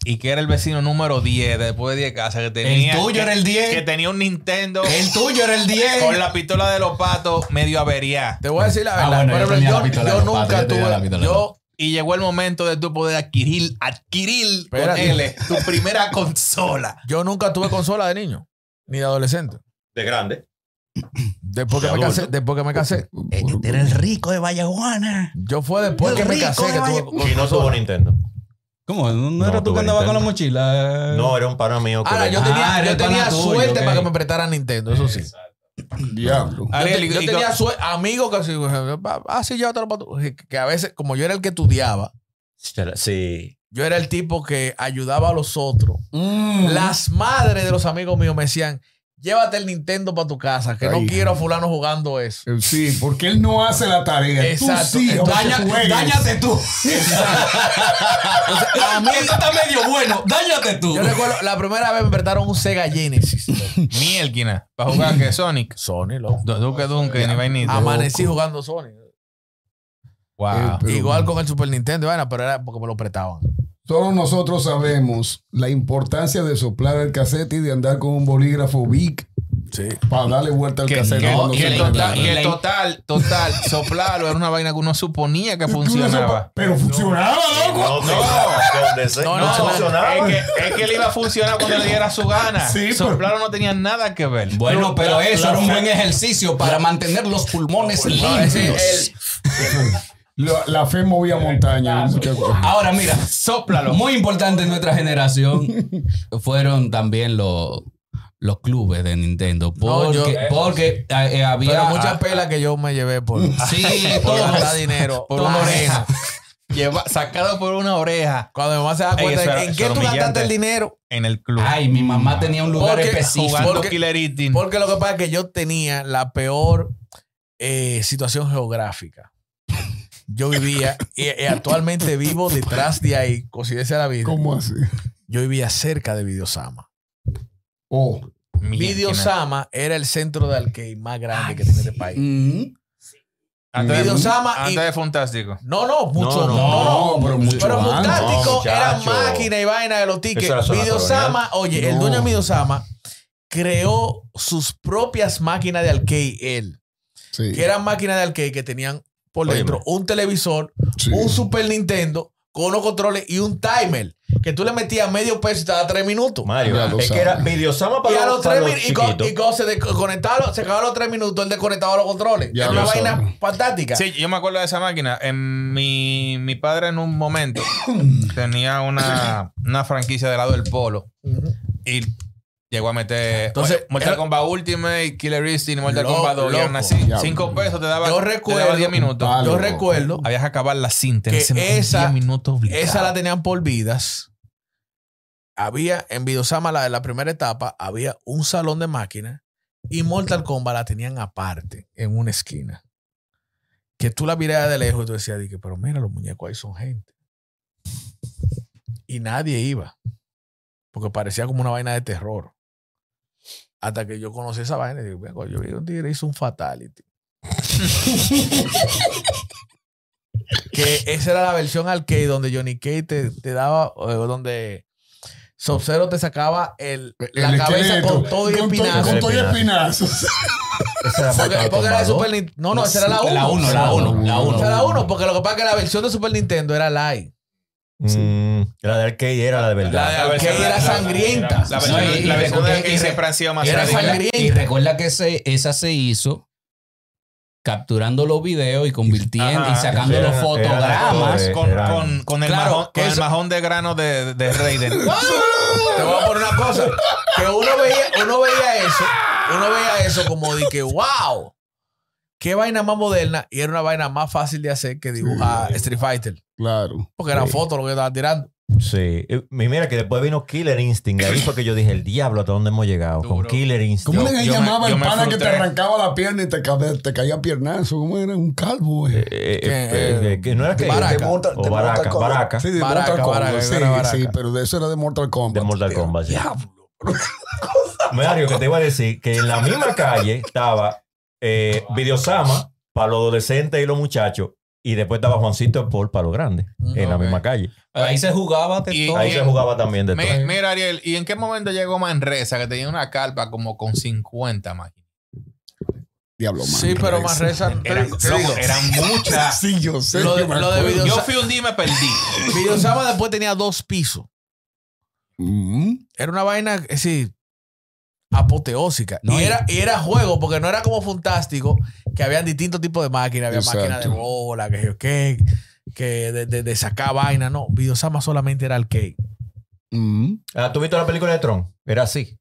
Speaker 1: Y que era el vecino número 10 después de 10 casas que tenía.
Speaker 5: tuyo
Speaker 1: que-
Speaker 5: era el 10.
Speaker 1: Que tenía un Nintendo
Speaker 5: El tuyo era el 10.
Speaker 1: con la pistola de los patos medio averiada.
Speaker 6: Te voy a decir la
Speaker 5: Ah,
Speaker 6: verdad.
Speaker 5: bueno, yo
Speaker 6: Por
Speaker 5: tenía
Speaker 6: ejemplo,
Speaker 5: la
Speaker 6: yo,
Speaker 5: pistola
Speaker 6: yo
Speaker 5: de los padres,
Speaker 6: nunca
Speaker 5: yo tenía la pistola
Speaker 6: tuve.
Speaker 5: de los
Speaker 6: Yo,
Speaker 1: Y llegó el momento de tú poder adquirir, adquirir con
Speaker 6: Espérate.
Speaker 1: L, tu primera consola.
Speaker 6: yo nunca tuve consola de niño, ni de adolescente.
Speaker 2: De grande.
Speaker 6: Después que,
Speaker 2: De
Speaker 6: me
Speaker 2: adulto.
Speaker 6: casé, después que me casé.
Speaker 5: Era el rico de Vallaguana.
Speaker 6: Yo fue después que me casé que tuve con-
Speaker 2: Y no tuvo Nintendo.
Speaker 5: ¿Cómo? ¿No,
Speaker 2: No,
Speaker 5: era tú
Speaker 2: tuve
Speaker 5: que andabas con la
Speaker 2: Nintendo.
Speaker 4: Eh.
Speaker 5: mochila?
Speaker 2: No, era un pana mío que
Speaker 6: Ahora,
Speaker 2: le-
Speaker 6: yo tenía,
Speaker 5: Ah, era
Speaker 6: yo
Speaker 5: el pana
Speaker 6: tenía
Speaker 5: tuyo,
Speaker 6: suerte
Speaker 5: ok.
Speaker 6: para que me prestaran Nintendo, eso sí.
Speaker 4: Diablo.
Speaker 6: Yo, te-
Speaker 1: Ariel, y-
Speaker 6: yo
Speaker 1: y-
Speaker 6: tenía sue- amigos que así, ah, sí, llévatelo para tu-". Que- Que a veces, como yo era el que estudiaba,
Speaker 2: Sí.
Speaker 6: yo era el tipo que ayudaba a los otros.
Speaker 5: Mm.
Speaker 6: Las madres de los amigos míos me decían, llévate el Nintendo para tu casa, que
Speaker 4: Ay.
Speaker 6: no quiero a fulano jugando eso.
Speaker 4: Eh, Sí, porque él no hace la tarea.
Speaker 6: Exacto.
Speaker 4: Tú sí, aunque
Speaker 6: Daña-
Speaker 4: juegues.
Speaker 5: Dáñate tú.
Speaker 6: A mí-
Speaker 5: Esto está medio bueno. Dáñate tú.
Speaker 6: yo recuerdo, la primera vez me prestaron un Sega Genesis.
Speaker 1: Mielquina, para jugar que Sonic.
Speaker 6: Sony, loco.
Speaker 1: Du- Duque Duque, ni vainita.
Speaker 6: Amanecí jugando Sony.
Speaker 1: Wow.
Speaker 4: Pero-
Speaker 6: Igual con el Super Nintendo, y vaina, pero era porque me lo prestaban.
Speaker 4: Todos nosotros sabemos la importancia de soplar el casete y de andar con un bolígrafo big
Speaker 6: Sí.
Speaker 4: para darle vuelta al
Speaker 1: Que,
Speaker 4: casete.
Speaker 1: que-
Speaker 4: cuando
Speaker 1: que
Speaker 4: se
Speaker 1: total,
Speaker 4: prende.
Speaker 1: que
Speaker 5: la-
Speaker 1: tota-, total, total, soplarlo era una vaina que uno suponía que funcionaba.
Speaker 4: Pero funcionaba, loco.
Speaker 2: No, donde se-
Speaker 6: No,
Speaker 2: no,
Speaker 6: no,
Speaker 2: funcionaba.
Speaker 1: Es que, es que le iba a funcionar cuando le diera su gana.
Speaker 4: Sí, pero-
Speaker 1: Soplarlo no tenía nada que ver.
Speaker 5: Bueno, pero
Speaker 2: la-
Speaker 5: eso
Speaker 2: la
Speaker 5: era un
Speaker 2: fe-
Speaker 5: buen ejercicio para mantener los pulmones
Speaker 6: pulmones,
Speaker 5: limpios.
Speaker 4: La, la fe movía montaña. muchachos.
Speaker 5: Ahora mira,
Speaker 1: Sóplalo.
Speaker 5: muy importante en nuestra generación fueron también los los clubes de Nintendo
Speaker 6: No,
Speaker 5: porque,
Speaker 6: yo-
Speaker 5: porque eh, eh, había
Speaker 6: Pero muchas pelas que yo me llevé por,
Speaker 5: Sí,
Speaker 6: por
Speaker 5: todos.
Speaker 6: gastar dinero, por
Speaker 5: Todos.
Speaker 6: una oreja.
Speaker 1: Lleva- sacado por una oreja
Speaker 6: Cuando mi mamá se da cuenta
Speaker 1: Ey, eso
Speaker 6: de
Speaker 1: era-
Speaker 6: que, en
Speaker 1: eso
Speaker 6: qué
Speaker 1: era
Speaker 6: tú gastaste
Speaker 1: humillante.
Speaker 6: el dinero,
Speaker 1: en el club.
Speaker 5: Ay, mi mamá tenía un lugar
Speaker 6: Porque
Speaker 5: específico.
Speaker 1: jugando
Speaker 6: porque-
Speaker 1: Killer Eating.
Speaker 6: porque lo que pasa es que yo tenía la peor eh, situación geográfica. Yo vivía, y, y actualmente vivo detrás de ahí, coincidencia de la vida.
Speaker 4: ¿Cómo así?
Speaker 6: Yo vivía cerca de Videosama.
Speaker 4: Oh,
Speaker 1: Mierda,
Speaker 6: Videosama era el centro de arcade más grande que tiene este país.
Speaker 5: Mm.
Speaker 1: Antes, de-
Speaker 6: Video Sama y-
Speaker 1: antes de Fantástico.
Speaker 6: No, no,
Speaker 2: No,
Speaker 6: mucho. No,
Speaker 2: no,
Speaker 6: no,
Speaker 4: no, pero mucho antes.
Speaker 2: ah,
Speaker 6: Fantástico
Speaker 2: No,
Speaker 6: era
Speaker 2: muchacho.
Speaker 6: máquina y vaina de los tickets.
Speaker 2: Eso era zona
Speaker 6: Videosama, oye, el
Speaker 4: No.
Speaker 6: dueño de Videosama creó sus propias máquinas de arcade él.
Speaker 4: Sí,
Speaker 6: Que eran máquinas de arcade que tenían por
Speaker 2: Óyeme.
Speaker 6: dentro un televisor,
Speaker 4: sí.
Speaker 6: un Super Nintendo con unos controles y un timer que tú le metías medio peso y te daba tres minutos.
Speaker 2: Mario,
Speaker 4: Ya lo
Speaker 2: es que
Speaker 4: sabe.
Speaker 2: era videosama
Speaker 6: Y
Speaker 2: para,
Speaker 6: a los
Speaker 2: los,
Speaker 6: tres
Speaker 2: para los
Speaker 6: minutos, y, co-
Speaker 2: chiquitos.
Speaker 6: y co- se desconectaba, se acababan los tres minutos, él desconectaba los controles.
Speaker 4: Ya
Speaker 6: Era una
Speaker 4: lo sabe.
Speaker 6: vaina fantástica.
Speaker 1: Sí, yo me acuerdo de esa máquina. En mi, mi padre en un momento tenía una, una franquicia del lado del polo
Speaker 6: Ujú.
Speaker 1: y llegó a meter
Speaker 6: Entonces,
Speaker 1: oye, Mortal
Speaker 6: era-
Speaker 1: Kombat Ultimate, Killer Instinct, Mortal
Speaker 6: Loco,
Speaker 1: Kombat 2 y eran
Speaker 6: loco.
Speaker 1: así.
Speaker 4: Ya,
Speaker 1: Cinco pesos te daba,
Speaker 6: Yo
Speaker 1: te
Speaker 6: recuerdo-
Speaker 1: daba 10 minutos.
Speaker 4: Ah,
Speaker 6: Yo
Speaker 4: loco.
Speaker 6: recuerdo
Speaker 1: Habías que acabar la cinta en
Speaker 6: Que
Speaker 1: ese momento,
Speaker 6: esa-
Speaker 1: 10 minutos obligado.
Speaker 6: Esa la tenían por vidas. Había en Videosama, la de la primera etapa, había un salón de máquinas y Mortal Kombat la tenían aparte, en una esquina. Que tú la mirabas de lejos y tú decías, dije, pero mira, los muñecos ahí son gente. Y nadie iba. Porque parecía como una vaina de terror. Hasta que yo conocí esa vaina y digo, "Venga, yo vi un tigre hizo un fatality. que esa era la versión arcade donde Johnny Cage te, te daba, eh, donde Sub-Zero te sacaba el,
Speaker 4: El
Speaker 6: la cabeza
Speaker 4: esqueleto.
Speaker 6: con todo y
Speaker 4: Con
Speaker 6: espinazo.
Speaker 4: Con todo y espinazos.
Speaker 2: Esa era
Speaker 6: Porque,
Speaker 2: Mortal
Speaker 6: porque era
Speaker 2: Kombat
Speaker 6: de Super
Speaker 2: 2.
Speaker 6: Nintendo. No, no, esa era la 1.
Speaker 5: La uno, la uno, la uno.
Speaker 6: Esa era la 1, porque lo que pasa es que la versión de Super Nintendo era live.
Speaker 2: Mm, la de arcade era la de verdad.
Speaker 6: La de arcade era sangrienta.
Speaker 1: La versión,
Speaker 5: No, y-
Speaker 1: la versión
Speaker 5: y-
Speaker 1: de que
Speaker 5: y-
Speaker 1: siempre han sido más
Speaker 6: y era
Speaker 1: radicales.
Speaker 6: sangrienta.
Speaker 5: Y recuerda que se- esa se hizo capturando los videos y convirtiendo
Speaker 1: Ajá.
Speaker 5: y sacando
Speaker 2: Era-
Speaker 5: los
Speaker 2: era-
Speaker 5: fotogramas.
Speaker 2: era-
Speaker 1: con,
Speaker 2: Eran-
Speaker 1: con- con el,
Speaker 5: Claro,
Speaker 1: majón, con el
Speaker 5: eso-
Speaker 1: majón de grano de, de Raiden.
Speaker 6: Te voy a poner una cosa. Que uno veía, uno veía eso. Uno veía eso como de que, wow. Qué vaina más moderna. Y era una vaina más fácil de hacer que dibujar Street Fighter.
Speaker 4: Claro.
Speaker 6: Porque eran
Speaker 2: Sí.
Speaker 6: fotos lo que estaban tirando.
Speaker 2: Sí. Y mira que después vino Killer Instinct. Ahí fue que yo dije, el diablo, ¿hasta dónde hemos llegado? Con
Speaker 1: Duro.
Speaker 2: Killer Instinct.
Speaker 4: ¿Cómo
Speaker 1: Yo-
Speaker 4: le
Speaker 1: yo me-
Speaker 4: llamaba
Speaker 1: yo
Speaker 4: el
Speaker 1: me
Speaker 4: pana que te
Speaker 1: frustré.
Speaker 4: arrancaba la pierna y te, ca- te caía piernazo? ¿Cómo era? Un calvo, güey.
Speaker 2: Eh, eh,
Speaker 6: Que-
Speaker 2: eh, que no era que
Speaker 6: Baraca.
Speaker 2: de Mortal-
Speaker 4: de
Speaker 2: o Baraca,
Speaker 4: Mortal Kombat.
Speaker 2: Baraca,
Speaker 4: Sí, de
Speaker 6: Baraca,
Speaker 4: Mortal Kombat.
Speaker 6: Baraca,
Speaker 4: sí,
Speaker 6: era Baraca.
Speaker 4: sí, pero de eso era de Mortal Kombat.
Speaker 2: de Mortal Kombat. sí.
Speaker 4: Diablo.
Speaker 2: Mario, que te iba a decir que en la misma calle estaba eh, Videosama para los adolescentes y los muchachos. Y después estaba Juancito Paul para los grandes. En la
Speaker 1: Ok.
Speaker 2: misma calle.
Speaker 5: Ahí se jugaba de
Speaker 1: Y-
Speaker 5: todo.
Speaker 2: Ahí se jugaba también de todo.
Speaker 1: Mi- mira, Ariel, ¿y en qué momento llegó Manresa que tenía una carpa como con 50 máquinas?
Speaker 4: Diablo, man.
Speaker 6: Sí, pero más rezan.
Speaker 1: Eran, loco, eran muchas.
Speaker 4: Sí, yo sé.
Speaker 6: Lo de-
Speaker 4: yo me
Speaker 6: lo de
Speaker 4: acuerdo.
Speaker 6: video-
Speaker 1: Yo fui un día y me perdí.
Speaker 6: Videosama después tenía dos pisos.
Speaker 4: Mm.
Speaker 6: Era una vaina, es decir, apoteósica.
Speaker 5: No,
Speaker 6: y,
Speaker 5: y-
Speaker 6: era, y era juego, porque no era como fantástico, que habían distintos tipos de máquinas. Había
Speaker 4: Exacto.
Speaker 6: máquinas de bola, que yo qué, que de, de- de sacar vaina. No, Videosama solamente era arcade.
Speaker 4: Mm.
Speaker 2: Ah, ¿Tú viste la película de Tron? Era así.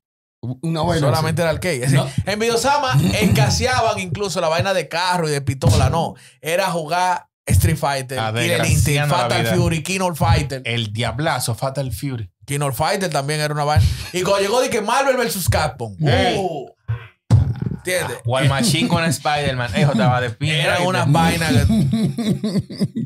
Speaker 4: Una vaina.
Speaker 6: solamente era arcade. Es decir, en Videosama escaseaban incluso la vaina de carro y de pistola. No, era jugar Street Fighter,
Speaker 1: Ah,
Speaker 6: Killer Instinct,
Speaker 1: desgraciando la
Speaker 6: Fatal
Speaker 1: vida. Eh.
Speaker 6: Fury, Kino Fighter.
Speaker 1: El diablazo Fatal Fury.
Speaker 6: Kino Fighter también era una vaina. Y cuando llegó, dije Marvel vs. Capcom.
Speaker 1: Ey.
Speaker 6: Uh. ¿Entiendes?
Speaker 1: War Machine con Spider-Man. Eso estaba de pie.
Speaker 6: Eran unas vainas. que-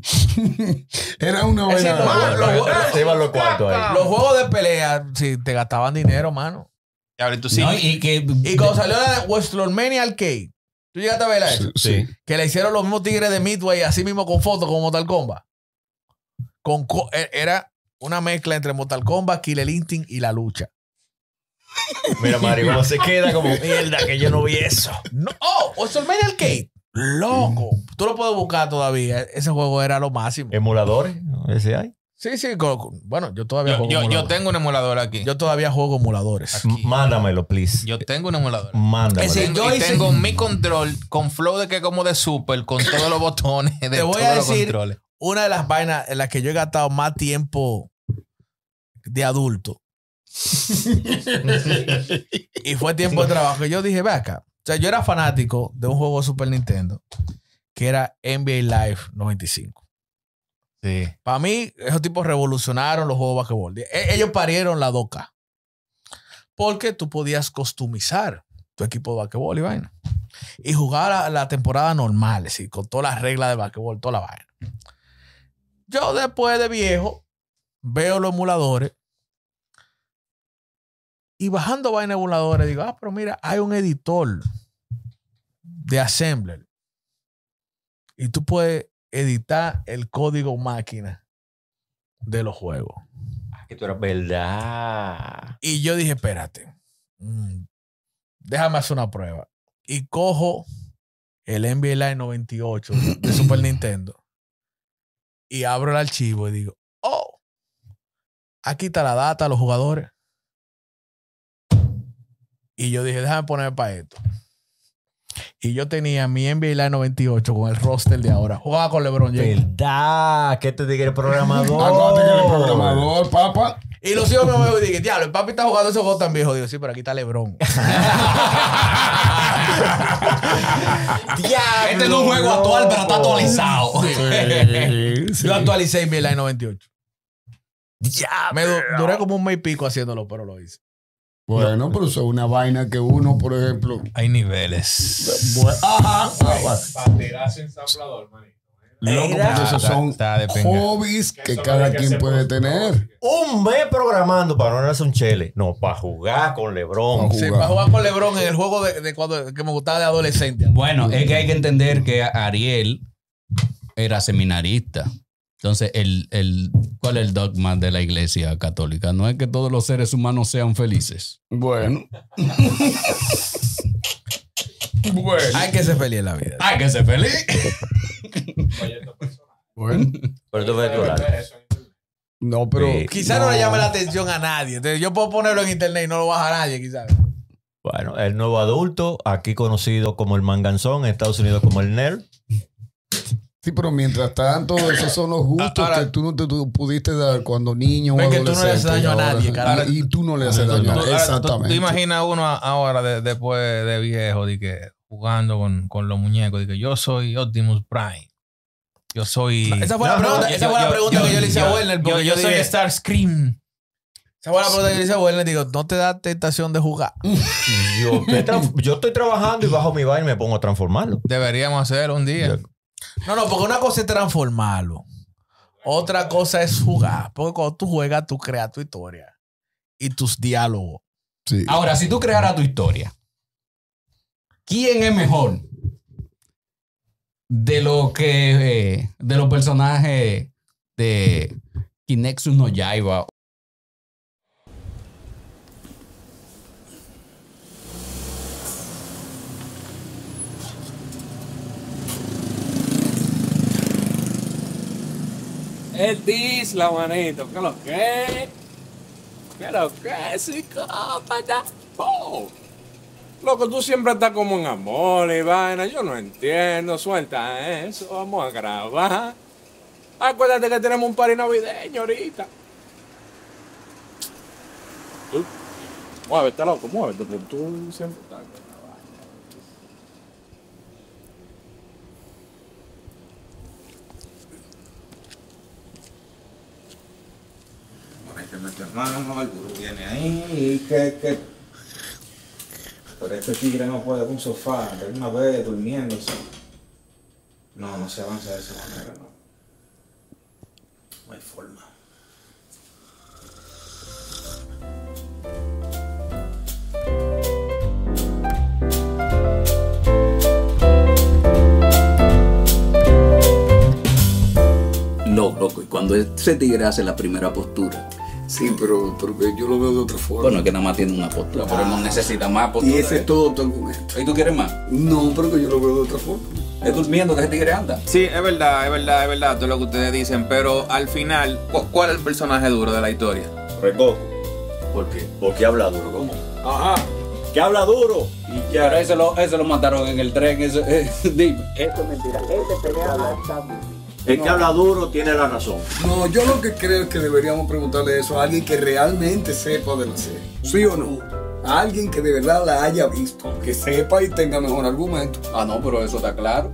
Speaker 4: así. era una
Speaker 6: Es
Speaker 4: vaina.
Speaker 6: decir, no,
Speaker 4: buena.
Speaker 6: lo- los juegos-
Speaker 2: Se iban los cuartos ahí.
Speaker 6: Los juegos de pelea, si te gastaban dinero, mano.
Speaker 1: Y ahora tú sí.
Speaker 5: No, y que
Speaker 6: Y cuando salió la de WrestleMania Arcade, tú llegaste a ver eso.
Speaker 2: Sí.
Speaker 6: Que le hicieron los mismos tigres de Midway, así mismo con fotos, como Mortal Kombat. Con co- e- era una mezcla entre Mortal Kombat, Killer Instinct y la lucha.
Speaker 2: Mira, Mario, cómo se queda como mierda que yo no vi eso.
Speaker 6: No, ¡Oh! WrestleMania Arcade. Loco. Tú lo puedes buscar todavía. Ese juego era lo máximo.
Speaker 2: Emuladores, ¿no? ese hay.
Speaker 6: Sí, sí. con- con- bueno, yo todavía
Speaker 1: Yo,
Speaker 6: juego
Speaker 1: yo- yo
Speaker 6: emuladores.
Speaker 1: tengo un emulador aquí. Yo,
Speaker 6: Yo todavía juego emuladores.
Speaker 1: Aquí.
Speaker 2: Mándamelo, please.
Speaker 1: tengo un emulador.
Speaker 2: Mándamelo.
Speaker 6: Ese-
Speaker 1: Tengo-
Speaker 6: yo
Speaker 1: y
Speaker 6: hice-
Speaker 1: tengo mi control con flow de que como de super, con todos los botones de
Speaker 6: Te voy
Speaker 1: todos
Speaker 6: a
Speaker 1: los
Speaker 6: decir-
Speaker 1: controles.
Speaker 6: una de las vainas en las que yo he gastado más tiempo de adulto. y fue tiempo de trabajo. Y yo dije, ve acá. O sea, yo era fanático de un juego de Super Nintendo que era NBA Live 95.
Speaker 1: Sí.
Speaker 6: Para mí, esos tipos revolucionaron los juegos de basquetbol. E- Ellos parieron la doca. Porque tú podías customizar tu equipo de basquetbol y vaina. Y jugar la, la temporada normal, es decir, con todas las reglas de basquetbol, toda la vaina. Yo después de viejo veo los emuladores y bajando vaina de emuladores digo, ah, pero mira, hay un editor de Assembler y tú puedes editar el código máquina de los juegos.
Speaker 2: Que tú eras verdad.
Speaker 6: Y yo dije, espérate, mm, déjame hacer una prueba. Y cojo el NBA Live 98 de Super Nintendo y abro el archivo y digo, oh, aquí está la data, los jugadores. Y yo dije, déjame ponerme para esto. Y yo tenía mi NBA Live 98 con el roster de ahora. Jugaba con LeBron James.
Speaker 2: ¿Verdad? Que te dije el programador.
Speaker 4: Acuérdate que el programador, papá.
Speaker 6: Y los hijos me ven y dicen, diablo, el papi está jugando esos juegos tan viejos. Digo, sí, pero aquí está Lebron.
Speaker 2: Diablo,
Speaker 3: Este no es un juego actual, pero está actualizado.
Speaker 6: Yo actualicé en mi Line 98.
Speaker 2: Diablo.
Speaker 6: Me du- duré como un mes y pico haciéndolo, pero lo hice.
Speaker 4: Bueno, pero eso es una vaina que uno, por ejemplo.
Speaker 1: Hay niveles.
Speaker 4: Bueno, ajá, ah, bueno. Loco,
Speaker 2: Era-
Speaker 4: pero esos
Speaker 1: Está-
Speaker 4: son
Speaker 1: está de pinga.
Speaker 4: hobbies que cada quien puede tener.
Speaker 2: Un mes programando para no ganarse un chele. No, para jugar con
Speaker 4: Para
Speaker 2: Lebron.
Speaker 4: jugar.
Speaker 6: Sí, para jugar con Lebron en el juego de, de cuando, que me gustaba de adolescente.
Speaker 5: Bueno, es que hay que entender que Ariel era seminarista. Entonces, el, el, ¿cuál es el dogma de la iglesia católica? No es que todos los seres humanos sean felices.
Speaker 4: Bueno. bueno.
Speaker 6: Hay que ser feliz en la vida.
Speaker 5: ¡Hay que ser feliz!
Speaker 4: Bueno.
Speaker 2: Pero tú ves tu lado.
Speaker 4: No, pero.
Speaker 2: Sí.
Speaker 6: Quizás no. le llame la atención a nadie. Entonces, yo puedo ponerlo en internet y no lo baja nadie, quizás.
Speaker 2: Bueno, el nuevo adulto, aquí conocido como el manganzón, en Estados Unidos como el nerd.
Speaker 4: Sí, pero mientras tanto, esos son los gustos
Speaker 6: Ahora-
Speaker 4: que tú no te tú pudiste dar cuando niño o
Speaker 6: Ves que tú no le haces
Speaker 4: adolescente,
Speaker 6: daño a
Speaker 4: y ahora-
Speaker 6: nadie, carajo.
Speaker 4: Y, y tú no le haces daño a
Speaker 1: Tú-
Speaker 4: nadie.
Speaker 1: ahora, tú- Tú
Speaker 4: Exactamente.
Speaker 1: imaginas uno a- ahora de- después de viejo de que jugando con, con los muñecos, de que yo soy Optimus Prime. Yo soy.
Speaker 6: Esa fue la
Speaker 1: No, no,
Speaker 6: pregunta,
Speaker 1: yo-
Speaker 6: esa fue la
Speaker 1: yo-
Speaker 6: pregunta que yo le hice a Werner.
Speaker 1: Yo,
Speaker 6: porque
Speaker 1: yo soy
Speaker 6: dije-
Speaker 1: Starscream.
Speaker 6: Esa fue la pregunta que yo le hice a Werner. Digo, ¿no te da tentación de jugar?
Speaker 2: Yo, me tra- yo estoy trabajando y bajo mi vaina y me pongo a transformarlo.
Speaker 1: Deberíamos hacer un día.
Speaker 6: No, no, porque una cosa es transformarlo. Otra cosa es jugar. Porque cuando tú juegas, tú creas tu historia y tus diálogos.
Speaker 4: Sí.
Speaker 7: Ah,
Speaker 5: Ahora, si tú crearas tu historia, ¿quién es mejor de los que eh, de los personajes de Kinexus no Yaiba?
Speaker 8: Es Disla, manito. ¿Qué lo que? ¿Qué lo que? Psicópata. Oh. Loco, tú siempre estás como en amor y vaina. Yo no entiendo. Suelta eso. Vamos a grabar. Acuérdate que tenemos un party navideño ahorita. Tú, muévete, loco, muévete. Tú, tú siempre estás con la vaina.
Speaker 9: Aparentemente, este hermano, el gurú viene ahí y que, que... Pero este tigre no puede con un sofá, de una vez durmiéndose. No, no se avanza de esa manera, no. No hay forma.
Speaker 10: No, loco, y cuando ese tigre hace la primera postura,
Speaker 7: Sí, pero, pero que yo lo veo de otra forma. Ah.
Speaker 10: bueno, es que nada más tiene una postura, pero no necesita más postura.
Speaker 7: y ese es todo tu argumento.
Speaker 10: ¿Y tú quieres más?
Speaker 7: No, pero que yo lo veo de otra forma.
Speaker 10: Es durmiendo que ese tigre anda.
Speaker 9: Sí, es verdad, es verdad, es verdad, todo lo que ustedes dicen, pero al final, ¿cu- ¿cuál es el personaje duro de la historia?
Speaker 2: Recoco,
Speaker 10: ¿Por qué?
Speaker 2: porque habla duro. ¿Cómo?
Speaker 10: Ajá.
Speaker 2: Que habla duro.
Speaker 10: Y ya, pero ese lo, ese lo mataron en el tren. Eso, eh, dime.
Speaker 2: El que habla duro tiene la razón.
Speaker 7: No, yo lo que creo es que deberíamos preguntarle eso a alguien que realmente sepa de la serie. ¿Sí o no? A alguien que de verdad la haya visto, que sepa y tenga mejor argumento. Ah.
Speaker 10: Ah, no, pero eso está claro.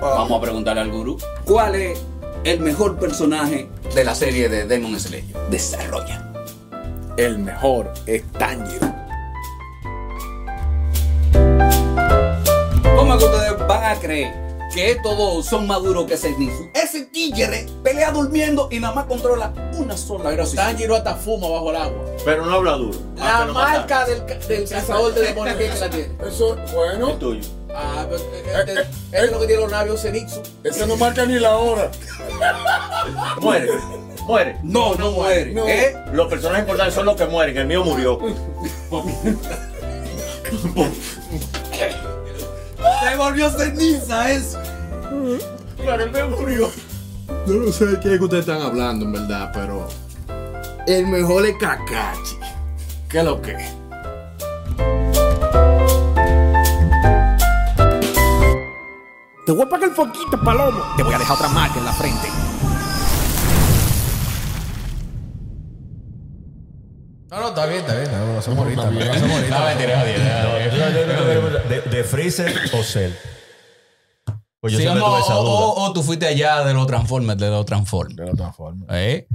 Speaker 10: Vamos a preguntarle al gurú. ¿Cuál es el mejor personaje de la serie de Demon Slayer? Desarrolla.
Speaker 8: El mejor es Tanjiro.
Speaker 10: ¿Cómo es que ustedes van a creer que estos dos son maduros que se dicen? Ese tigre pelea durmiendo y nada más controla una sola posición.
Speaker 6: Tanjiro hasta fuma bajo el agua.
Speaker 2: Pero no habla duro.
Speaker 10: La marca del, ca- del cazador de demonios que la tiene.
Speaker 7: Eso, bueno,
Speaker 2: tuyo.
Speaker 11: Ah, pero este, este- este es lo que tiene los labios cenizo.
Speaker 7: Ese no marca ni la hora.
Speaker 2: Muere. Muere.
Speaker 11: No, no muere.
Speaker 7: No.
Speaker 11: ¿Eh?
Speaker 2: Los personajes importantes son los que mueren. El mío murió.
Speaker 11: Se volvió ceniza eso.
Speaker 2: Pero el mío murió.
Speaker 3: Yo no sé de qué es que ustedes están hablando, en verdad, pero. El mejor es Kakashi. ¿Qué es lo que? es?
Speaker 11: Te voy a pagar el foquito, palomo. Te voy a dejar otra marca en la frente.
Speaker 6: No, no, está bien, está bien. No, lo hacemos ahorita. Lo hacemos ahorita.
Speaker 5: No, mentira, no, mentira, no, mentira.
Speaker 2: De, de Freezer o Cell. Pues yo
Speaker 5: Sí, o,
Speaker 2: siempre
Speaker 5: no, oh,
Speaker 2: tuve esa
Speaker 5: o-
Speaker 2: duda.
Speaker 5: o- o tú fuiste allá de los Transformers, de los Transformers.
Speaker 6: De la otra forma.
Speaker 5: ¿Eh?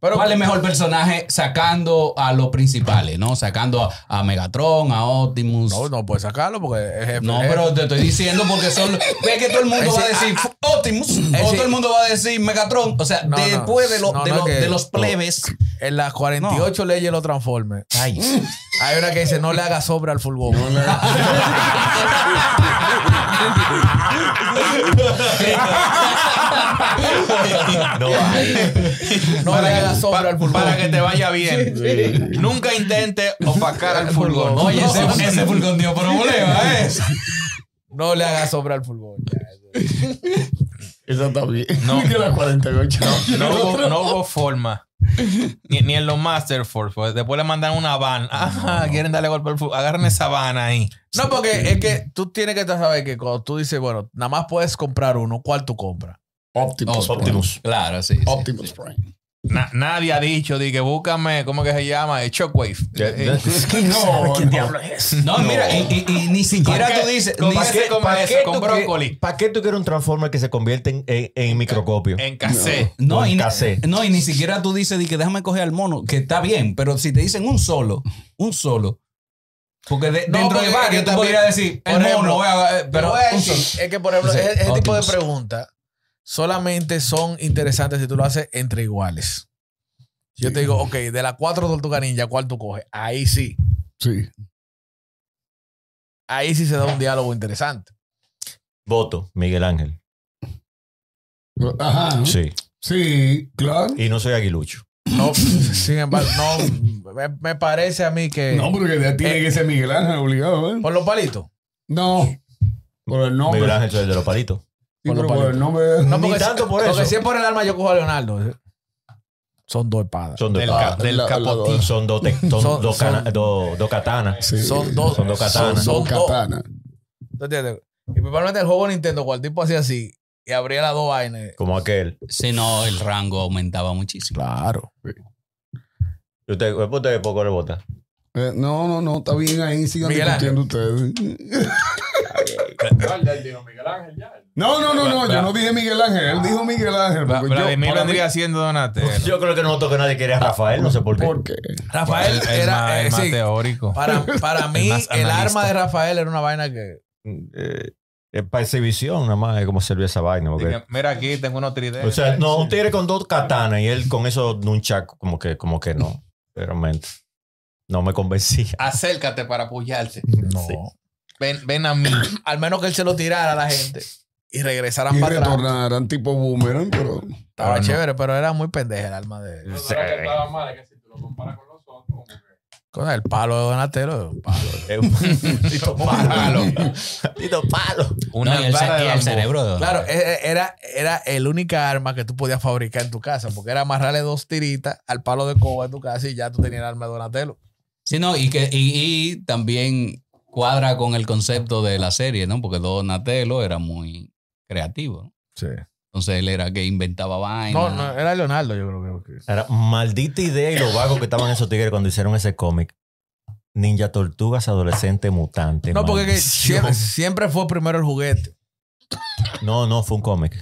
Speaker 5: ¿Cuál es el mejor personaje sacando a los principales, no? Sacando a, a Megatron, a Optimus.
Speaker 6: No,
Speaker 5: No,
Speaker 6: no puedes sacarlo porque es jefe. es
Speaker 5: pero te estoy diciendo porque son. Es que todo el mundo
Speaker 6: Ese-
Speaker 5: va a decir
Speaker 6: ah,
Speaker 5: Optimus, o
Speaker 6: ese-
Speaker 5: todo el mundo va a decir Megatron. O sea,
Speaker 6: No, no.
Speaker 5: después de, lo-
Speaker 6: No,
Speaker 5: de,
Speaker 6: no
Speaker 5: lo-
Speaker 6: es que-
Speaker 5: de los plebes.
Speaker 6: En las 48 leyes lo transforme.
Speaker 5: Ay.
Speaker 6: Hay una que dice, no le haga sombra al fulgón.
Speaker 2: No hay.
Speaker 6: No le haga sombra al fulgón.
Speaker 1: Para que te vaya bien. Nunca intente opacar al furgón.
Speaker 5: Oye, ese, ese fulgón dio problema, ¿eh?
Speaker 6: No le haga sombra al fulgón.
Speaker 3: Eso está bien. No. que la 48.
Speaker 1: No hubo, no hubo forma. Ni, ni en los Master Force. pues. Después le mandan una van. Ajá, quieren darle golpe al furgón. Agarren esa van ahí.
Speaker 6: No, porque es que tú tienes que saber que cuando tú dices, bueno, nada más puedes comprar uno, ¿cuál tú compras?
Speaker 5: Optimus.
Speaker 2: Optimus.
Speaker 5: Claro, sí. sí.
Speaker 4: Optimus Prime.
Speaker 1: Na- nadie ha dicho, di que búscame, ¿cómo que se llama? Eh, Shockwave. Eh, eh,
Speaker 2: No, no.
Speaker 5: No, mira, y, y- y ni siquiera
Speaker 1: ¿Con qué-
Speaker 5: tú dices.
Speaker 1: con
Speaker 5: ni
Speaker 1: pa' qué
Speaker 5: ese-
Speaker 1: come
Speaker 5: pa'
Speaker 1: eso?
Speaker 5: qué
Speaker 1: Con
Speaker 5: tú-
Speaker 1: brócoli.
Speaker 2: ¿Para qué tú quieres un Transformer que se convierte en, en, en microcopio?
Speaker 1: En cassette.
Speaker 5: No,
Speaker 2: O en
Speaker 5: y, ni-
Speaker 2: cassette.
Speaker 5: no, y ni siquiera tú dices, di que déjame coger al mono, que está bien, pero si te dicen un solo, un solo. Porque de-
Speaker 6: No,
Speaker 5: dentro
Speaker 6: porque
Speaker 5: de varios
Speaker 6: es que
Speaker 5: tú
Speaker 6: también-
Speaker 5: podrías decir,
Speaker 6: por
Speaker 5: el
Speaker 6: ejemplo,
Speaker 5: mono, voy a- eh, pero
Speaker 6: Pero es,
Speaker 5: un solo.
Speaker 6: es que, por ejemplo,
Speaker 5: Sí,
Speaker 6: ese, ese tipo de
Speaker 5: Optimus.
Speaker 6: preguntas solamente son interesantes si tú lo haces entre iguales. Si Yo te digo, ok, de las cuatro tortugas ninja, ¿cuál tú coges? Ahí sí.
Speaker 4: Sí.
Speaker 6: Ahí sí se da un diálogo interesante.
Speaker 2: Voto, Miguel Ángel.
Speaker 4: Ajá. Sí,
Speaker 2: Sí.
Speaker 4: claro.
Speaker 2: Y no soy aguilucho.
Speaker 6: No, sin embargo, no, me, me parece a mí que...
Speaker 4: No, porque ya tiene
Speaker 6: eh,
Speaker 4: que ser Miguel Ángel obligado, ¿eh?
Speaker 6: Por los palitos.
Speaker 4: No. Por el nombre.
Speaker 2: Miguel Ángel soy el de los palitos.
Speaker 4: Sí, pero
Speaker 6: Por los
Speaker 4: por el
Speaker 6: palitos.
Speaker 4: nombre.
Speaker 6: No,
Speaker 2: Ni
Speaker 6: porque,
Speaker 2: tanto
Speaker 6: si,
Speaker 2: por
Speaker 6: porque
Speaker 2: eso.
Speaker 6: si es por el alma, yo cojo a Leonardo. Son dos espadas.
Speaker 2: Son dos
Speaker 1: Del
Speaker 2: espadas.
Speaker 1: ca- del
Speaker 4: la- la-
Speaker 1: capotín.
Speaker 2: Son dos te- son
Speaker 6: Son-
Speaker 2: dos cana-
Speaker 6: son-
Speaker 2: dos- dos katanas.
Speaker 4: Sí.
Speaker 6: Son dos.
Speaker 2: Son dos katanas.
Speaker 4: Son
Speaker 6: Son dos.
Speaker 4: katana.
Speaker 6: ¿Tú entiendes? Y principalmente el juego de Nintendo, cual tipo hacía así y abría las dos vainas.
Speaker 2: Como aquel.
Speaker 5: Sí, no, el rango aumentaba muchísimo.
Speaker 6: Claro.
Speaker 2: Y Usted, usted poco le vota.
Speaker 4: Eh, no, no, no, está bien ahí, sigan
Speaker 6: Miguel Ángel.
Speaker 4: discutiendo ustedes. No, no, no, no, yo no dije Miguel Ángel, él dijo Miguel Ángel.
Speaker 1: Vla-
Speaker 4: porque yo-
Speaker 1: Vladimir
Speaker 4: para mí-
Speaker 1: vendría haciendo Donatello.
Speaker 2: Yo creo que no noto que nadie quiere a Rafael, no sé Ah, por qué.
Speaker 4: ¿Por qué?
Speaker 6: Rafael
Speaker 1: El- el más-
Speaker 6: era. eh,
Speaker 1: el más
Speaker 6: sí,
Speaker 1: teórico.
Speaker 6: para, para mí,
Speaker 1: más
Speaker 6: el
Speaker 1: analista.
Speaker 6: arma de Rafael era una vaina que.
Speaker 2: Eh, es para exhibición, nada más, es como sirvió esa vaina. porque-
Speaker 1: Dije, Mira aquí, tengo unos 3D.
Speaker 2: o sea, no, un tigre con dos katanas y él con eso nunchaku, como que, como que no. Realmente. No me convencía.
Speaker 1: Acércate para apoyarte.
Speaker 6: No.
Speaker 2: Sí.
Speaker 1: Ven, ven a mí.
Speaker 6: Al menos que él se lo tirara a la gente y regresaran
Speaker 4: Y
Speaker 6: para atrás.
Speaker 4: retornarán tipo boomerang, pero.
Speaker 6: Estaba
Speaker 1: Pero no.
Speaker 6: chévere, pero era muy pendeja el arma de.
Speaker 2: Sí.
Speaker 6: Con el palo de Donatello. un palo.
Speaker 2: Es un- Tito Palo. Tito Palo.
Speaker 1: Una
Speaker 5: No, y el, ce-
Speaker 1: vara de
Speaker 5: y el
Speaker 1: bambú.
Speaker 5: cerebro de
Speaker 6: Claro, e- e- era, era el única arma que tú podías fabricar en tu casa, porque era amarrarle dos tiritas al palo de coba en tu casa y ya tú tenías el arma de Donatello.
Speaker 5: Sí, no, y, que, y, y también cuadra con el concepto de la serie, ¿no? Porque Donatello era muy creativo, ¿no?
Speaker 6: Sí.
Speaker 5: Entonces él era que inventaba vainas.
Speaker 6: No, no, era Leonardo, yo creo que.
Speaker 2: Era maldita idea y lo vago que estaban esos tigres cuando hicieron ese cómic. Ninja Tortugas Adolescente Mutante.
Speaker 6: No, porque que
Speaker 2: maldición.
Speaker 6: siempre, siempre fue primero el juguete.
Speaker 2: No, no, fue un cómic.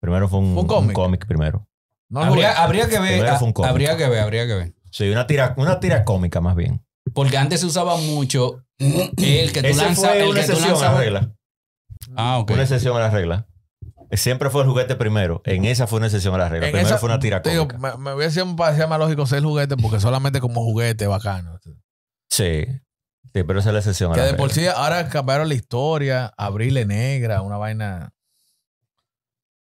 Speaker 2: Primero fue un,
Speaker 6: ¿Fue un
Speaker 2: un
Speaker 6: cómic?
Speaker 2: cómic. primero.
Speaker 6: No el juguete.
Speaker 5: Habría, habría que ver,
Speaker 2: Primero fue un cómic.
Speaker 5: habría que ver, habría que ver.
Speaker 2: Sí, una tira, una tira cómica más bien.
Speaker 5: Porque antes se usaba mucho el que tú
Speaker 2: Ese
Speaker 5: lanzas.
Speaker 2: fue
Speaker 5: El
Speaker 2: una
Speaker 5: que tú
Speaker 2: excepción a la
Speaker 5: lanzas.
Speaker 2: regla.
Speaker 5: Ah, ok.
Speaker 2: Una excepción a la regla. Siempre fue el juguete primero. En esa fue una excepción a la regla.
Speaker 6: En
Speaker 2: primero
Speaker 6: esa-
Speaker 2: fue una tira
Speaker 6: Te digo,
Speaker 2: cómica.
Speaker 6: me, me hubiese parecido más lógico ser el juguete porque solamente como juguete bacano.
Speaker 2: Sí. Sí, pero esa es la excepción. a
Speaker 6: Que
Speaker 2: la
Speaker 6: de por
Speaker 2: regla.
Speaker 6: sí ahora cambiaron la historia, abrile negra, una vaina.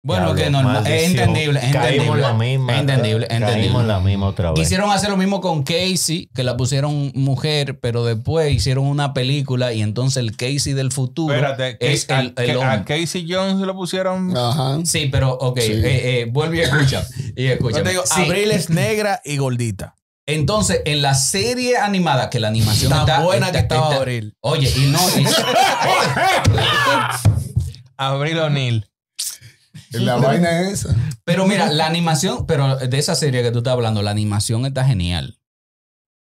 Speaker 5: Bueno,
Speaker 2: Diablo,
Speaker 5: que normal. Es
Speaker 2: maldición.
Speaker 5: entendible, es
Speaker 2: Caímos en
Speaker 5: entendible.
Speaker 2: la misma.
Speaker 5: Es entendible, es
Speaker 2: Caímos
Speaker 5: entendible.
Speaker 2: en la misma otra vez.
Speaker 5: Quisieron hacer lo mismo con Casey, que la pusieron mujer, pero después hicieron una película y entonces el Casey del futuro
Speaker 1: Espérate,
Speaker 5: es
Speaker 1: que- a-
Speaker 5: el,
Speaker 1: que-
Speaker 5: el
Speaker 1: a
Speaker 5: hombre.
Speaker 1: Casey Jones lo pusieron.
Speaker 4: Ajá.
Speaker 5: Sí, pero ok,
Speaker 4: Sí.
Speaker 5: eh, eh, vuelve y escucha. Y escucha.
Speaker 6: Yo te digo,
Speaker 5: Sí.
Speaker 6: Abril es negra y gordita.
Speaker 5: Entonces, en la serie animada, que la animación
Speaker 6: Tan
Speaker 5: está
Speaker 6: buena
Speaker 5: está-
Speaker 6: que estaba
Speaker 5: está-
Speaker 6: Abril.
Speaker 5: Oye, y no. y-
Speaker 1: Abril O'Neill.
Speaker 4: La vaina es esa.
Speaker 5: pero mira, la animación, pero de esa serie que tú estás hablando, la animación está genial.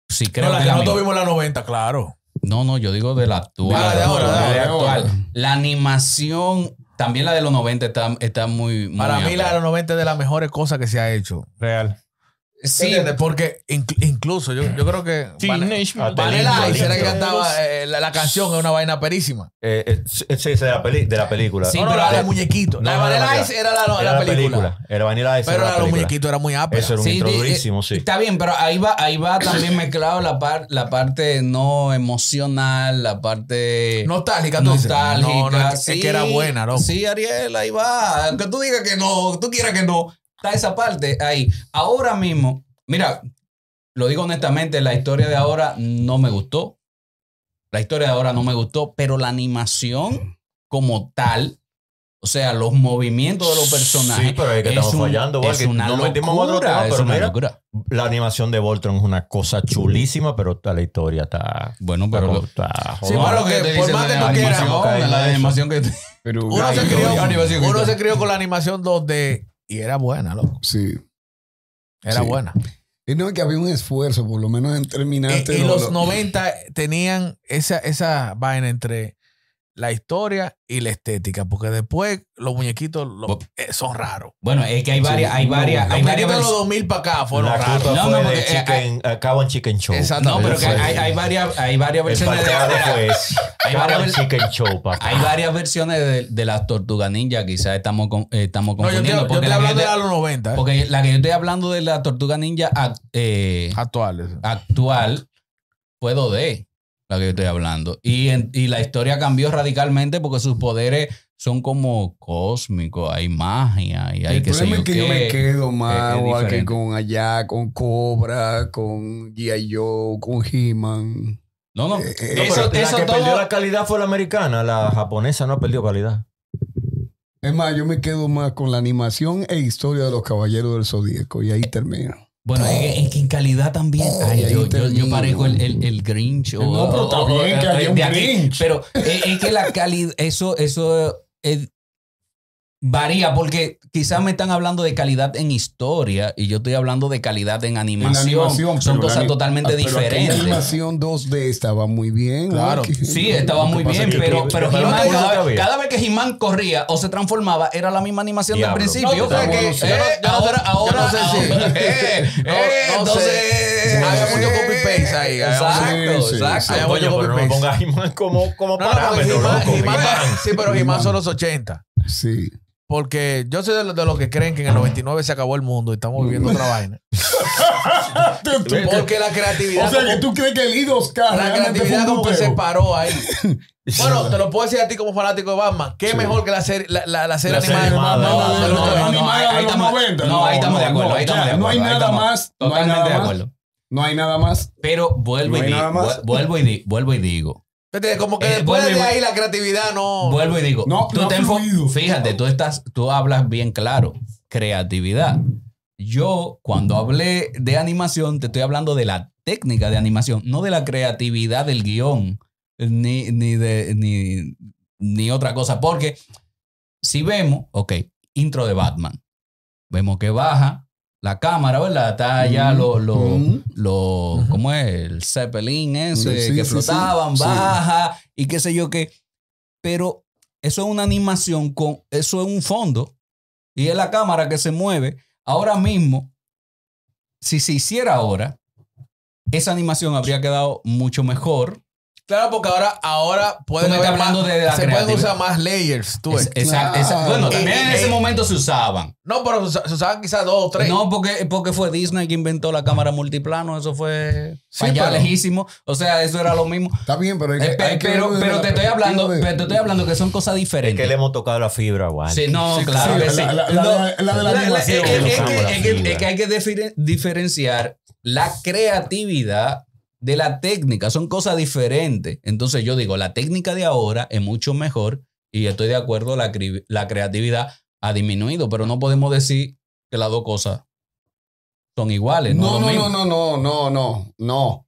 Speaker 5: Sí, creo
Speaker 6: no, la
Speaker 5: que
Speaker 6: que
Speaker 5: la
Speaker 6: nosotros
Speaker 5: misma.
Speaker 6: vimos en la 90, claro.
Speaker 5: No, no, yo digo de la actual.
Speaker 6: Ah, de ahora, de
Speaker 5: La
Speaker 6: ahora,
Speaker 5: actual.
Speaker 6: de
Speaker 5: La animación, también la de los 90 está, está muy, muy
Speaker 6: Para mí,
Speaker 5: alta.
Speaker 6: la de los 90 es de las mejores cosas que se ha hecho.
Speaker 1: Real.
Speaker 5: Sí,
Speaker 6: ¿Entiendes? Porque inc- incluso yo, yo creo que. Van- Vanilla Ice era que cantaba eh, la, la canción, es una vaina perísima.
Speaker 2: Eh, eh, sí, sí, de la, peli- de la película.
Speaker 5: Sí,
Speaker 6: no, no,
Speaker 5: pero
Speaker 6: la de
Speaker 5: la-
Speaker 6: los muñequitos.
Speaker 2: No,
Speaker 6: la de
Speaker 2: no, no,
Speaker 6: Vanilla
Speaker 2: no,
Speaker 6: Ice era la,
Speaker 2: Era
Speaker 6: la película.
Speaker 2: Era Vanilla Ice.
Speaker 6: Pero
Speaker 2: era
Speaker 6: la
Speaker 2: la
Speaker 6: de los
Speaker 2: película.
Speaker 6: muñequitos era muy ápera.
Speaker 2: Eso era un
Speaker 5: Sí,
Speaker 2: intro
Speaker 5: di-
Speaker 2: durísimo,
Speaker 5: eh,
Speaker 2: sí.
Speaker 5: Está bien, pero ahí va, ahí va también mezclado la, par- la parte no emocional, la parte
Speaker 6: Nostálgica, tú dices.
Speaker 5: nostálgica.
Speaker 6: No, no, es que- es
Speaker 5: Sí,
Speaker 6: que era buena, ¿no?
Speaker 5: Sí, Ariel, ahí va. Aunque tú digas que no, tú quieras que no, está esa parte ahí. Ahora mismo, mira, lo digo honestamente, la historia de ahora no me gustó. La historia de ahora no me gustó, pero la animación como tal, o sea, los movimientos de los personajes.
Speaker 2: Sí, pero es que estamos fallando, igual
Speaker 5: es
Speaker 2: que
Speaker 5: una
Speaker 2: no metimos otro
Speaker 5: locura,
Speaker 2: tema,
Speaker 5: es
Speaker 2: pero
Speaker 5: una
Speaker 2: mira.
Speaker 5: locura.
Speaker 2: La animación de Voltron es una cosa chulísima, pero está la historia está.
Speaker 5: Bueno,
Speaker 2: está-
Speaker 5: pero
Speaker 2: está
Speaker 6: Sí,
Speaker 2: jodida.
Speaker 6: pero lo que- por más que tú quieras,
Speaker 2: no cae en
Speaker 5: la
Speaker 2: eso.
Speaker 5: animación que
Speaker 4: Pero
Speaker 6: Uno se
Speaker 4: Ay,
Speaker 6: crió-
Speaker 4: no,
Speaker 5: animación que
Speaker 6: uno
Speaker 5: está.
Speaker 6: se crió con la animación 2D y era buena, loco.
Speaker 4: Sí.
Speaker 6: Era
Speaker 4: Sí.
Speaker 6: buena.
Speaker 4: Y no, que había un esfuerzo, por lo menos en terminarte.
Speaker 6: Y,
Speaker 4: lo-
Speaker 6: y Eh, los
Speaker 4: lo-
Speaker 6: 90 tenían esa, esa vaina entre la historia y la estética, porque después los muñequitos lo-
Speaker 5: Bo-
Speaker 6: eh, son raros.
Speaker 5: Bueno, es que hay varias, hay varias,
Speaker 6: Los
Speaker 5: hay
Speaker 6: muñequitos de
Speaker 5: varias
Speaker 6: los
Speaker 5: versiones.
Speaker 6: 2000 para acá fueron
Speaker 2: La
Speaker 6: raros.
Speaker 2: culpa
Speaker 5: No,
Speaker 2: fue
Speaker 5: no, porque,
Speaker 2: de
Speaker 5: eh,
Speaker 2: Chicken, eh, Cow and Chicken Show.
Speaker 5: Ah, No, pero que
Speaker 2: Fue-
Speaker 5: hay, hay varias, hay varias
Speaker 2: El
Speaker 5: versiones de,
Speaker 2: pateado
Speaker 5: de la-
Speaker 2: fue ese.
Speaker 5: hay
Speaker 2: Cow
Speaker 5: varias
Speaker 2: and
Speaker 5: ver-
Speaker 2: Chicken Show, papá.
Speaker 5: hay varias versiones de, de las tortugas ninja, quizás estamos con- eh, estamos
Speaker 6: No, yo estoy,
Speaker 5: confundiendo.
Speaker 6: yo
Speaker 5: porque,
Speaker 6: estoy
Speaker 5: la que yo
Speaker 6: hablando de
Speaker 5: te-
Speaker 6: los 90. eh,
Speaker 5: porque la que yo estoy hablando de la tortuga ninja act- eh,
Speaker 6: Actuales.
Speaker 5: actual fue 2D, la que yo estoy hablando. Y, en- y la historia cambió radicalmente porque sus poderes son como cósmicos, hay magia y hay
Speaker 4: el
Speaker 5: que
Speaker 4: problema es que yo me quedo más
Speaker 5: es
Speaker 4: igual que
Speaker 5: diferente.
Speaker 4: con allá, con Cobra, con G.I. Joe, con He-Man.
Speaker 5: No, no,
Speaker 4: Eh, eh,
Speaker 2: No, pero
Speaker 5: eso,
Speaker 2: la
Speaker 5: eso
Speaker 2: que perdió
Speaker 5: todo...
Speaker 2: la calidad fue la americana, la japonesa no perdió calidad.
Speaker 4: Es más, yo me quedo más con la animación e historia de los Caballeros del Zodíaco y ahí termino.
Speaker 5: Bueno, es que- es que en calidad también. Ay,
Speaker 4: ahí
Speaker 5: yo, yo, yo
Speaker 4: termino.
Speaker 5: parezco el, el, el Grinch. O,
Speaker 4: No, pero está
Speaker 5: o- o-
Speaker 4: bien que
Speaker 5: o-
Speaker 4: haya un
Speaker 5: de aquí.
Speaker 4: Grinch.
Speaker 5: Pero es, es que la calidad, eso, eso eh, varía, porque quizás me están hablando de calidad en historia y yo estoy hablando de calidad en animación. Son
Speaker 4: pero la
Speaker 5: cosas
Speaker 4: ani- ah,
Speaker 5: totalmente
Speaker 4: pero aquella
Speaker 5: diferentes.
Speaker 4: animación 2D estaba muy bien.
Speaker 6: Claro.
Speaker 4: Aquí.
Speaker 5: Sí, estaba muy
Speaker 2: pasa
Speaker 5: bien,
Speaker 2: es que-
Speaker 5: pero,
Speaker 2: que-
Speaker 5: pero
Speaker 2: que-
Speaker 5: He-Man
Speaker 2: que- que-
Speaker 5: cada,
Speaker 2: que-
Speaker 5: vez- cada vez que He-Man corría o se transformaba, era la misma animación
Speaker 2: Diablo.
Speaker 5: del principio.
Speaker 6: No, tú sabes que-
Speaker 5: Eh,
Speaker 6: yo no- yo no-
Speaker 5: ahora,
Speaker 6: yo no
Speaker 5: ahora,
Speaker 6: sé si-
Speaker 5: ahora- eh,
Speaker 6: No,
Speaker 5: eh,
Speaker 6: no
Speaker 5: entonces,
Speaker 6: sé.
Speaker 5: eh,
Speaker 6: Había mucho copy-paste ahí, había
Speaker 5: Exacto,
Speaker 4: mucho- sí, sí,
Speaker 5: exacto.
Speaker 6: Había
Speaker 2: Oye,
Speaker 6: mucho
Speaker 2: pero no me
Speaker 6: copy-paste.
Speaker 2: pongas a He-Man como, como
Speaker 6: No, no, porque
Speaker 2: parámetro,
Speaker 6: He-Man-
Speaker 2: loco.
Speaker 6: He-Man-
Speaker 2: He-Man.
Speaker 6: Sí, pero He-Man son los 80.
Speaker 4: Sí.
Speaker 6: Porque yo soy de los, de los que creen que en el 99 se acabó el mundo y estamos viviendo otra vaina. Porque la creatividad.
Speaker 4: O sea, que tú crees que el I2K
Speaker 6: La
Speaker 4: realmente fue
Speaker 6: creatividad
Speaker 4: un
Speaker 6: como que se
Speaker 4: putero.
Speaker 6: paró ahí. Bueno, te lo puedo decir a ti como fanático de Batman. ¿Qué mejor que la serie, la, la- la serie
Speaker 2: La serie
Speaker 6: animada?
Speaker 2: animada,
Speaker 6: Ah, No,
Speaker 2: la
Speaker 6: no,
Speaker 2: serie
Speaker 6: no,
Speaker 5: no,
Speaker 6: no,
Speaker 5: no,
Speaker 4: animada
Speaker 5: ahí-
Speaker 4: de
Speaker 5: ahí
Speaker 4: los
Speaker 5: estamos-
Speaker 4: 90.
Speaker 5: no, ahí estamos de acuerdo, ahí estamos de
Speaker 4: ya, No hay
Speaker 5: acuerdo, ahí
Speaker 4: nada
Speaker 5: estamos
Speaker 4: más. no hay
Speaker 5: Totalmente
Speaker 4: nada
Speaker 5: de
Speaker 4: más.
Speaker 5: acuerdo.
Speaker 4: No hay nada más.
Speaker 5: Pero vuelvo y
Speaker 7: No hay
Speaker 5: digo,
Speaker 7: nada más.
Speaker 5: vu- vuelvo y di- vuelvo y digo,
Speaker 6: ¿Entiendes? Como que
Speaker 5: Eh,
Speaker 6: después
Speaker 5: vuelve y
Speaker 6: de
Speaker 5: vuelve.
Speaker 6: ahí la creatividad no.
Speaker 5: vuelvo y digo,
Speaker 4: No,
Speaker 5: tú
Speaker 4: no
Speaker 5: te
Speaker 4: ha
Speaker 5: enfo-
Speaker 4: fluido.
Speaker 5: fíjate, tú estás tú hablas bien claro, creatividad. Yo cuando hablé de animación te estoy hablando de la técnica de animación, no de la creatividad del guión ni ni de ni ni otra cosa, porque si vemos, ok, intro de Batman. Vemos que baja la cámara, ¿verdad? Está allá lo, lo,
Speaker 4: Mm.
Speaker 5: lo- ¿cómo es? El Zeppelin ese
Speaker 4: Sí,
Speaker 5: eh, que
Speaker 4: sí, sí.
Speaker 5: flotaban,
Speaker 4: Sí.
Speaker 5: baja y qué sé yo qué. Pero eso es una animación con, eso es un fondo y es la cámara que se mueve. Ahora mismo, si se hiciera ahora, esa animación habría quedado mucho mejor
Speaker 6: Claro, porque ahora, ahora pueden
Speaker 5: me estás
Speaker 6: haber más-
Speaker 5: hablando de la
Speaker 6: se pueden
Speaker 5: creativa.
Speaker 6: usar más layers. Tú
Speaker 5: Es-
Speaker 6: ves.
Speaker 5: esa- esa- bueno,
Speaker 4: Eh,
Speaker 6: Y-
Speaker 5: también en
Speaker 6: y-
Speaker 5: ese momento se usaban.
Speaker 6: No, pero se se usaban quizás dos o tres.
Speaker 5: No, porque, porque fue Disney que inventó la cámara multiplano. Eso fue
Speaker 4: Sí,
Speaker 5: para allá
Speaker 4: pero-
Speaker 5: lejísimo. O sea, eso era lo mismo.
Speaker 4: Está bien, pero hay que-
Speaker 5: Eh, pe-
Speaker 4: hay que eh,
Speaker 5: pero
Speaker 4: verlo desde
Speaker 5: pero
Speaker 4: la
Speaker 5: te estoy hablando,
Speaker 4: perspectiva de-
Speaker 5: pero te estoy hablando que son
Speaker 2: Es
Speaker 5: cosas
Speaker 2: que
Speaker 5: diferentes.
Speaker 2: le hemos tocado la fibra, guay.
Speaker 5: Sí, no,
Speaker 4: Sí,
Speaker 5: claro
Speaker 4: sí,
Speaker 5: que
Speaker 4: la-
Speaker 5: sí.
Speaker 4: la- la-
Speaker 5: No,
Speaker 4: la- la de la animación.
Speaker 5: es- es- es que-
Speaker 2: Cámara,
Speaker 5: es que-
Speaker 2: fibra.
Speaker 5: es que hay que diferen- diferenciar la creatividad de la técnica. Son cosas diferentes. Entonces yo digo, la técnica de ahora es mucho mejor y estoy de acuerdo, la, cri- la creatividad ha disminuido, pero no podemos decir que las dos cosas son iguales. No,
Speaker 4: No,
Speaker 5: Lo
Speaker 4: no,
Speaker 5: mismo.
Speaker 4: no, no, no, no, no, no.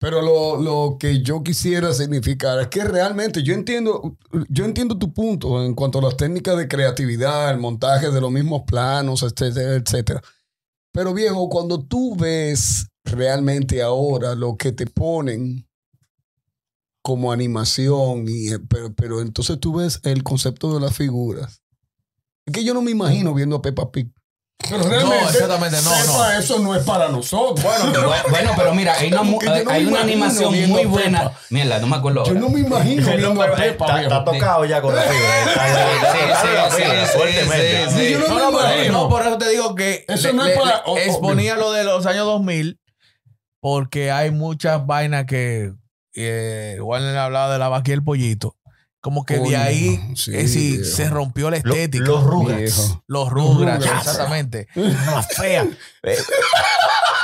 Speaker 4: Pero lo, lo que yo quisiera significar es que realmente yo entiendo, yo entiendo tu punto en cuanto a las técnicas de creatividad, el montaje de los mismos planos, etcétera, etcétera. Pero viejo, cuando tú ves realmente ahora lo que te ponen como animación, y, pero, pero entonces tú ves el concepto de las figuras. Es que yo no me imagino viendo a Peppa Pig. Pero realmente,
Speaker 6: exactamente, no,
Speaker 4: Peppa, eso no es para nosotros.
Speaker 5: Bueno, bueno, pero mira, hay una, mu-
Speaker 4: Porque yo no
Speaker 5: hay
Speaker 4: me imagino
Speaker 5: una animación
Speaker 4: viendo
Speaker 5: muy
Speaker 4: a
Speaker 5: buena.
Speaker 4: Peppa.
Speaker 5: Mierda, no me acuerdo.
Speaker 4: yo
Speaker 5: ahora.
Speaker 4: no me imagino viendo a Peppa.
Speaker 2: Está,
Speaker 4: viejo.
Speaker 2: está tocado ya con la fibra. eh, Está-
Speaker 5: Sí, sí,
Speaker 2: está- está-
Speaker 5: sí,
Speaker 2: está-
Speaker 5: sí,
Speaker 2: fuertemente.
Speaker 5: sí, sí.
Speaker 4: Yo no me
Speaker 6: Eh, No, no, pero-
Speaker 4: imagino.
Speaker 6: no, por eso te digo que
Speaker 4: Eso no es para- o- o-
Speaker 6: exponía lo de los años 2000 porque hay muchas vainas que eh, Warner hablaba de la vaquilla y el pollito. Como que de
Speaker 4: Coño,
Speaker 6: ahí
Speaker 4: sí, eh,
Speaker 6: es decir,
Speaker 4: viejo.
Speaker 6: se rompió la
Speaker 2: Lo-
Speaker 6: estética.
Speaker 2: los Rugrats.
Speaker 4: Viejo.
Speaker 6: Los Rugrats,
Speaker 4: Los Rugrats.
Speaker 6: exactamente.
Speaker 2: Más fea. Eh,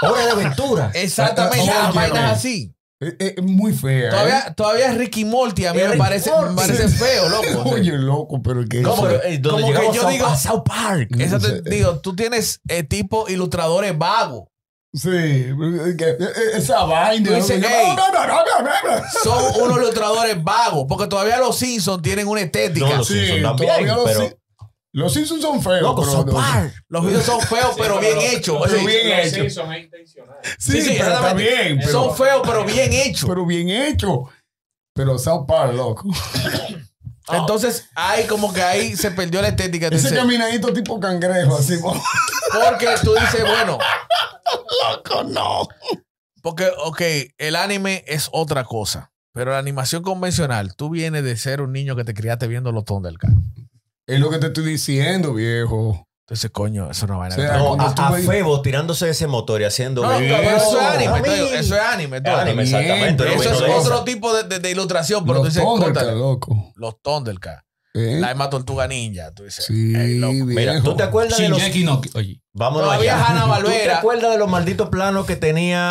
Speaker 2: Hora de aventura.
Speaker 6: Eh, Exactamente,
Speaker 4: Oye,
Speaker 6: las vainas
Speaker 4: oye.
Speaker 6: así.
Speaker 4: Es es muy fea. ¿eh?
Speaker 6: Todavía, todavía Ricky Morty a mí me
Speaker 2: Rick
Speaker 6: parece,
Speaker 2: Morty.
Speaker 6: me parece feo, loco.
Speaker 4: ¿eh? Oye, loco, pero que
Speaker 2: ¿Cómo?
Speaker 4: eso-
Speaker 2: Eh, donde
Speaker 6: Como que
Speaker 2: llegamos
Speaker 6: yo
Speaker 2: a-
Speaker 6: digo,
Speaker 2: a
Speaker 6: South Park. Eso te-
Speaker 4: Sí.
Speaker 6: digo, tú tienes eh, tipo ilustradores vagos.
Speaker 4: Sí, eh, que- eh, esa vaina.
Speaker 6: Tú dices,
Speaker 4: ¿no?
Speaker 6: "Ey".
Speaker 4: No, no, no, no, no, no.
Speaker 6: son unos ilustradores vagos, porque todavía los Simpsons tienen una estética.
Speaker 2: No, los
Speaker 4: Sí,
Speaker 2: Simpsons también,
Speaker 4: todavía los
Speaker 2: pero
Speaker 4: Sim- los Simpsons son feos.
Speaker 2: Loco,
Speaker 4: pero-
Speaker 2: son par.
Speaker 6: los videos son feos, pero bien hechos.
Speaker 4: pero
Speaker 6: Sí,
Speaker 4: bien
Speaker 6: sí,
Speaker 4: hecho.
Speaker 8: Son intencionales.
Speaker 4: Sí,
Speaker 6: sí,
Speaker 4: pero está
Speaker 6: exactamente.
Speaker 4: bien. Pero,
Speaker 6: Son feos, pero bien hechos.
Speaker 4: pero bien hecho. Pero South Park, loco.
Speaker 6: Entonces, hay como que ahí se perdió la estética. tú
Speaker 4: Ese
Speaker 6: dices,
Speaker 4: caminadito tipo cangrejo, así.
Speaker 6: porque tú dices, bueno,
Speaker 4: Loco, no.
Speaker 6: porque, ok, el anime es otra cosa. Pero la animación convencional, tú vienes de ser un niño que te criaste viendo los Thundercats.
Speaker 4: Es lo que te estoy diciendo, viejo.
Speaker 6: Entonces, coño, eso no va a
Speaker 4: O sea,
Speaker 2: No,
Speaker 4: Cuando
Speaker 2: a,
Speaker 4: tú
Speaker 2: a
Speaker 4: ves-
Speaker 2: Febo tirándose de ese motor y haciendo.
Speaker 6: No, no,
Speaker 2: Bien.
Speaker 6: pero eso es anime,
Speaker 2: Amén.
Speaker 6: te digo, eso es anime. todo.
Speaker 2: Es anime, exactamente.
Speaker 4: Pero
Speaker 2: lo
Speaker 6: Eso
Speaker 2: mismo
Speaker 6: es
Speaker 2: de
Speaker 6: otro
Speaker 2: eso.
Speaker 6: tipo de, de- de ilustración, pero tú
Speaker 4: Los
Speaker 6: dices,
Speaker 4: Thundercats,
Speaker 6: "Córtale".
Speaker 4: loco.
Speaker 6: los Thundercats,
Speaker 4: ¿Eh?
Speaker 6: la misma tortuga ninja, tú dices.
Speaker 4: Sí,
Speaker 6: "Ey, loco".
Speaker 4: viejo.
Speaker 2: Mira, ¿tú te acuerdas de los.
Speaker 5: Shinjeki no- Oye,
Speaker 2: Vámonos
Speaker 6: Todavía
Speaker 2: allá.
Speaker 6: Hanna
Speaker 2: ¿Tú te
Speaker 6: Barbera.
Speaker 2: acuerdas de los malditos planos que tenía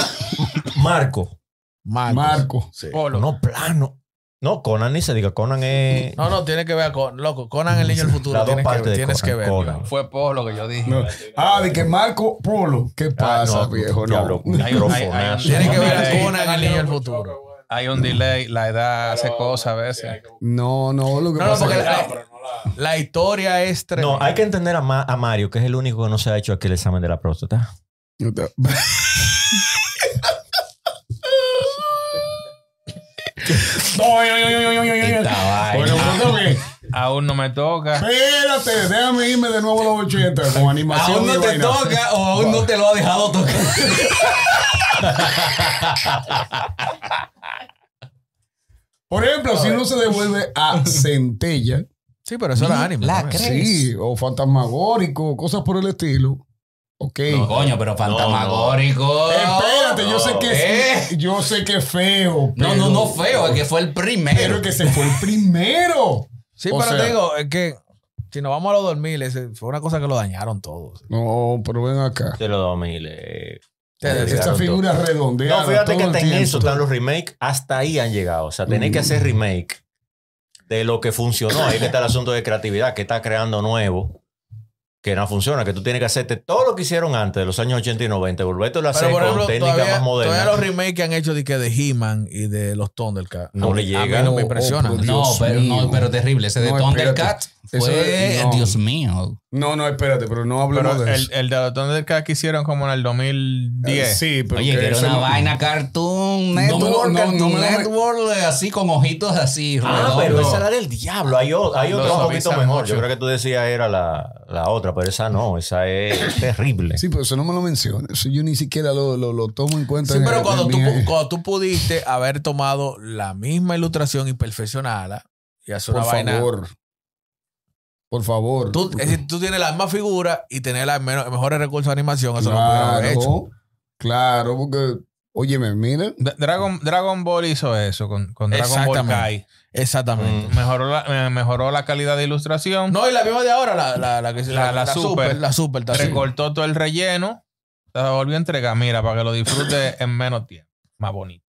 Speaker 2: Marco?
Speaker 6: Marcos.
Speaker 4: Marco.
Speaker 6: Sí.
Speaker 2: No, plano. No, Conan ni se diga. Conan es.
Speaker 6: No, no, tiene que ver con loco. Conan el niño del futuro.
Speaker 2: Las dos
Speaker 6: Tienes que,
Speaker 2: partes
Speaker 6: ver,
Speaker 2: de
Speaker 6: tienes que
Speaker 2: Conan,
Speaker 6: ver.
Speaker 2: Conan.
Speaker 1: Fue por lo que yo dije.
Speaker 4: No. Ah, de que Marco Polo. ¿Qué
Speaker 6: Ah,
Speaker 4: pasa, viejo? No.
Speaker 2: diablo, un
Speaker 1: Hay un- hay- hay un-
Speaker 2: microfonazo.
Speaker 6: Tiene que ver
Speaker 1: Mira,
Speaker 6: a
Speaker 1: ahí-
Speaker 6: Conan el niño del futuro.
Speaker 1: Hay un delay, la edad hace cosas a veces.
Speaker 4: No, no, lo que
Speaker 6: No, no,
Speaker 4: pasa
Speaker 6: porque
Speaker 4: es que-
Speaker 6: la, la historia es tremenda.
Speaker 2: No, hay que entender a, Ma- a Mario, que es el único que no se ha hecho aquí el examen de la próstata.
Speaker 5: esta vaina.
Speaker 4: Bueno, bueno, bien.
Speaker 1: Aún no me toca.
Speaker 4: espérate, déjame irme de nuevo a los 80 con animación.
Speaker 5: Aún no
Speaker 4: y
Speaker 5: te
Speaker 4: vaina.
Speaker 5: toca o aún no te lo ha dejado tocar.
Speaker 4: Por ejemplo, si uno se devuelve a Centella,
Speaker 6: Sí, pero eso era anime.
Speaker 5: La
Speaker 6: también.
Speaker 4: Ah, sí, o Fantasmagórico, cosas por el estilo. Ok. Eh,
Speaker 5: Coño, pero fantasmagórico.
Speaker 4: Espérate, yo sé que es,
Speaker 5: Eh.
Speaker 4: yo sé que es feo.
Speaker 5: No, no,
Speaker 4: pero-
Speaker 5: no, feo, es que fue el
Speaker 4: Pero
Speaker 5: primero.
Speaker 4: que se fue el primero.
Speaker 6: Sí,
Speaker 4: O
Speaker 6: pero
Speaker 4: sea-
Speaker 6: te digo, es que si nos vamos a los 2000, ese fue una cosa que lo dañaron todos.
Speaker 4: No, pero ven acá.
Speaker 2: De los 2000. eh.
Speaker 6: Ustedes-
Speaker 2: Claro,
Speaker 4: Esta figura redondeada.
Speaker 2: No, fíjate
Speaker 4: todo
Speaker 2: que
Speaker 4: el
Speaker 2: hasta en
Speaker 4: tiempo.
Speaker 2: eso están los remakes. Hasta ahí han llegado. O sea, tenés que
Speaker 6: Mm.
Speaker 2: hacer remake de lo que funcionó. Ahí que está el asunto de creatividad, que está creando nuevo, que no funciona, que tú tienes que hacerte todo lo que hicieron antes de los años 80 y 90, volverte a hacer
Speaker 6: Pero por
Speaker 2: con
Speaker 6: ejemplo,
Speaker 2: técnicas
Speaker 6: todavía,
Speaker 2: más
Speaker 6: todavía los
Speaker 2: modernas.
Speaker 6: remakes que han hecho de, que de He-Man y de los Thundercats
Speaker 2: No
Speaker 6: a
Speaker 2: le
Speaker 6: mí-
Speaker 2: llega.
Speaker 6: A mí no
Speaker 4: Oh, oh,
Speaker 6: me impresiona.
Speaker 4: por
Speaker 5: no,
Speaker 4: Dios
Speaker 5: pero
Speaker 4: mío.
Speaker 5: no, pero terrible. Ese de
Speaker 4: No, espérate.
Speaker 5: Thundercat
Speaker 4: Eso
Speaker 5: fue, eh,
Speaker 4: es- no.
Speaker 5: Dios mío.
Speaker 4: No, no, espérate, pero no hablemos
Speaker 1: Pero
Speaker 4: de
Speaker 1: el,
Speaker 4: eso.
Speaker 1: el de los Thundercats que hicieron como en el 2010.
Speaker 4: Eh, Sí, pero
Speaker 5: Oye,
Speaker 4: que
Speaker 5: que era
Speaker 4: eso
Speaker 5: una
Speaker 4: no-
Speaker 5: vaina cartoon
Speaker 4: me lo-
Speaker 5: network,
Speaker 4: no,
Speaker 5: cartoon
Speaker 4: no me lo-
Speaker 5: network, eh, así con ojitos así.
Speaker 2: Ah,
Speaker 5: redondos.
Speaker 2: pero esa era del diablo. Hay, o- hay
Speaker 1: Lo
Speaker 2: otra un poquito
Speaker 1: suavizan
Speaker 2: mejor.
Speaker 1: mucho.
Speaker 2: Yo creo que tú decías era la, la otra, pero esa no, esa es terrible.
Speaker 4: Sí, pero eso no me lo menciona. Eso yo ni siquiera lo, lo, lo tomo en cuenta.
Speaker 6: Sí,
Speaker 4: en-
Speaker 6: pero
Speaker 4: en
Speaker 6: cuando
Speaker 4: mi-
Speaker 6: tú, pu- cuando tú pudiste haber tomado la misma ilustración y perfeccionarla y hacer
Speaker 4: Por
Speaker 6: una vaina.
Speaker 4: favor. Por favor.
Speaker 6: Tú, es decir, tú tienes la misma figura y tener los mejores recursos de animación. Ah, Eso no pudieron haber hecho.
Speaker 4: claro, claro, porque, óyeme, mira,
Speaker 1: D- Dragon, Dragon Ball hizo eso con, con Dragon Ball
Speaker 6: Exactamente.
Speaker 1: Kai.
Speaker 2: Mm.
Speaker 6: Exactamente.
Speaker 1: Mejoró la, eh, mejoró la calidad de ilustración.
Speaker 6: No, y la misma de ahora, la, la, la, que-
Speaker 1: Mm. La- la super.
Speaker 6: La super. está así.
Speaker 1: recortó todo el relleno. Se la volvió a entregar. Mira, para que lo disfrute en menos tiempo. Más bonito.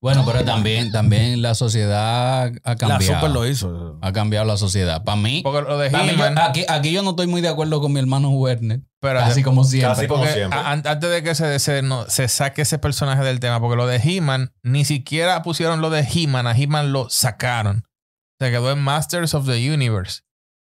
Speaker 5: Bueno, pero también, también la sociedad ha
Speaker 6: La
Speaker 5: cambiado.
Speaker 6: super lo hizo.
Speaker 5: Ha cambiado la sociedad. Para mí,
Speaker 1: Porque lo de
Speaker 5: pa' mí, yo-
Speaker 1: He-Man,
Speaker 5: aquí, aquí yo no estoy muy de acuerdo con mi hermano Werner.
Speaker 1: pero-
Speaker 5: ah, Así como siempre.
Speaker 2: Casi ah, como
Speaker 1: porque
Speaker 2: siempre.
Speaker 1: a- an- antes de que se, se- no, se saque ese personaje del tema, porque lo de He-Man, ni siquiera pusieron lo de He-Man, a He-Man lo sacaron. Se quedó en Masters of the Universe.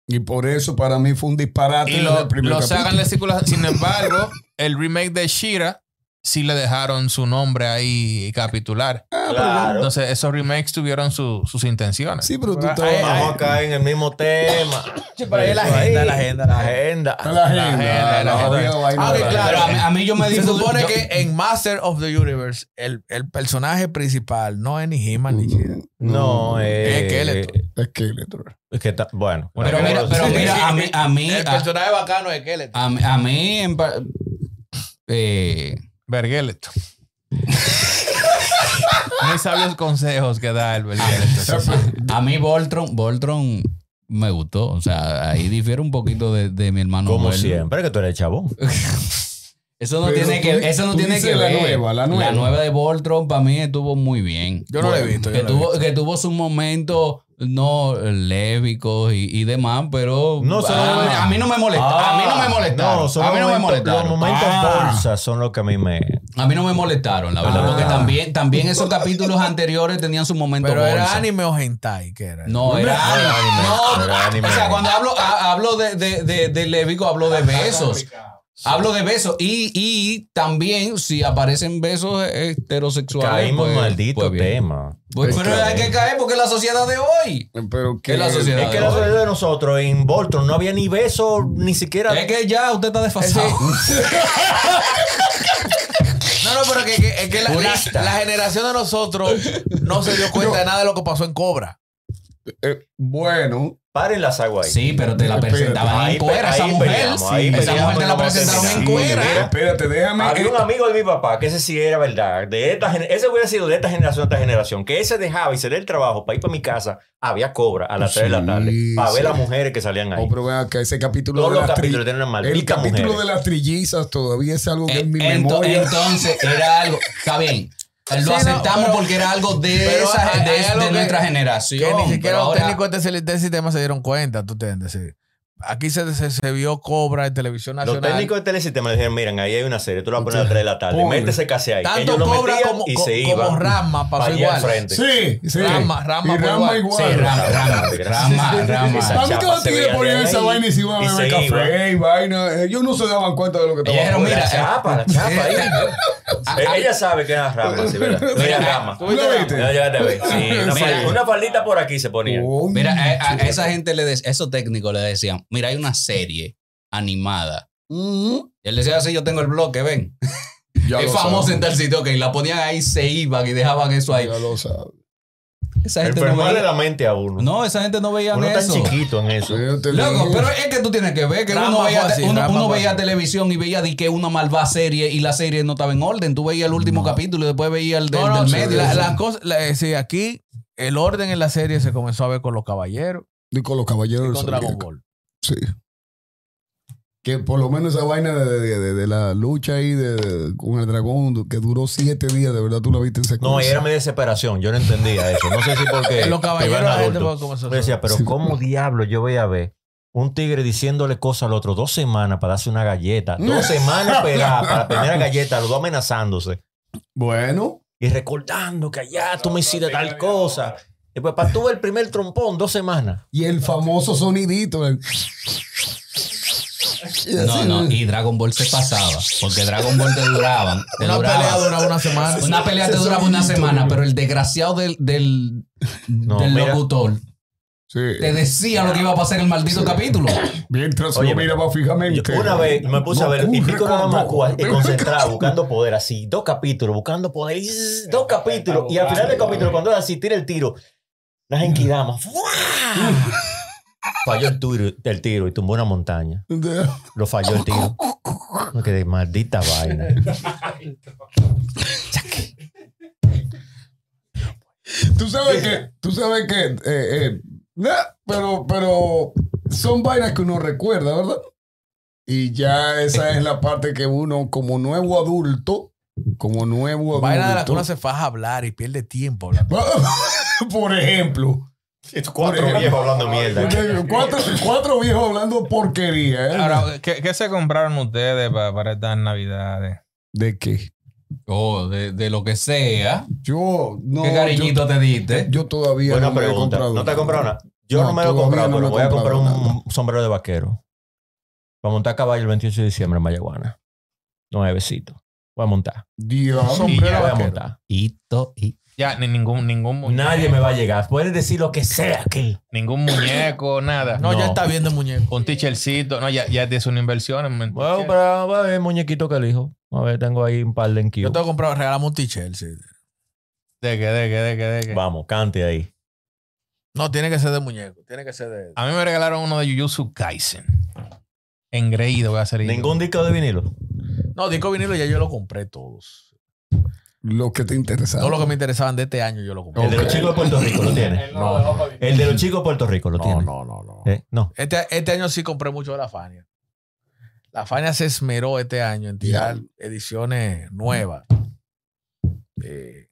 Speaker 4: y por eso para mí fue un disparate.
Speaker 1: Y
Speaker 4: desde
Speaker 1: lo,
Speaker 4: el primer
Speaker 1: lo
Speaker 4: capítulo.
Speaker 1: sacan de circulación. Sin embargo, el remake de Shira sí le dejaron su nombre ahí capitular.
Speaker 2: Claro.
Speaker 1: Entonces, esos remakes tuvieron su- sus intenciones.
Speaker 4: Sí, pero tú estás.
Speaker 2: eh,
Speaker 1: Ay, ay,
Speaker 2: Vamos a caer en el mismo tema.
Speaker 6: la
Speaker 2: Eso
Speaker 6: agenda,
Speaker 2: ahí.
Speaker 6: la agenda,
Speaker 2: la
Speaker 6: la
Speaker 2: agenda.
Speaker 4: La agenda,
Speaker 1: agenda,
Speaker 4: la
Speaker 1: la
Speaker 4: jodida
Speaker 1: agenda.
Speaker 4: vaina
Speaker 6: Ah,
Speaker 4: de
Speaker 6: que
Speaker 4: la-
Speaker 6: claro.
Speaker 5: Pero a mí, a mí yo me
Speaker 6: Se
Speaker 5: disfruto-
Speaker 6: supone
Speaker 5: yo-
Speaker 6: que en Master of the Universe el, el personaje principal no es ni He-Man ni She-Ra.
Speaker 5: Mm.
Speaker 2: No, eh,
Speaker 6: Es Skeletor.
Speaker 4: Skeletor.
Speaker 2: es que está- bueno.
Speaker 5: Pero
Speaker 2: Bueno,
Speaker 5: mira, pero
Speaker 2: sí.
Speaker 5: mira, a mí, a mí,
Speaker 1: Ah.
Speaker 6: El
Speaker 5: a,
Speaker 6: personaje bacano es Skeletor.
Speaker 5: a mí- a mí en pa- eh,
Speaker 1: Verguelet. Muy sabios consejos que da el Verguelet.
Speaker 5: a mí Voltron, Voltron me gustó. O sea, ahí difiere un poquito de, de mi hermano
Speaker 2: Como
Speaker 5: Werner.
Speaker 2: siempre, que tú eres chabón.
Speaker 5: Eso no
Speaker 4: Pero
Speaker 5: tiene
Speaker 4: tú-
Speaker 5: que, eso no
Speaker 4: tú
Speaker 5: tiene
Speaker 4: dices
Speaker 5: que
Speaker 4: la
Speaker 5: ver.
Speaker 4: nueva, la nueva.
Speaker 5: de Voltron para mí estuvo muy bien.
Speaker 6: Yo no la he visto, yo
Speaker 5: Que
Speaker 6: no la he
Speaker 5: tuvo, que tuvo sus momentos no lévicos y, y demás, pero
Speaker 2: No, son-
Speaker 5: a, a mí no me molesta. a mí no me molestaron.
Speaker 2: Ah, son
Speaker 5: a mí no me
Speaker 2: momentos-
Speaker 5: molestaron.
Speaker 2: Los momentos
Speaker 5: Ah.
Speaker 2: bolsa son los que a mí me.
Speaker 5: A mí no me molestaron, la verdad.
Speaker 2: Ah.
Speaker 5: Porque también, también esos capítulos anteriores tenían su momento
Speaker 6: Pero era
Speaker 5: bolsa.
Speaker 6: anime o hentai, ¿qué era?
Speaker 5: No, era
Speaker 2: No,
Speaker 5: anime.
Speaker 2: era anime,
Speaker 5: No,
Speaker 2: era anime.
Speaker 5: O sea, cuando hablo, ha- hablo de, de, de, de lévico, hablo de besos. Hablo de besos. Y, y también, si aparecen besos heterosexuales.
Speaker 2: Caímos en
Speaker 5: pues-
Speaker 2: maldito
Speaker 5: pues bien.
Speaker 2: tema.
Speaker 5: Pues, pero hay que caer porque es la sociedad de hoy.
Speaker 4: Pero que.
Speaker 5: Es la sociedad
Speaker 2: Es que
Speaker 5: de
Speaker 2: la
Speaker 5: hoy.
Speaker 2: sociedad de nosotros en Voltron no había ni beso, ni siquiera.
Speaker 5: Es que ya usted está desfasado.
Speaker 6: No, no, pero que, que- es que la,
Speaker 2: Purista.
Speaker 6: la- la generación de nosotros no se dio cuenta de nada de lo que pasó en Cobra.
Speaker 4: eh, bueno,
Speaker 2: Paren las aguas ahí.
Speaker 5: Sí, pero te la
Speaker 4: Espérate,
Speaker 5: presentaban
Speaker 2: ahí
Speaker 5: en cuera
Speaker 2: pe-
Speaker 5: esa
Speaker 2: ahí
Speaker 5: mujer.
Speaker 2: peleamos, ahí
Speaker 5: Esa
Speaker 2: peleamos
Speaker 5: mujer te
Speaker 2: y
Speaker 5: la
Speaker 2: no va a
Speaker 5: presentaron
Speaker 2: terminar.
Speaker 5: en
Speaker 2: Sí,
Speaker 5: cuera.
Speaker 2: mira.
Speaker 4: espérate, déjame.
Speaker 2: Había un amigo de mi papá que ese sí era verdad. De esta gener- ese hubiera sido de esta generación a esta generación. Que ese dejaba y se del trabajo para ir para mi casa. Había cobra a las
Speaker 4: Sí,
Speaker 2: 3 de la tarde. Para
Speaker 4: sí.
Speaker 2: ver las mujeres que salían ahí.
Speaker 4: Oh, pero vean que ese capítulo
Speaker 2: Todos
Speaker 4: de
Speaker 2: los
Speaker 4: las
Speaker 2: capítulos
Speaker 4: tri-
Speaker 2: tienen una
Speaker 4: El
Speaker 2: maldita
Speaker 4: capítulo
Speaker 2: mujer.
Speaker 4: de las trillizas todavía es algo que en mi
Speaker 5: Ento-
Speaker 4: memoria.
Speaker 5: Entonces era algo, está bien. Lo
Speaker 6: Sí, no,
Speaker 5: aceptamos
Speaker 6: pero-
Speaker 5: porque era algo de,
Speaker 6: pero
Speaker 5: esa-
Speaker 6: hay-
Speaker 5: de,
Speaker 6: hay
Speaker 5: de
Speaker 6: algo que-
Speaker 5: nuestra
Speaker 6: Que
Speaker 5: generación.
Speaker 6: ni siquiera
Speaker 5: pero
Speaker 6: los
Speaker 5: ahora-
Speaker 6: técnicos de ese, de ese sistema se dieron cuenta, tú te entiendes. Aquí se, se, se vio Cobra en televisión
Speaker 2: Los
Speaker 6: nacional.
Speaker 2: técnicos de telesistema le dijeron: Miren, ahí hay una serie, tú la pones a las 3 de la tarde.
Speaker 4: Pobre.
Speaker 2: Métese casi ahí.
Speaker 6: tanto
Speaker 2: Ellos lo
Speaker 6: Cobra
Speaker 2: metían
Speaker 6: como,
Speaker 2: y
Speaker 6: co-
Speaker 2: se iban.
Speaker 6: como Rama
Speaker 2: pa'
Speaker 6: pasó
Speaker 2: allá
Speaker 6: igual.
Speaker 2: al frente.
Speaker 4: Sí, sí.
Speaker 6: Rama, Rama
Speaker 4: y
Speaker 6: por
Speaker 4: Rama
Speaker 6: igual.
Speaker 4: igual.
Speaker 2: Sí,
Speaker 5: Rama, Rama, Rama, Rama.
Speaker 2: Esa
Speaker 4: A mí que
Speaker 2: chapa
Speaker 4: los
Speaker 2: se
Speaker 4: tigres
Speaker 2: veía
Speaker 4: ponían
Speaker 2: de
Speaker 4: esa
Speaker 2: ahí
Speaker 4: vaina y se iban
Speaker 2: y
Speaker 4: a beber
Speaker 2: se iba.
Speaker 4: café y vaina. Ellos no se daban cuenta de lo que
Speaker 5: Ellos
Speaker 4: estaba
Speaker 5: dijeron,
Speaker 4: pasando.
Speaker 5: mira,
Speaker 2: La chapa, la chapa ahí. Eh, Ella sabe que era rama, sí, ¿verdad? No era rama.
Speaker 4: ¿Tú lo viste?
Speaker 2: No, llegaste a ver. Sí, una,
Speaker 5: Mira.
Speaker 2: faldita, una faldita por aquí se ponía.
Speaker 4: Coño.
Speaker 5: Mira, eh, a, a esa gente le de- esos técnicos le decían, mira, hay una serie animada.
Speaker 4: Ujú.
Speaker 5: Y él decía, sí, yo tengo el bloque, ven.
Speaker 4: Ya
Speaker 5: es
Speaker 4: lo
Speaker 5: famoso
Speaker 4: sabe.
Speaker 5: en tal sitio, que la ponían ahí, se iban y dejaban eso ahí.
Speaker 4: Ya lo sabe.
Speaker 5: Esa gente no
Speaker 2: Enfermarle
Speaker 5: veía.
Speaker 2: la mente a uno.
Speaker 5: este No, esa gente no veía
Speaker 2: uno tan
Speaker 5: eso.
Speaker 2: chiquito en eso.
Speaker 4: Yo te lo
Speaker 5: Loco,
Speaker 4: digo.
Speaker 5: pero es que tú tienes que ver que
Speaker 6: Rama
Speaker 5: uno veía,
Speaker 6: fue así,
Speaker 5: uno,
Speaker 6: Rama
Speaker 5: uno
Speaker 6: fue
Speaker 5: veía
Speaker 6: así.
Speaker 5: televisión y veía di que una malvada serie y la serie no estaba en orden. Tú veías el último capítulo y después veías el de-
Speaker 6: No, no,
Speaker 5: del
Speaker 6: sí,
Speaker 5: medio.
Speaker 6: la- las cosas- la- eh, sí, aquí el orden en la serie se comenzó a ver con los caballeros
Speaker 4: Y con los
Speaker 6: y
Speaker 4: caballeros
Speaker 6: con
Speaker 4: del
Speaker 6: Dragon
Speaker 4: Zodíaco.
Speaker 6: Ball.
Speaker 4: Sí. Que por lo menos esa vaina de, de- de- de la lucha ahí de, de- con el dragón que duró siete días, de verdad tú la viste en secuencia.
Speaker 2: No, era mi desesperación. Yo no entendía eso. No sé si porque.
Speaker 6: En los caballeros
Speaker 2: iban
Speaker 6: la gente
Speaker 2: Eh, adultos.
Speaker 6: comenzó a
Speaker 2: Yo decía, pero
Speaker 4: Sí.
Speaker 2: ¿cómo diablo yo voy a ver un tigre diciéndole cosas al otro dos semanas para darse una galleta? Dos semanas esperar para la primera galleta, los dos amenazándose
Speaker 4: Bueno,
Speaker 2: y recordando que allá tú me hiciste tal cosa. Después, para tú ver el primer trompón, dos semanas.
Speaker 4: y el famoso sonidito. el-
Speaker 5: No, no, y Dragon Ball se pasaba. Porque Dragon Ball te duraban. Te
Speaker 6: Una
Speaker 5: duraba-
Speaker 6: pelea duraba una semana.
Speaker 5: Una pelea te duraba una semana, pero el desgraciado del, del,
Speaker 2: No,
Speaker 5: del
Speaker 2: mira.
Speaker 5: locutor
Speaker 4: Sí.
Speaker 5: Te decía lo que iba a pasar en el maldito capítulo.
Speaker 4: Mientras
Speaker 2: Oye,
Speaker 4: lo miraba fijamente.
Speaker 2: Yo una vez me puse a ver y
Speaker 4: Goku
Speaker 2: pico nada más
Speaker 4: recordó.
Speaker 2: cua- eh, concentrado, buscando poder, así, dos capítulos, buscando poder, y zzz, dos capítulos. Y al final del capítulo, cuando era así, tira el tiro, las enquidamas. Falló el tiro, el tiro y tumbó una montaña. Lo falló el tiro. Me quedé, maldita vaina.
Speaker 4: Tú sabes que, tú sabes que, eh, eh, nah, pero, pero son vainas que uno recuerda, ¿verdad? Y ya esa es la parte que uno, como nuevo adulto, como nuevo
Speaker 6: Vaina de la
Speaker 4: adulto.
Speaker 6: cuna se faja a hablar y pierde tiempo hablando.
Speaker 4: Por ejemplo,
Speaker 2: Cuatro viejos hablando mierda.
Speaker 4: cuatro, cuatro viejos hablando porquería. ¿eh?
Speaker 1: Ahora, ¿qué, qué se compraron ustedes pa- para estas navidades?
Speaker 4: ¿De qué?
Speaker 5: Oh, de, de lo que sea.
Speaker 4: Yo no.
Speaker 5: ¿Qué cariñito
Speaker 4: yo,
Speaker 5: te diste?
Speaker 4: yo todavía
Speaker 2: Buena
Speaker 4: no me he
Speaker 2: pregunta.
Speaker 4: comprado
Speaker 2: ¿No te
Speaker 4: nada.
Speaker 2: has comprado nada? Yo
Speaker 4: No,
Speaker 2: no, me lo he
Speaker 4: todavía
Speaker 2: comprado,
Speaker 4: no
Speaker 2: pero
Speaker 4: me he
Speaker 2: voy a comprar
Speaker 4: comprado
Speaker 2: un sombrero de vaquero. Para montar caballo el 28 de diciembre en Mayaguana. Nuevecito. Voy a montar.
Speaker 4: Diablo.
Speaker 2: Y ya voy a
Speaker 6: vaquero.
Speaker 2: montar.
Speaker 5: Hito, hito.
Speaker 1: Ya, ni ningún, ningún muñeco.
Speaker 2: Nadie me va a llegar. Pues Puedes decir lo que sea aquí.
Speaker 1: Ningún muñeco, nada.
Speaker 6: No, ya
Speaker 2: No.
Speaker 6: está viendo el muñeco.
Speaker 1: Un teachercito. No, ya, ya es una inversión. en-
Speaker 2: Bueno, pero voy a ver el muñequito que elijo. A ver, tengo ahí un par de
Speaker 6: Yo
Speaker 2: enquilos.
Speaker 6: te voy a comprar, regalamos un t-shirt. sí.
Speaker 1: De que, de que, de que, de que.
Speaker 2: Vamos, cante ahí.
Speaker 6: No, tiene que ser de muñeco. Tiene que ser de.
Speaker 2: Ah.
Speaker 1: A mí me regalaron uno de Jujutsu Kaisen. Engreído voy a hacer.
Speaker 2: Ningún disco de vinilo.
Speaker 6: No, disco vinilo ya yo lo compré todos.
Speaker 4: Lo que te interesaba.
Speaker 6: Todos los que me interesaban de este año yo lo compré.
Speaker 2: El de los chicos de Puerto Rico lo tiene.
Speaker 6: No,
Speaker 2: El de los chicos de Puerto Rico lo
Speaker 6: no,
Speaker 2: tiene.
Speaker 6: no, no, no.
Speaker 2: Eh, no.
Speaker 6: Este, este año sí compré mucho de la Fania. La Fania se esmeró este año en tirar ediciones nuevas. Eh,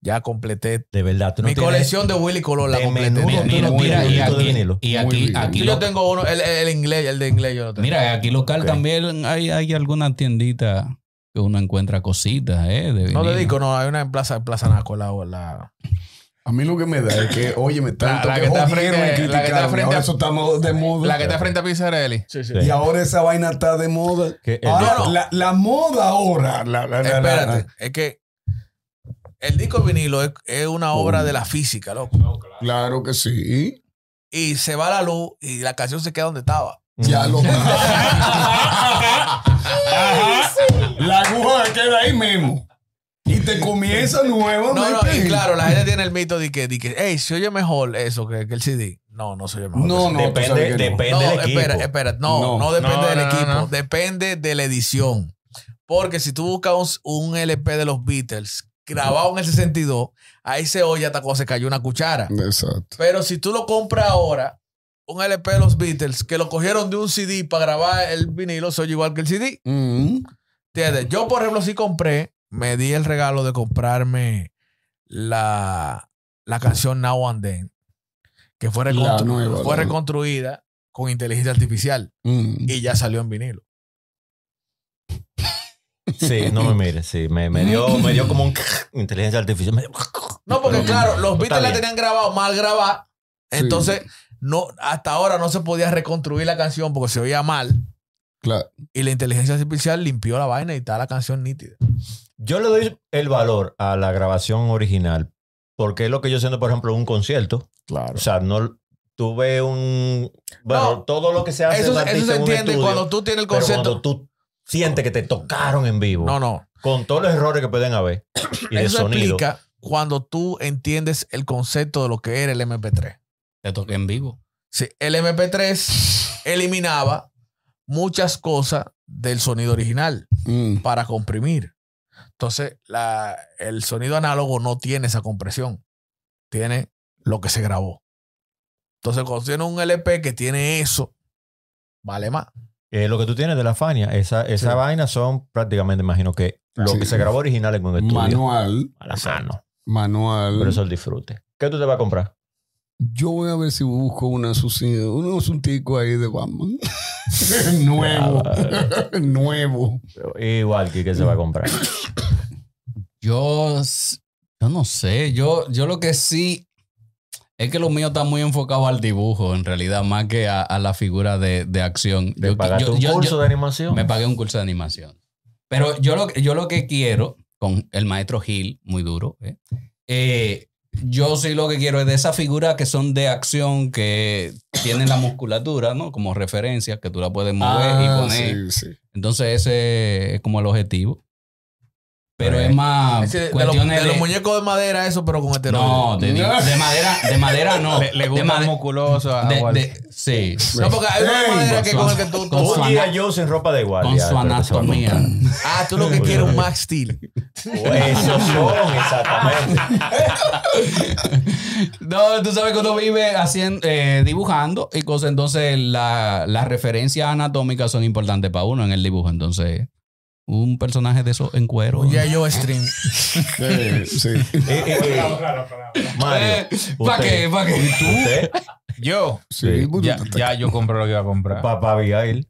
Speaker 6: ya completé
Speaker 2: De verdad, tú no
Speaker 6: mi
Speaker 2: tienes-
Speaker 6: colección de Willy Colón. La
Speaker 2: de
Speaker 6: completé.
Speaker 2: menudo,
Speaker 6: Mira,
Speaker 2: tú no
Speaker 5: Mira, mira,
Speaker 2: tienes
Speaker 5: y
Speaker 2: disco de
Speaker 5: aquí,
Speaker 2: vinilo.
Speaker 5: y
Speaker 4: Muy
Speaker 5: aquí,
Speaker 4: bien.
Speaker 5: aquí
Speaker 6: yo
Speaker 5: lo-
Speaker 6: tengo uno, el, el inglés, el de inglés yo lo tengo.
Speaker 5: Mira, aquí local
Speaker 2: Ok.
Speaker 5: también hay, hay alguna tiendita que uno encuentra cositas, ¿eh? De
Speaker 6: no
Speaker 5: vinilo.
Speaker 6: te digo, no, hay una en Plaza, en Plaza Naco, la, la-
Speaker 4: A mí lo que me da es que, oye, me tanto
Speaker 1: la
Speaker 4: que,
Speaker 1: que está
Speaker 4: jodieron
Speaker 1: frente- la que
Speaker 4: y
Speaker 1: está
Speaker 4: criticaron, y
Speaker 1: frente
Speaker 4: ahora
Speaker 1: a-
Speaker 4: eso está mo- de moda.
Speaker 1: La que está frente a Pizzarelli.
Speaker 6: Sí, sí.
Speaker 2: Sí.
Speaker 4: Y ahora esa vaina está de moda.
Speaker 2: Que el-
Speaker 4: Ahora, la, la moda ahora. La, la, la- la-
Speaker 6: Espérate, es que el disco vinilo es, es una obra de la física, loco.
Speaker 4: Claro que sí.
Speaker 6: Y se va la luz y la canción se queda donde estaba.
Speaker 1: Mm.
Speaker 4: Ya lo Ajá. La aguja queda ahí mismo. Y te comienza
Speaker 6: No, no,
Speaker 4: nuevamente.
Speaker 6: y claro, la gente tiene el mito de que, de que hey, se oye mejor eso que, que el CD. No, no se oye mejor.
Speaker 4: No, no, tú sabes
Speaker 2: Depende,
Speaker 4: que no.
Speaker 2: depende
Speaker 6: No,
Speaker 2: del equipo.
Speaker 6: espera, espera. No,
Speaker 4: No.
Speaker 6: no, depende
Speaker 1: No,
Speaker 6: del
Speaker 1: no, no,
Speaker 6: equipo.
Speaker 1: no.
Speaker 6: Depende de la edición. Porque si tú buscas un, un LP de los Beatles grabado en el 62, ahí se oye hasta cuando se cayó una cuchara.
Speaker 4: Exacto.
Speaker 6: Pero si tú lo compras ahora, un LP de los Beatles, que lo cogieron de un CD para grabar el vinilo, se oye igual que el CD.
Speaker 4: Mm.
Speaker 6: ¿Entiendes? Yo, por ejemplo, sí compré, me di el regalo de comprarme la, la canción Now and Then, que fue, reconstru-
Speaker 4: La nueva,
Speaker 6: fue
Speaker 4: la-
Speaker 6: reconstruida con inteligencia artificial
Speaker 4: Mm.
Speaker 6: y ya salió en vinilo.
Speaker 2: Sí, no me mires, sí. Me, me dio, me dio como un inteligencia artificial. Me dio-
Speaker 6: No, porque
Speaker 2: Pero-
Speaker 6: claro, los Beatles la
Speaker 2: bien.
Speaker 6: tenían grabado, mal grabada.
Speaker 4: Sí.
Speaker 6: Entonces, no, hasta ahora no se podía reconstruir la canción porque se oía mal.
Speaker 4: Claro.
Speaker 6: Y la inteligencia artificial limpió la vaina y está la canción nítida.
Speaker 2: Yo le doy el valor a la grabación original porque es lo que yo siento, por ejemplo, en un concierto.
Speaker 6: Claro.
Speaker 2: O sea, no tuve un. Bueno,
Speaker 6: No,
Speaker 2: todo lo que se hace. en
Speaker 6: Eso,
Speaker 2: un
Speaker 6: eso
Speaker 2: artista
Speaker 6: se
Speaker 2: en un
Speaker 6: entiende
Speaker 2: estudio,
Speaker 6: cuando tú tienes el
Speaker 2: pero cuando
Speaker 6: concepto.
Speaker 2: tú sientes que te tocaron en vivo,
Speaker 6: No, no.
Speaker 2: con todos los errores que pueden haber y de
Speaker 6: Eso
Speaker 2: sonido.
Speaker 6: explica cuando tú entiendes el concepto de lo que era el MP3.
Speaker 5: Te toqué en vivo.
Speaker 6: Sí, el MP3 eliminaba muchas cosas del sonido original
Speaker 4: Mm.
Speaker 6: para comprimir. Entonces, la- el sonido análogo no tiene esa compresión. Tiene lo que se grabó. Entonces, cuando tiene un LP que tiene eso, vale más.
Speaker 2: Eh, lo que tú tienes de la Fania, esa, esa vaina son prácticamente, imagino que lo
Speaker 4: Sí.
Speaker 2: que se grabó original en un estudio.
Speaker 4: Manual.
Speaker 2: A la mano.
Speaker 4: Manual.
Speaker 2: Pero eso es el disfrute. ¿Qué tú te vas a comprar?
Speaker 4: Yo voy a ver si busco una suci- un asuntico ahí de Batman. nuevo. nuevo.
Speaker 2: Igual que, que se va a comprar.
Speaker 5: Yo, s- yo no sé, yo, yo lo que sí es que lo mío está muy enfocado al dibujo, en realidad, más que a, a la figura de, de acción.
Speaker 2: Te
Speaker 5: Yo-
Speaker 2: pagaste
Speaker 5: yo-
Speaker 2: un
Speaker 5: yo-
Speaker 2: curso
Speaker 5: yo-
Speaker 2: de animación.
Speaker 5: Me pagué un curso de animación. Pero yo lo, yo lo que quiero con el maestro Gil, muy duro, ¿eh? Eh, Yo sí lo que quiero es de esas figuras que son de acción, que tienen la musculatura, ¿no? Como referencia, que tú la puedes mover y
Speaker 4: Ah,
Speaker 5: poner.
Speaker 4: sí, sí.
Speaker 5: Entonces ese es como el objetivo. Pero es más
Speaker 6: Es que de, los,
Speaker 5: cuestiones
Speaker 6: de los
Speaker 5: de-
Speaker 6: muñecos de madera, eso, pero con esteroides.
Speaker 5: No, te digo, de madera, de madera no.
Speaker 1: Le, le
Speaker 5: De
Speaker 1: gusta
Speaker 5: made-
Speaker 1: musculoso a- a
Speaker 5: de-
Speaker 1: Walter.
Speaker 5: de- sí.
Speaker 6: No, porque hay una
Speaker 4: Ey,
Speaker 6: madera que con el que tú.
Speaker 5: con su
Speaker 2: Un
Speaker 5: ana-
Speaker 2: día yo sin ropa de guardia.
Speaker 5: Con
Speaker 2: pero que
Speaker 5: su
Speaker 2: se va a
Speaker 5: anatomía.
Speaker 6: Ah, tú lo que quieres es un Max Steel.
Speaker 2: montar. Pues Esos son, exactamente.
Speaker 5: No, tú sabes que uno vive haciendo, eh, dibujando y cosas. Entonces, la- las referencias anatómicas son importantes para uno en el dibujo. Entonces, un personaje de eso en cuero.
Speaker 6: Ya yo stream.
Speaker 4: Sí, sí.
Speaker 2: Eh, eh, eh, Mario,
Speaker 5: ¿Para Eh, qué? ¿Para qué?
Speaker 2: usted,
Speaker 1: Yo,
Speaker 4: Sí,
Speaker 2: Sí,
Speaker 1: ya, ya yo compré lo que iba a comprar.
Speaker 2: papá Abigail,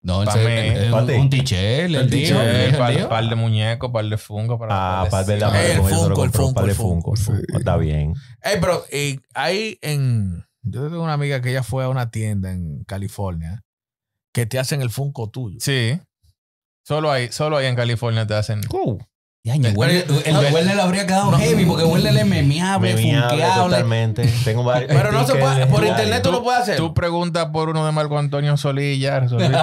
Speaker 5: No,
Speaker 1: Pa'
Speaker 5: ese-
Speaker 1: mí.
Speaker 5: eh,
Speaker 2: Pa' ti.
Speaker 5: un, un tichel, el
Speaker 4: El
Speaker 5: tío.
Speaker 4: tichel,
Speaker 5: el
Speaker 1: Eh,
Speaker 5: tío, el
Speaker 1: par,
Speaker 5: tío.
Speaker 1: par de muñecos, par de funko.
Speaker 2: ah, para ver la
Speaker 6: Eh, el
Speaker 2: madre con él, se lo
Speaker 6: Funko, el
Speaker 2: compró,
Speaker 6: Funko,
Speaker 2: par de
Speaker 6: el Funko.
Speaker 2: Funko. Está bien.
Speaker 6: Ey, pero eh, hay en. Yo tengo una amiga que ella fue a una tienda en California que te hacen el Funko tuyo.
Speaker 1: Sí. Solo ahí, solo ahí en California te hacen.
Speaker 5: Ya, ñe, Werner- el
Speaker 6: no,
Speaker 5: de Werner le habría quedado heavy porque Werner le memeable,
Speaker 2: Me miable
Speaker 5: funkeable.
Speaker 2: totalmente. Tengo varios.
Speaker 6: Pero no se
Speaker 2: tickets
Speaker 6: puede.
Speaker 2: de
Speaker 6: Por
Speaker 2: Mario.
Speaker 6: internet tú no puedes hacer.
Speaker 1: Tú preguntas por uno de Marco Antonio Solís y ya resolviste.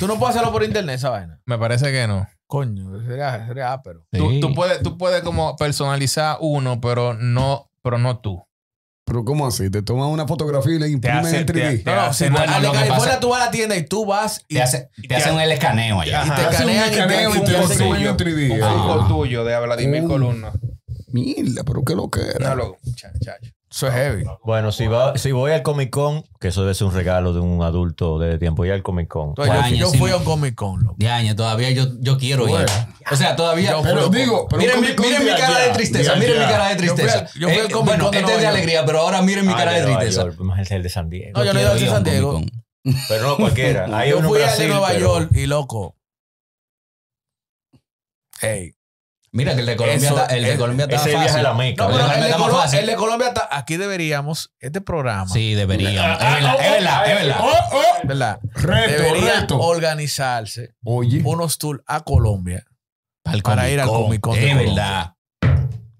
Speaker 6: Tú no puedes hacerlo por internet, esa vaina.
Speaker 1: Me parece que no.
Speaker 6: Coño, sería, sería ápero.
Speaker 1: Tú,
Speaker 5: Sí.
Speaker 1: tú puedes, tú puedes como personalizar uno, pero no, pero no tú.
Speaker 4: Pero ¿cómo así? Te toman una fotografía y la
Speaker 1: Te
Speaker 4: imprimen
Speaker 1: hacen-
Speaker 4: en 3D.
Speaker 1: te-
Speaker 6: No, no,
Speaker 1: hace-
Speaker 6: si tú-
Speaker 1: no,
Speaker 6: al de
Speaker 5: lo que
Speaker 6: California
Speaker 5: pasa-
Speaker 6: tú vas a la tienda y tú vas y
Speaker 5: Te, hace- te hacen el escaneo allá.
Speaker 1: Ajá.
Speaker 6: te
Speaker 4: Hacen un
Speaker 6: escanean y te
Speaker 4: escaneo y te
Speaker 6: hacen
Speaker 1: un
Speaker 4: hacen un
Speaker 1: sello.
Speaker 4: en 3D.
Speaker 1: Un
Speaker 4: ahí.
Speaker 1: funko tuyo de Vladimir
Speaker 4: Uh.
Speaker 1: Columna.
Speaker 4: Mierda, pero qué lo que
Speaker 1: No
Speaker 4: era.
Speaker 1: lo. cha- chacho.
Speaker 6: Eso es heavy.
Speaker 2: Bueno, si, va, si voy al Comic Con, que eso debe ser un regalo de un adulto de tiempo, ya al Comic Con.
Speaker 6: Entonces, yo-
Speaker 5: Coño,
Speaker 6: yo,
Speaker 5: sí.
Speaker 6: fui a un Comic Con, loco.
Speaker 5: Ya, ñe, todavía yo, yo quiero ir. O sea, todavía.
Speaker 6: Yo
Speaker 4: Pero
Speaker 6: fui-
Speaker 4: digo, pero un
Speaker 5: miren mi,
Speaker 4: Comic Con
Speaker 5: miren mi
Speaker 4: de
Speaker 5: cara de
Speaker 4: allá,
Speaker 5: tristeza,
Speaker 4: de
Speaker 5: miren mi
Speaker 4: allá.
Speaker 5: cara de
Speaker 6: Yo fui al-
Speaker 5: tristeza.
Speaker 6: yo fui al
Speaker 5: Eh,
Speaker 6: Comic
Speaker 5: bueno,
Speaker 6: Con de
Speaker 5: este es
Speaker 6: Nueva
Speaker 5: de
Speaker 6: York.
Speaker 5: alegría, pero ahora miren mi cara
Speaker 2: Ah,
Speaker 5: de
Speaker 2: Nueva
Speaker 5: tristeza.
Speaker 2: York, más el de San Diego.
Speaker 6: No, yo no he ido
Speaker 5: quiero
Speaker 6: al de
Speaker 5: ir a
Speaker 6: San Diego.
Speaker 5: un Comic Con.
Speaker 2: Pero no cualquiera. Hay
Speaker 6: yo
Speaker 2: uno en
Speaker 6: fui al de
Speaker 2: Brasil,
Speaker 6: Nueva
Speaker 2: pero-
Speaker 6: York y loco. Ey.
Speaker 5: Mira que el de Colombia
Speaker 6: Eso-
Speaker 5: está, el de
Speaker 6: es-
Speaker 5: Colombia está
Speaker 2: Ese viaje a
Speaker 5: fácil.
Speaker 2: la Meca.
Speaker 6: No, pero
Speaker 5: Pero la
Speaker 6: el de,
Speaker 5: meta más
Speaker 6: Colo-
Speaker 5: fácil.
Speaker 6: el de Colombia está. Aquí deberíamos, este programa,
Speaker 5: Sí, deberíamos. Es verdad, es verdad, es verdad.
Speaker 6: ¿verdad?
Speaker 4: Reto,
Speaker 6: Debería
Speaker 4: reto.
Speaker 6: organizarse
Speaker 4: Oye,
Speaker 6: unos tours a Colombia.
Speaker 5: Al
Speaker 6: Para ir al
Speaker 5: Comic-Con,
Speaker 6: Comic Con de
Speaker 5: Es
Speaker 6: Colombia.
Speaker 5: verdad.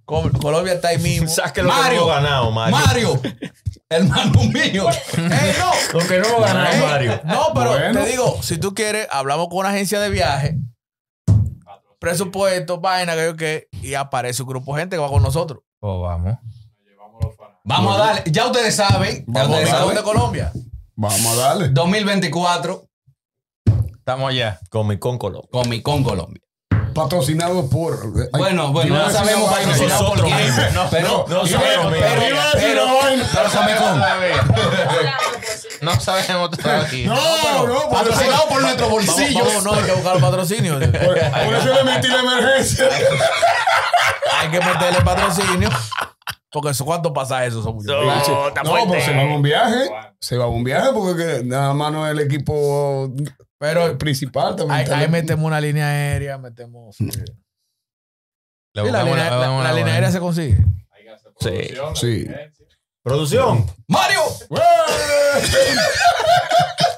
Speaker 6: Com- Colombia está ahí mismo.
Speaker 2: Saque lo que no
Speaker 5: Mario.
Speaker 2: hemos ganado, Mario.
Speaker 5: Mario, hermano mío.
Speaker 6: ¡Ey, no!
Speaker 2: Lo que no hemos
Speaker 6: Ey,
Speaker 2: ganado, Mario.
Speaker 6: No, pero
Speaker 4: Bueno.
Speaker 6: te digo, si tú quieres, hablamos con una agencia de viaje, presupuesto, vaina, que yo qué, y aparece un grupo de gente que va con nosotros.
Speaker 1: Pues vamos.
Speaker 5: Vamos a darle. Ya ustedes saben. Ya
Speaker 4: Vamos
Speaker 5: ustedes
Speaker 4: a
Speaker 6: ¿De
Speaker 5: saben.
Speaker 6: dónde? Colombia.
Speaker 4: vamos a darle.
Speaker 5: 2024,
Speaker 1: Estamos allá.
Speaker 2: Comic Con Colombia.
Speaker 5: Comic Con Colombia.
Speaker 4: Patrocinado por. ay,
Speaker 5: Bueno, bueno,
Speaker 4: iba a
Speaker 5: no
Speaker 4: decir
Speaker 5: sabemos
Speaker 4: una vaina.
Speaker 5: patrocinado por
Speaker 2: Nosotros
Speaker 5: quién.
Speaker 2: mismos.
Speaker 5: Pero,
Speaker 2: No sabemos,
Speaker 5: pero-
Speaker 2: mira.
Speaker 5: pero-
Speaker 4: Iba a decir
Speaker 5: pero-
Speaker 4: una vaina.
Speaker 5: pero Comic Con.
Speaker 1: No sabemos todavía.
Speaker 4: No,
Speaker 6: Oh,
Speaker 4: no, por eso-
Speaker 5: Patrocinado por nuestro
Speaker 6: Vamos,
Speaker 5: bolsillo.
Speaker 6: vamos, no, hay que buscar el patrocinio.
Speaker 4: por por eso le metí la emergencia.
Speaker 6: hay que meterle patrocinio. Porque eso, ¿cuántos pasajes esos son? muchachos?
Speaker 4: No, pero se va a un viaje. Se va a un viaje porque que nada más no es el equipo
Speaker 6: Pero
Speaker 4: principal. También
Speaker 6: ahí,
Speaker 4: está
Speaker 6: ahí
Speaker 4: el-
Speaker 6: metemos una línea aérea, metemos. Sí,
Speaker 1: Le
Speaker 6: la
Speaker 1: buscamos
Speaker 6: línea,
Speaker 1: una-
Speaker 6: la-
Speaker 1: una-
Speaker 6: la línea
Speaker 1: una-
Speaker 6: aérea se consigue.
Speaker 2: Sí.
Speaker 4: Sí.
Speaker 2: Producción.
Speaker 5: Mario.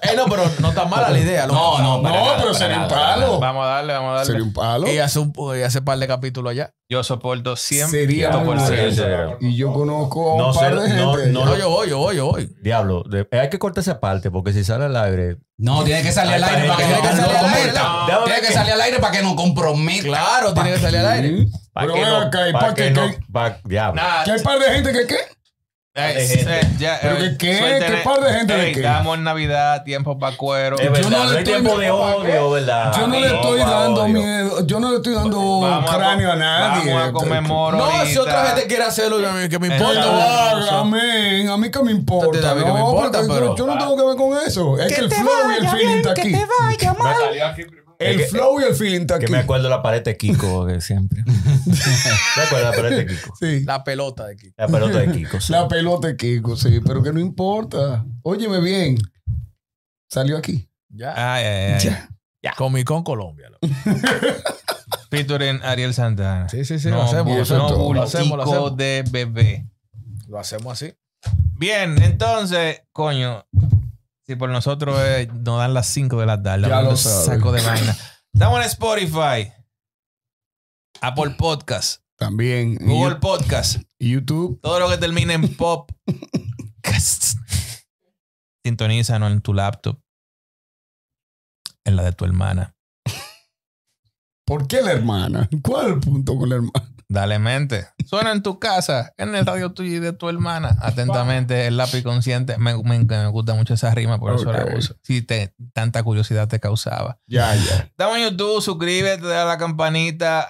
Speaker 6: Ey, no, pero no está mala la idea. loco.
Speaker 5: No, no, para
Speaker 4: No,
Speaker 5: nada,
Speaker 4: pero
Speaker 5: para
Speaker 4: sería un
Speaker 5: nada, para
Speaker 4: palo.
Speaker 1: Vamos a darle, vamos a darle.
Speaker 4: Sería un palo.
Speaker 6: Y hace un y hace par de capítulos allá.
Speaker 1: Yo soporto siempre.
Speaker 4: Sería
Speaker 1: Ciento
Speaker 4: muy
Speaker 1: por
Speaker 4: bueno.
Speaker 2: ciento.
Speaker 4: Y yo conozco a un
Speaker 2: No sé,
Speaker 4: par de
Speaker 2: no,
Speaker 4: gente.
Speaker 2: no.
Speaker 6: No, yo voy, yo voy, yo voy.
Speaker 2: Diablo, de- hay que cortar esa parte porque si sale al aire.
Speaker 5: No, tiene que salir al
Speaker 2: Hay
Speaker 5: aire para que
Speaker 2: gente
Speaker 5: no
Speaker 2: que
Speaker 6: sale
Speaker 5: nos
Speaker 6: al aire,
Speaker 5: comprometa.
Speaker 2: ¿no? Déjame
Speaker 5: Tiene
Speaker 2: ver
Speaker 5: que
Speaker 2: que-
Speaker 5: salir al aire para que nos comprometa.
Speaker 6: Claro, tiene que salir al aire.
Speaker 2: Para
Speaker 4: Pero
Speaker 2: que
Speaker 4: ven
Speaker 2: no-
Speaker 4: acá, ¿y
Speaker 2: para
Speaker 4: para
Speaker 2: que
Speaker 4: qué?
Speaker 2: no-
Speaker 4: ¿Qué?
Speaker 2: para- diablo.
Speaker 4: Que hay
Speaker 1: Nah,
Speaker 4: un par de gente que qué.
Speaker 1: eh,
Speaker 2: de gente.
Speaker 1: eh, ya,
Speaker 4: Pero
Speaker 1: eh,
Speaker 4: que qué,
Speaker 1: suéltele.
Speaker 4: qué par de gente de
Speaker 1: Ey,
Speaker 4: qué.
Speaker 1: Estamos en Navidad, tiempo para cuero.
Speaker 2: Es
Speaker 4: no
Speaker 2: verdad, no,
Speaker 4: le estoy-
Speaker 2: hay tiempo de odio, ¿verdad?
Speaker 4: Yo no le estoy
Speaker 2: pa'
Speaker 4: dando
Speaker 2: odio.
Speaker 4: miedo. Yo no le estoy dando
Speaker 1: Vamos a
Speaker 4: cráneo a
Speaker 1: com-
Speaker 4: nadie.
Speaker 1: Vamos a comer moro.
Speaker 6: No,
Speaker 1: ahorita.
Speaker 6: si otra gente quiere hacerlo, yo- que me
Speaker 4: Por
Speaker 1: Está
Speaker 6: importa.
Speaker 1: bien.
Speaker 4: favor, amén. A mí que me importa.
Speaker 6: Entonces, a mí que me
Speaker 4: No,
Speaker 6: importa,
Speaker 4: porque
Speaker 6: pero-
Speaker 4: yo no tengo que ver con eso. Es que el flow y el feeling está aquí. El
Speaker 2: Es que-
Speaker 4: flow y el feeling está
Speaker 2: Que
Speaker 4: aquí.
Speaker 2: me acuerdo de la pared de Kiko de siempre. ¿Te acuerdas de la pared de Kiko?
Speaker 4: Sí.
Speaker 6: La pelota de aquí.
Speaker 2: La pelota de Kiko. sí.
Speaker 4: La pelota de Kiko, sí, pero que no importa. Óyeme bien. Salió aquí. Ah,
Speaker 6: Ya.
Speaker 1: Ay, ay, ay.
Speaker 6: Comic Con Colombia. loco.
Speaker 1: Featuring Ariel Santana.
Speaker 6: Sí, sí, sí,
Speaker 1: no,
Speaker 6: lo hacemos.
Speaker 1: bu-
Speaker 6: Lo
Speaker 4: eso
Speaker 6: hacemos,
Speaker 4: es todo.
Speaker 1: no
Speaker 6: lo hacemos, lo
Speaker 1: bultico
Speaker 6: hacemos.
Speaker 1: de bebé.
Speaker 6: Lo hacemos así.
Speaker 1: Bien, entonces, coño, si por nosotros eh, nos dan las 5 de la tarde,
Speaker 4: Ya
Speaker 1: hablando
Speaker 4: lo sabes.
Speaker 1: saco de vaina. Estamos en Spotify, Apple Podcast,
Speaker 4: También. en
Speaker 1: Google
Speaker 4: Yu-
Speaker 1: Podcast.
Speaker 4: YouTube.
Speaker 1: Todo lo que termine en pop. Sintonízanos en tu laptop. En la de tu hermana.
Speaker 4: ¿Por qué la hermana? ¿Cuál es el punto con la hermana?
Speaker 1: Dale mente. Suena en tu casa, en el radio tuyo y de tu hermana. Atentamente, el lápiz consciente. Me, me- me gusta mucho esa rima, por eso
Speaker 4: Ok.
Speaker 1: la uso. Si te, tanta curiosidad te causaba.
Speaker 4: Ya, ya.
Speaker 1: Dame en YouTube, suscríbete, dale a la campanita.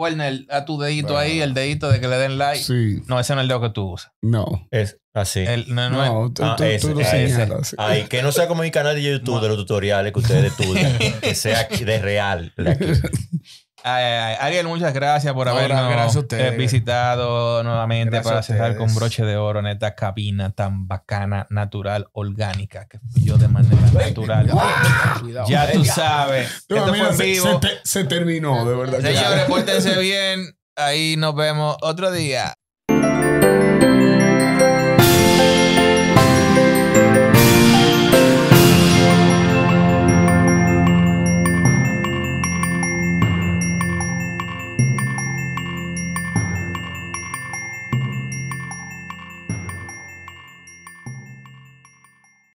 Speaker 1: Werner, a tu dedito ahí, el dedito de que le den like.
Speaker 4: Sí,
Speaker 1: No, ese no es el dedo que tú usas.
Speaker 4: no.
Speaker 2: Es así.
Speaker 1: El- no, no,
Speaker 4: No, tú,
Speaker 2: Ah,
Speaker 4: tú- tú
Speaker 2: ese,
Speaker 4: lo
Speaker 2: ah, ese.
Speaker 4: señalas.
Speaker 2: Ay, que no sea como mi canal de YouTube de los tutoriales que ustedes estudian. que sea aquí de real. de aquí.
Speaker 1: Ay, ay, ay. Ariel, muchas gracias por
Speaker 6: No,
Speaker 1: habernos
Speaker 6: gracias a ustedes.
Speaker 1: eh, visitado nuevamente
Speaker 6: Gracias
Speaker 1: para
Speaker 6: a
Speaker 1: cerrar
Speaker 6: ustedes.
Speaker 1: con broche de oro en esta cabina tan bacana, natural, orgánica, que fui yo de manera natural. Ya tú sabes.
Speaker 4: No,
Speaker 1: Esto
Speaker 4: mira,
Speaker 1: fue en
Speaker 4: se,
Speaker 1: vivo.
Speaker 4: se te- se terminó, de verdad. que-
Speaker 1: Señores, pórtense bien. Ahí nos vemos otro día.